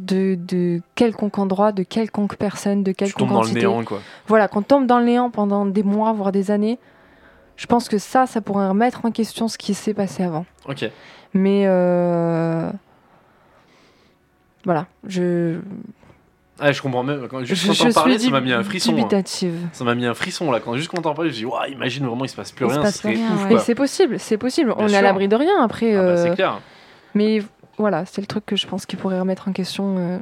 de, de quelconque endroit, de quelconque personne, de
Tu
quelconque
tombes dans le
entité.
néant, quoi.
Voilà, qu'on tombe dans le néant pendant des mois, voire des années, je pense que ça, ça pourrait remettre en question ce qui s'est passé avant.
Ok.
Mais euh, voilà, je,
Ah, je comprends même. Quand, juste
je,
quand
je
t'en parlais, ça
suis
m'a mis un frisson. hein.
dubitative.
Ça m'a mis un frisson là. Quand juste quand t'en parlais, je dis, waouh, imagine vraiment, il se passe plus
Il se
rien.
passe
ce
plus
serait
rien,
ouf,
ouais.
Mais
quoi.
c'est possible, c'est possible.
Bien
On est
sûr.
à l'abri de rien après.
Ah bah,
euh,
c'est clair.
mais voilà, c'est le truc que je pense qu'il pourrait remettre en question. euh,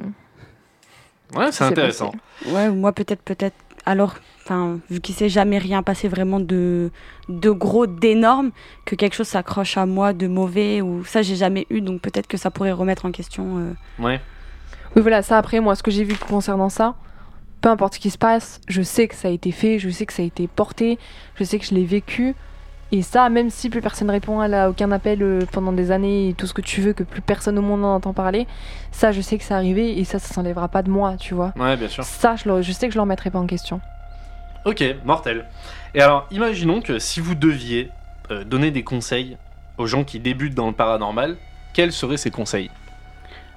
Ouais, c'est
c'est
intéressant.
Ouais ou moi peut-être peut-être alors enfin vu qu'il s'est jamais rien passé vraiment de de gros d'énorme que quelque chose s'accroche à moi de mauvais ou ça j'ai jamais eu donc peut-être que ça pourrait remettre en question. euh,
Ouais.
Oui, voilà, ça après, moi, ce que j'ai vu concernant ça, peu importe ce qui se passe, je sais que ça a été fait, je sais que ça a été porté, je sais que je l'ai vécu. Et ça, même si plus personne répond à la- aucun appel euh, pendant des années et tout ce que tu veux, que plus personne au monde n'en entend parler, ça, je sais que c'est arrivé et ça, ça s'enlèvera pas de moi, tu vois.
Ouais, bien sûr.
Ça, je, le- je sais que je le remettrai pas en question.
Ok, mortel. Et alors, imaginons que si vous deviez euh, donner des conseils aux gens qui débutent dans le paranormal, quels seraient ces conseils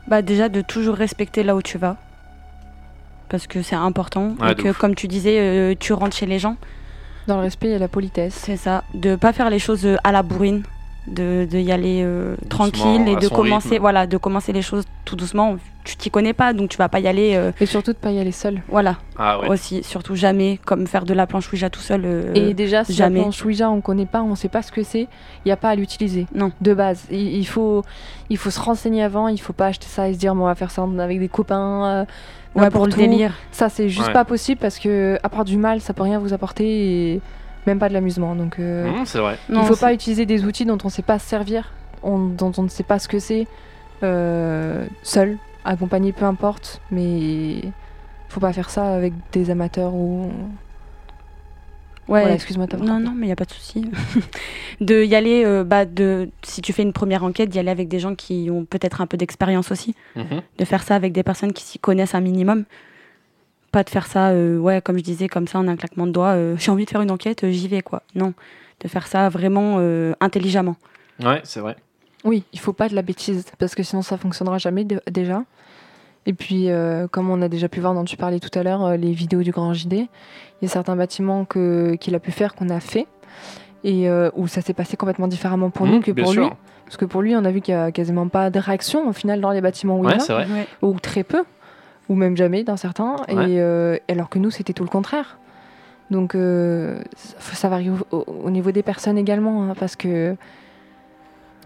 Bah déjà de toujours respecter là où tu vas. Parce que c'est important.
Ouais,
et
de
que
ouf.
comme tu disais, euh, tu rentres chez les gens.
Dans le respect et la politesse.
C'est ça. De pas faire les choses euh, à la bourrine. De, de y aller euh,
Doucement,
tranquille et
à
de
son
commencer
rythme.
voilà de commencer les choses tout doucement tu t'y connais pas donc tu vas pas y aller euh,
Et surtout de pas y aller seul.
voilà
Ah ouais.
aussi surtout jamais comme faire de la planche Ouija tout seul euh,
Et déjà, si
jamais.
la planche Ouija, on connaît pas, on sait pas ce que c'est, il n'y a pas à l'utiliser.
Non.
De base. Il, il faut, il faut se renseigner avant, il faut pas acheter ça et se dire, bon, on va faire ça avec des copains. euh,
ouais, pour
n'importe
le
où.
délire
Ça, c'est juste
Ouais.
pas possible parce que, à part du mal, ça peut rien vous apporter et même pas de l'amusement. Donc, euh,
Mmh, c'est vrai.
il faut pas utiliser des outils dont on sait pas se servir, on- dont on ne sait pas ce que c'est, euh, seul, accompagné, peu importe, mais faut pas faire ça avec des amateurs ou.
ouais
Voilà, excuse-moi, t'as
Non,
frappé.
non, mais il n'y a pas de souci. de y aller, euh, bah, de, si tu fais une première enquête, d'y aller avec des gens qui ont peut-être un peu d'expérience aussi.
Mhm.
De faire ça avec des personnes qui s'y connaissent un minimum. Pas de faire ça, euh, ouais, comme je disais, comme ça, en un claquement de doigts. euh, J'ai envie de faire une enquête, euh, j'y vais, quoi. Non. De faire ça vraiment euh, intelligemment.
Ouais, c'est vrai.
Oui, il faut pas de la bêtise parce que sinon ça fonctionnera jamais de- déjà. Et puis, euh, comme on a déjà pu voir dont tu parlais tout à l'heure, euh, les vidéos du Grand JD, il y a certains bâtiments que qu'il a pu faire qu'on a fait et euh, où ça s'est passé complètement différemment pour nous
Mmh,
que
bien
pour
sûr.
lui. Parce que pour lui, on a vu qu'il y a quasiment pas de réaction au final dans les bâtiments où il
Ouais,
va,
c'est vrai.
ou très peu, ou même jamais dans certains.
Ouais.
Et euh, alors que nous, c'était tout le contraire. Donc, euh, ça, ça varie au, au- au niveau des personnes également, hein, parce que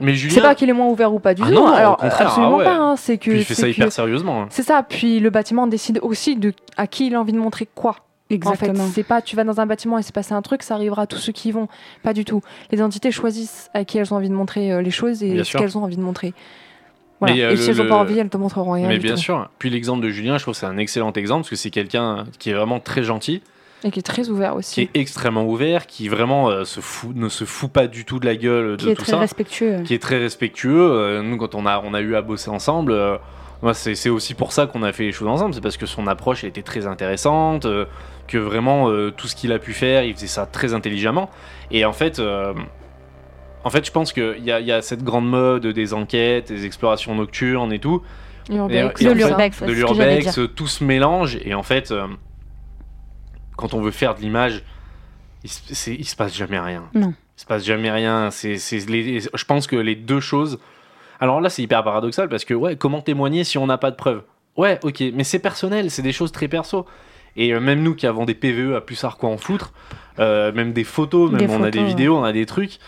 Mais
c'est
Julien,
pas qu'il est moins ouvert ou pas du
Ah
tout. hein.
non, non,
alors
au contraire,
absolument
ah ouais.
pas. hein, c'est que
puis il fait
c'est
ça
que-
hyper sérieusement. hein.
c'est ça. Puis le bâtiment décide aussi de à qui il a envie de montrer quoi. En
Exactement.
fait, c'est pas tu vas dans un bâtiment et c'est passé un truc, ça arrivera à tous ceux qui y vont. Pas du tout. Les entités choisissent à qui elles ont envie de montrer euh, les choses et
Bien
ce
sûr.
qu'elles ont envie de montrer. Voilà.
Mais, euh,
et si
le-
elles ont
le-
pas envie, elles te montreront rien.
Mais
du
bien
tout.
sûr. Puis l'exemple de Julien, je trouve que c'est un excellent exemple parce que c'est quelqu'un qui est vraiment très gentil,
Et qui est très ouvert aussi.
qui est extrêmement ouvert, qui vraiment euh, se fout, ne se fout pas du tout de la gueule de
Qui est
tout
très
ça,
respectueux.
qui est très respectueux. Euh, nous, quand on a, on a eu à bosser ensemble, euh, moi, c'est c'est aussi pour ça qu'on a fait les choses ensemble, c'est parce que son approche elle était très intéressante, euh, que vraiment euh, tout ce qu'il a pu faire, il faisait ça très intelligemment. Et en fait. euh, en fait, je pense qu'il y, a- il y a cette grande mode des enquêtes, des explorations nocturnes et tout,
Et on va
et-
écouter
et
de
en fait,
ça.
l'urbex,
de
c'est ce que j'allais
l'urbex, euh, tout se mélange et en fait, euh, quand on veut faire de l'image, il, se- c'est- il se passe jamais rien.
Non.
Il se passe jamais rien. C'est, c'est les- je pense que les deux choses. Alors là, c'est hyper paradoxal parce que ouais, comment témoigner si on n'a pas de preuves Ouais, ok, mais c'est personnel, c'est des choses très perso. Et euh, même nous qui avons des PVE à plus à quoi en foutre, euh, même des photos, même
Des
on a des
photos,
vidéos, on a des trucs.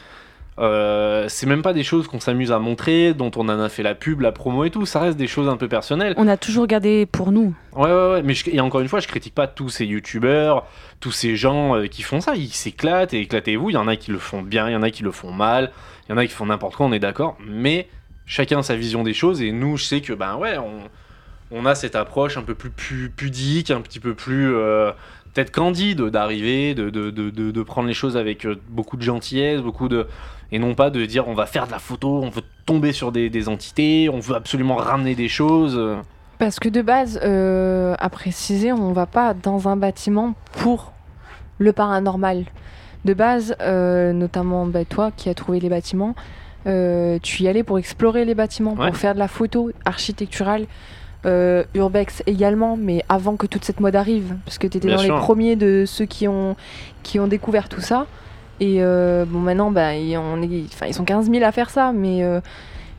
Euh, c'est même pas des choses qu'on s'amuse à montrer, dont on en a fait la pub, la promo et tout. Ça reste des choses un peu personnelles.
On a toujours gardé pour nous.
Ouais, ouais, ouais. Mais je- et encore une fois, je critique pas tous ces youtubeurs, tous ces gens euh, qui font ça. Ils s'éclatent et éclatez-vous. Il y en a qui le font bien, il y en a qui le font mal, il y en a qui font n'importe quoi, on est d'accord. Mais chacun a sa vision des choses. Et nous, je sais que, ben ouais, on, on a cette approche un peu plus pu- pudique, un petit peu plus. euh, Peut-être candide d'arriver, de, de, de, de- de prendre les choses avec euh, beaucoup de gentillesse, beaucoup de. Et non pas de dire on va faire de la photo, on veut tomber sur des, des entités, on veut absolument ramener des choses.
Parce que de base, euh, à préciser, on va pas dans un bâtiment pour le paranormal. De base, euh, notamment bah, toi qui as trouvé les bâtiments, euh, tu y allais pour explorer les bâtiments,
Ouais.
pour faire de la photo architecturale, euh, urbex également, mais avant que toute cette mode arrive, parce que tu étais
Bien
dans
sûr.
les premiers de ceux qui ont, qui ont découvert tout ça. Et euh, bon, maintenant, bah, il y en est- enfin, ils sont 15 000 à faire ça, mais, euh,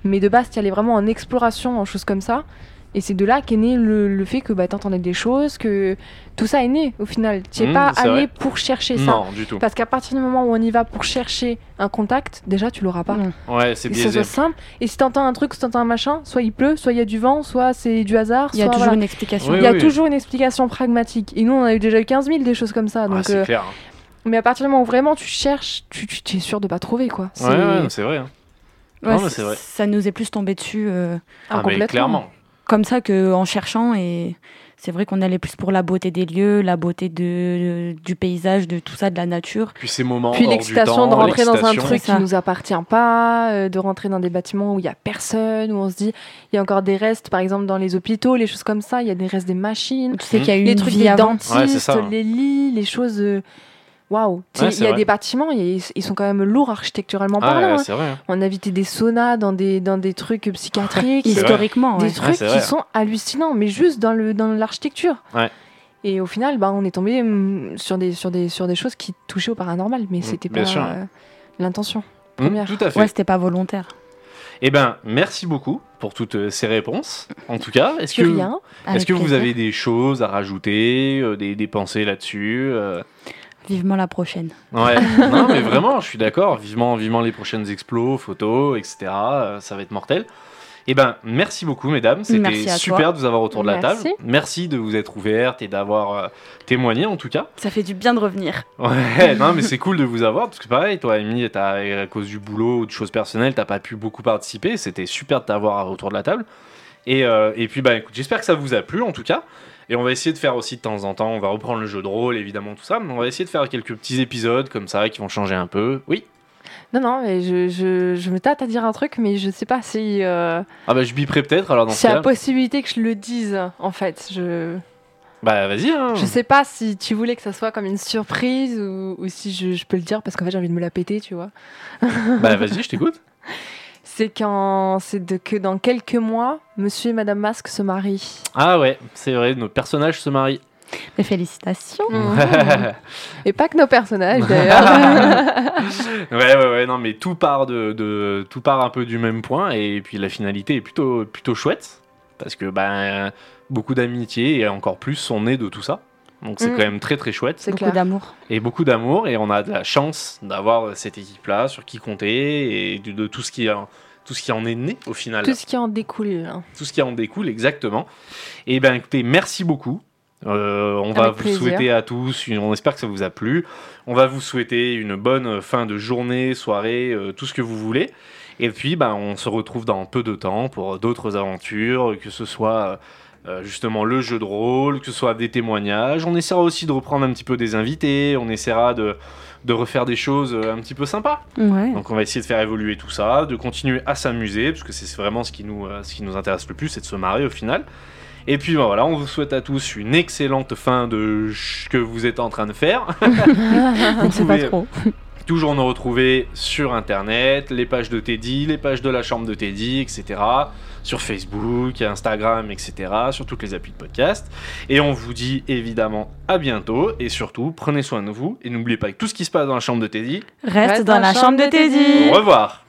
mais de base, tu allais vraiment en exploration, en choses comme ça. Et c'est de là qu'est né le, le fait que bah, t'entendais des choses, que tout ça est né au final. Tu es
Mhm,
pas
c'est
allé
vrai.
pour chercher ça.
Non, du tout.
Parce qu'à partir du moment où on y va pour chercher un contact, déjà tu l'auras pas.
Mm.
Ouais, c'est
Que ça
biaisé.
soit simple. Et si t'entends un truc, si t'entends un machin, soit il pleut, soit il y a du vent, soit c'est du hasard.
Il y a
soit,
toujours
voilà.
une explication.
Oui,
Il y a toujours une explication pragmatique. Et nous, on a eu déjà eu 15 000 des choses comme ça.
Ah,
Donc,
c'est
euh,
clair.
mais à partir du moment où vraiment tu cherches, tu, tu- tu es sûr de pas trouver quoi.
Ouais, ouais, c'est vrai. hein.
Ouais,
Non, mais
c-
c'est vrai.
Ça nous est plus tombé dessus euh,
Ah, mais
complètement.
clairement.
comme ça que en cherchant et c'est vrai qu'on allait plus pour la beauté des lieux, la beauté de, du paysage, de tout ça, de la nature.
Puis ces moments.
Puis
hors du
l'excitation
temps,
de rentrer dans un
l'excitation.
truc
C'est
qui
ça.
nous appartient pas, euh, de rentrer dans des bâtiments où il y a personne, où on se dit il y a encore des restes, par exemple dans les hôpitaux, les choses comme ça, il y a des restes des machines,
Tu sais
Mhm.
qu'il y a eu
les
une
trucs
vie
des
avant.
dentistes,
Ouais, c'est ça.
les lits, les choses. euh, Waouh! Tu sais,
Ouais,
il
c'est
y a
vrai.
des bâtiments, il y a- ils sont quand même lourds architecturalement
Ah,
parlant.
ouais,
hein.
c'est vrai.
On a visité des saunas dans des, dans des trucs psychiatriques.
C'est vrai.
Historiquement,
Ah
des
ouais.
trucs
Ouais, Ah, c'est
qui
vrai.
sont hallucinants, mais juste dans le dans l'architecture.
Ouais.
Et au final, bah, on est tombé hum, sur des sur des sur des choses qui touchaient au paranormal, mais c'était
Mm, bien
pas
sûr.
euh, l'intention.
Mm,
Première.
tout à fait.
Ouais, c'était pas volontaire.
Eh ben, merci beaucoup pour toutes euh, ces réponses. En tout cas, est-ce que,
Plus rien.
Avec
est-ce que vous
plaisir.
avez des choses à rajouter, euh, des, des pensées là-dessus euh,
vivement la prochaine
Ouais. non, mais vraiment, je suis d'accord. Vivement, vivement les prochaines explos, photos, etc. euh, ça va être mortel. Eh ben, merci beaucoup, mesdames.
Merci
C'était
à
super de vous avoir autour de la
Merci.
table. Merci de vous être ouvertes et d'avoir euh, témoigné, en tout cas.
Ça fait du bien de revenir.
Ouais, non, mais c'est cool de vous avoir parce que pareil, toi, Amy, t'as- euh, à cause du boulot ou de choses personnelles, t'as pas pu beaucoup participer. C'était super de t'avoir autour de la table. Et, euh, et puis, bah, écoute, j'espère que ça vous a plu en tout cas. Et on va essayer de faire aussi de temps en temps, on va reprendre le jeu de rôle, évidemment, tout ça. Mais on va essayer de faire quelques petits épisodes comme ça qui vont changer un peu. Oui.
Non, non, mais je, je, je me tâte à dire un truc, mais je sais pas si euh,
Ah, bah, je biperai peut-être alors dans ce
c'est la
cas.
possibilité que je le dise. En fait, je
Bah, vas-y, hein.
je sais pas si tu voulais que ça soit comme une surprise ou, ou si je, je peux le dire parce qu'en fait j'ai envie de me la péter, tu vois.
Bah, vas-y, je t'écoute.
C'est quand c'est de- que dans quelques mois, Monsieur et Madame Masque se marient.
Ah, ouais, c'est vrai, nos personnages se marient.
Mais félicitations.
Mmh. Et pas que nos personnages d'ailleurs.
Ouais, ouais, ouais, non, mais tout part, de, de- tout part un peu du même point, et puis la finalité est plutôt, plutôt chouette, parce que ben, beaucoup d'amitié et encore plus sont nés de tout ça. Donc c'est
Mm.
quand même très très chouette,
C'est
Beaucoup
clair.
d'amour.
et beaucoup d'amour, et on a de la chance d'avoir cette équipe-là, sur qui compter, et de, de tout, ce qui en, tout ce qui en est né au final,
Tout ce qui en découle. hein.
tout ce qui en découle exactement. Et ben écoutez, merci beaucoup. Euh, on va
Avec
vous
plaisir.
souhaiter à tous, une- on espère que ça vous a plu. On va vous souhaiter une bonne fin de journée, soirée, euh, tout ce que vous voulez. Et puis, ben, on se retrouve dans peu de temps pour d'autres aventures, que ce soit euh, justement le jeu de rôle, que ce soit des témoignages. On essaiera aussi de reprendre un petit peu des invités, on essaiera de, de refaire des choses euh, un petit peu sympas.
Ouais.
Donc on va essayer de faire évoluer tout ça, de continuer à s'amuser, parce que c'est vraiment ce qui, nous, euh, ce qui nous intéresse le plus, c'est de se marrer au final. Et puis ben, voilà, on vous souhaite à tous une excellente fin de ce que vous êtes en train de faire.
On ne sait pas
pouvez-
trop.
Toujours nous retrouver sur Internet, les pages de Teddy, les pages de la chambre de Teddy, etc. Sur Facebook, Instagram, etc. Sur toutes les appuis de podcast. Et on vous dit évidemment à bientôt. Et surtout, prenez soin de vous. Et n'oubliez pas que tout ce qui se passe dans la chambre de Teddy,
Reste dans la chambre de Teddy.
au revoir.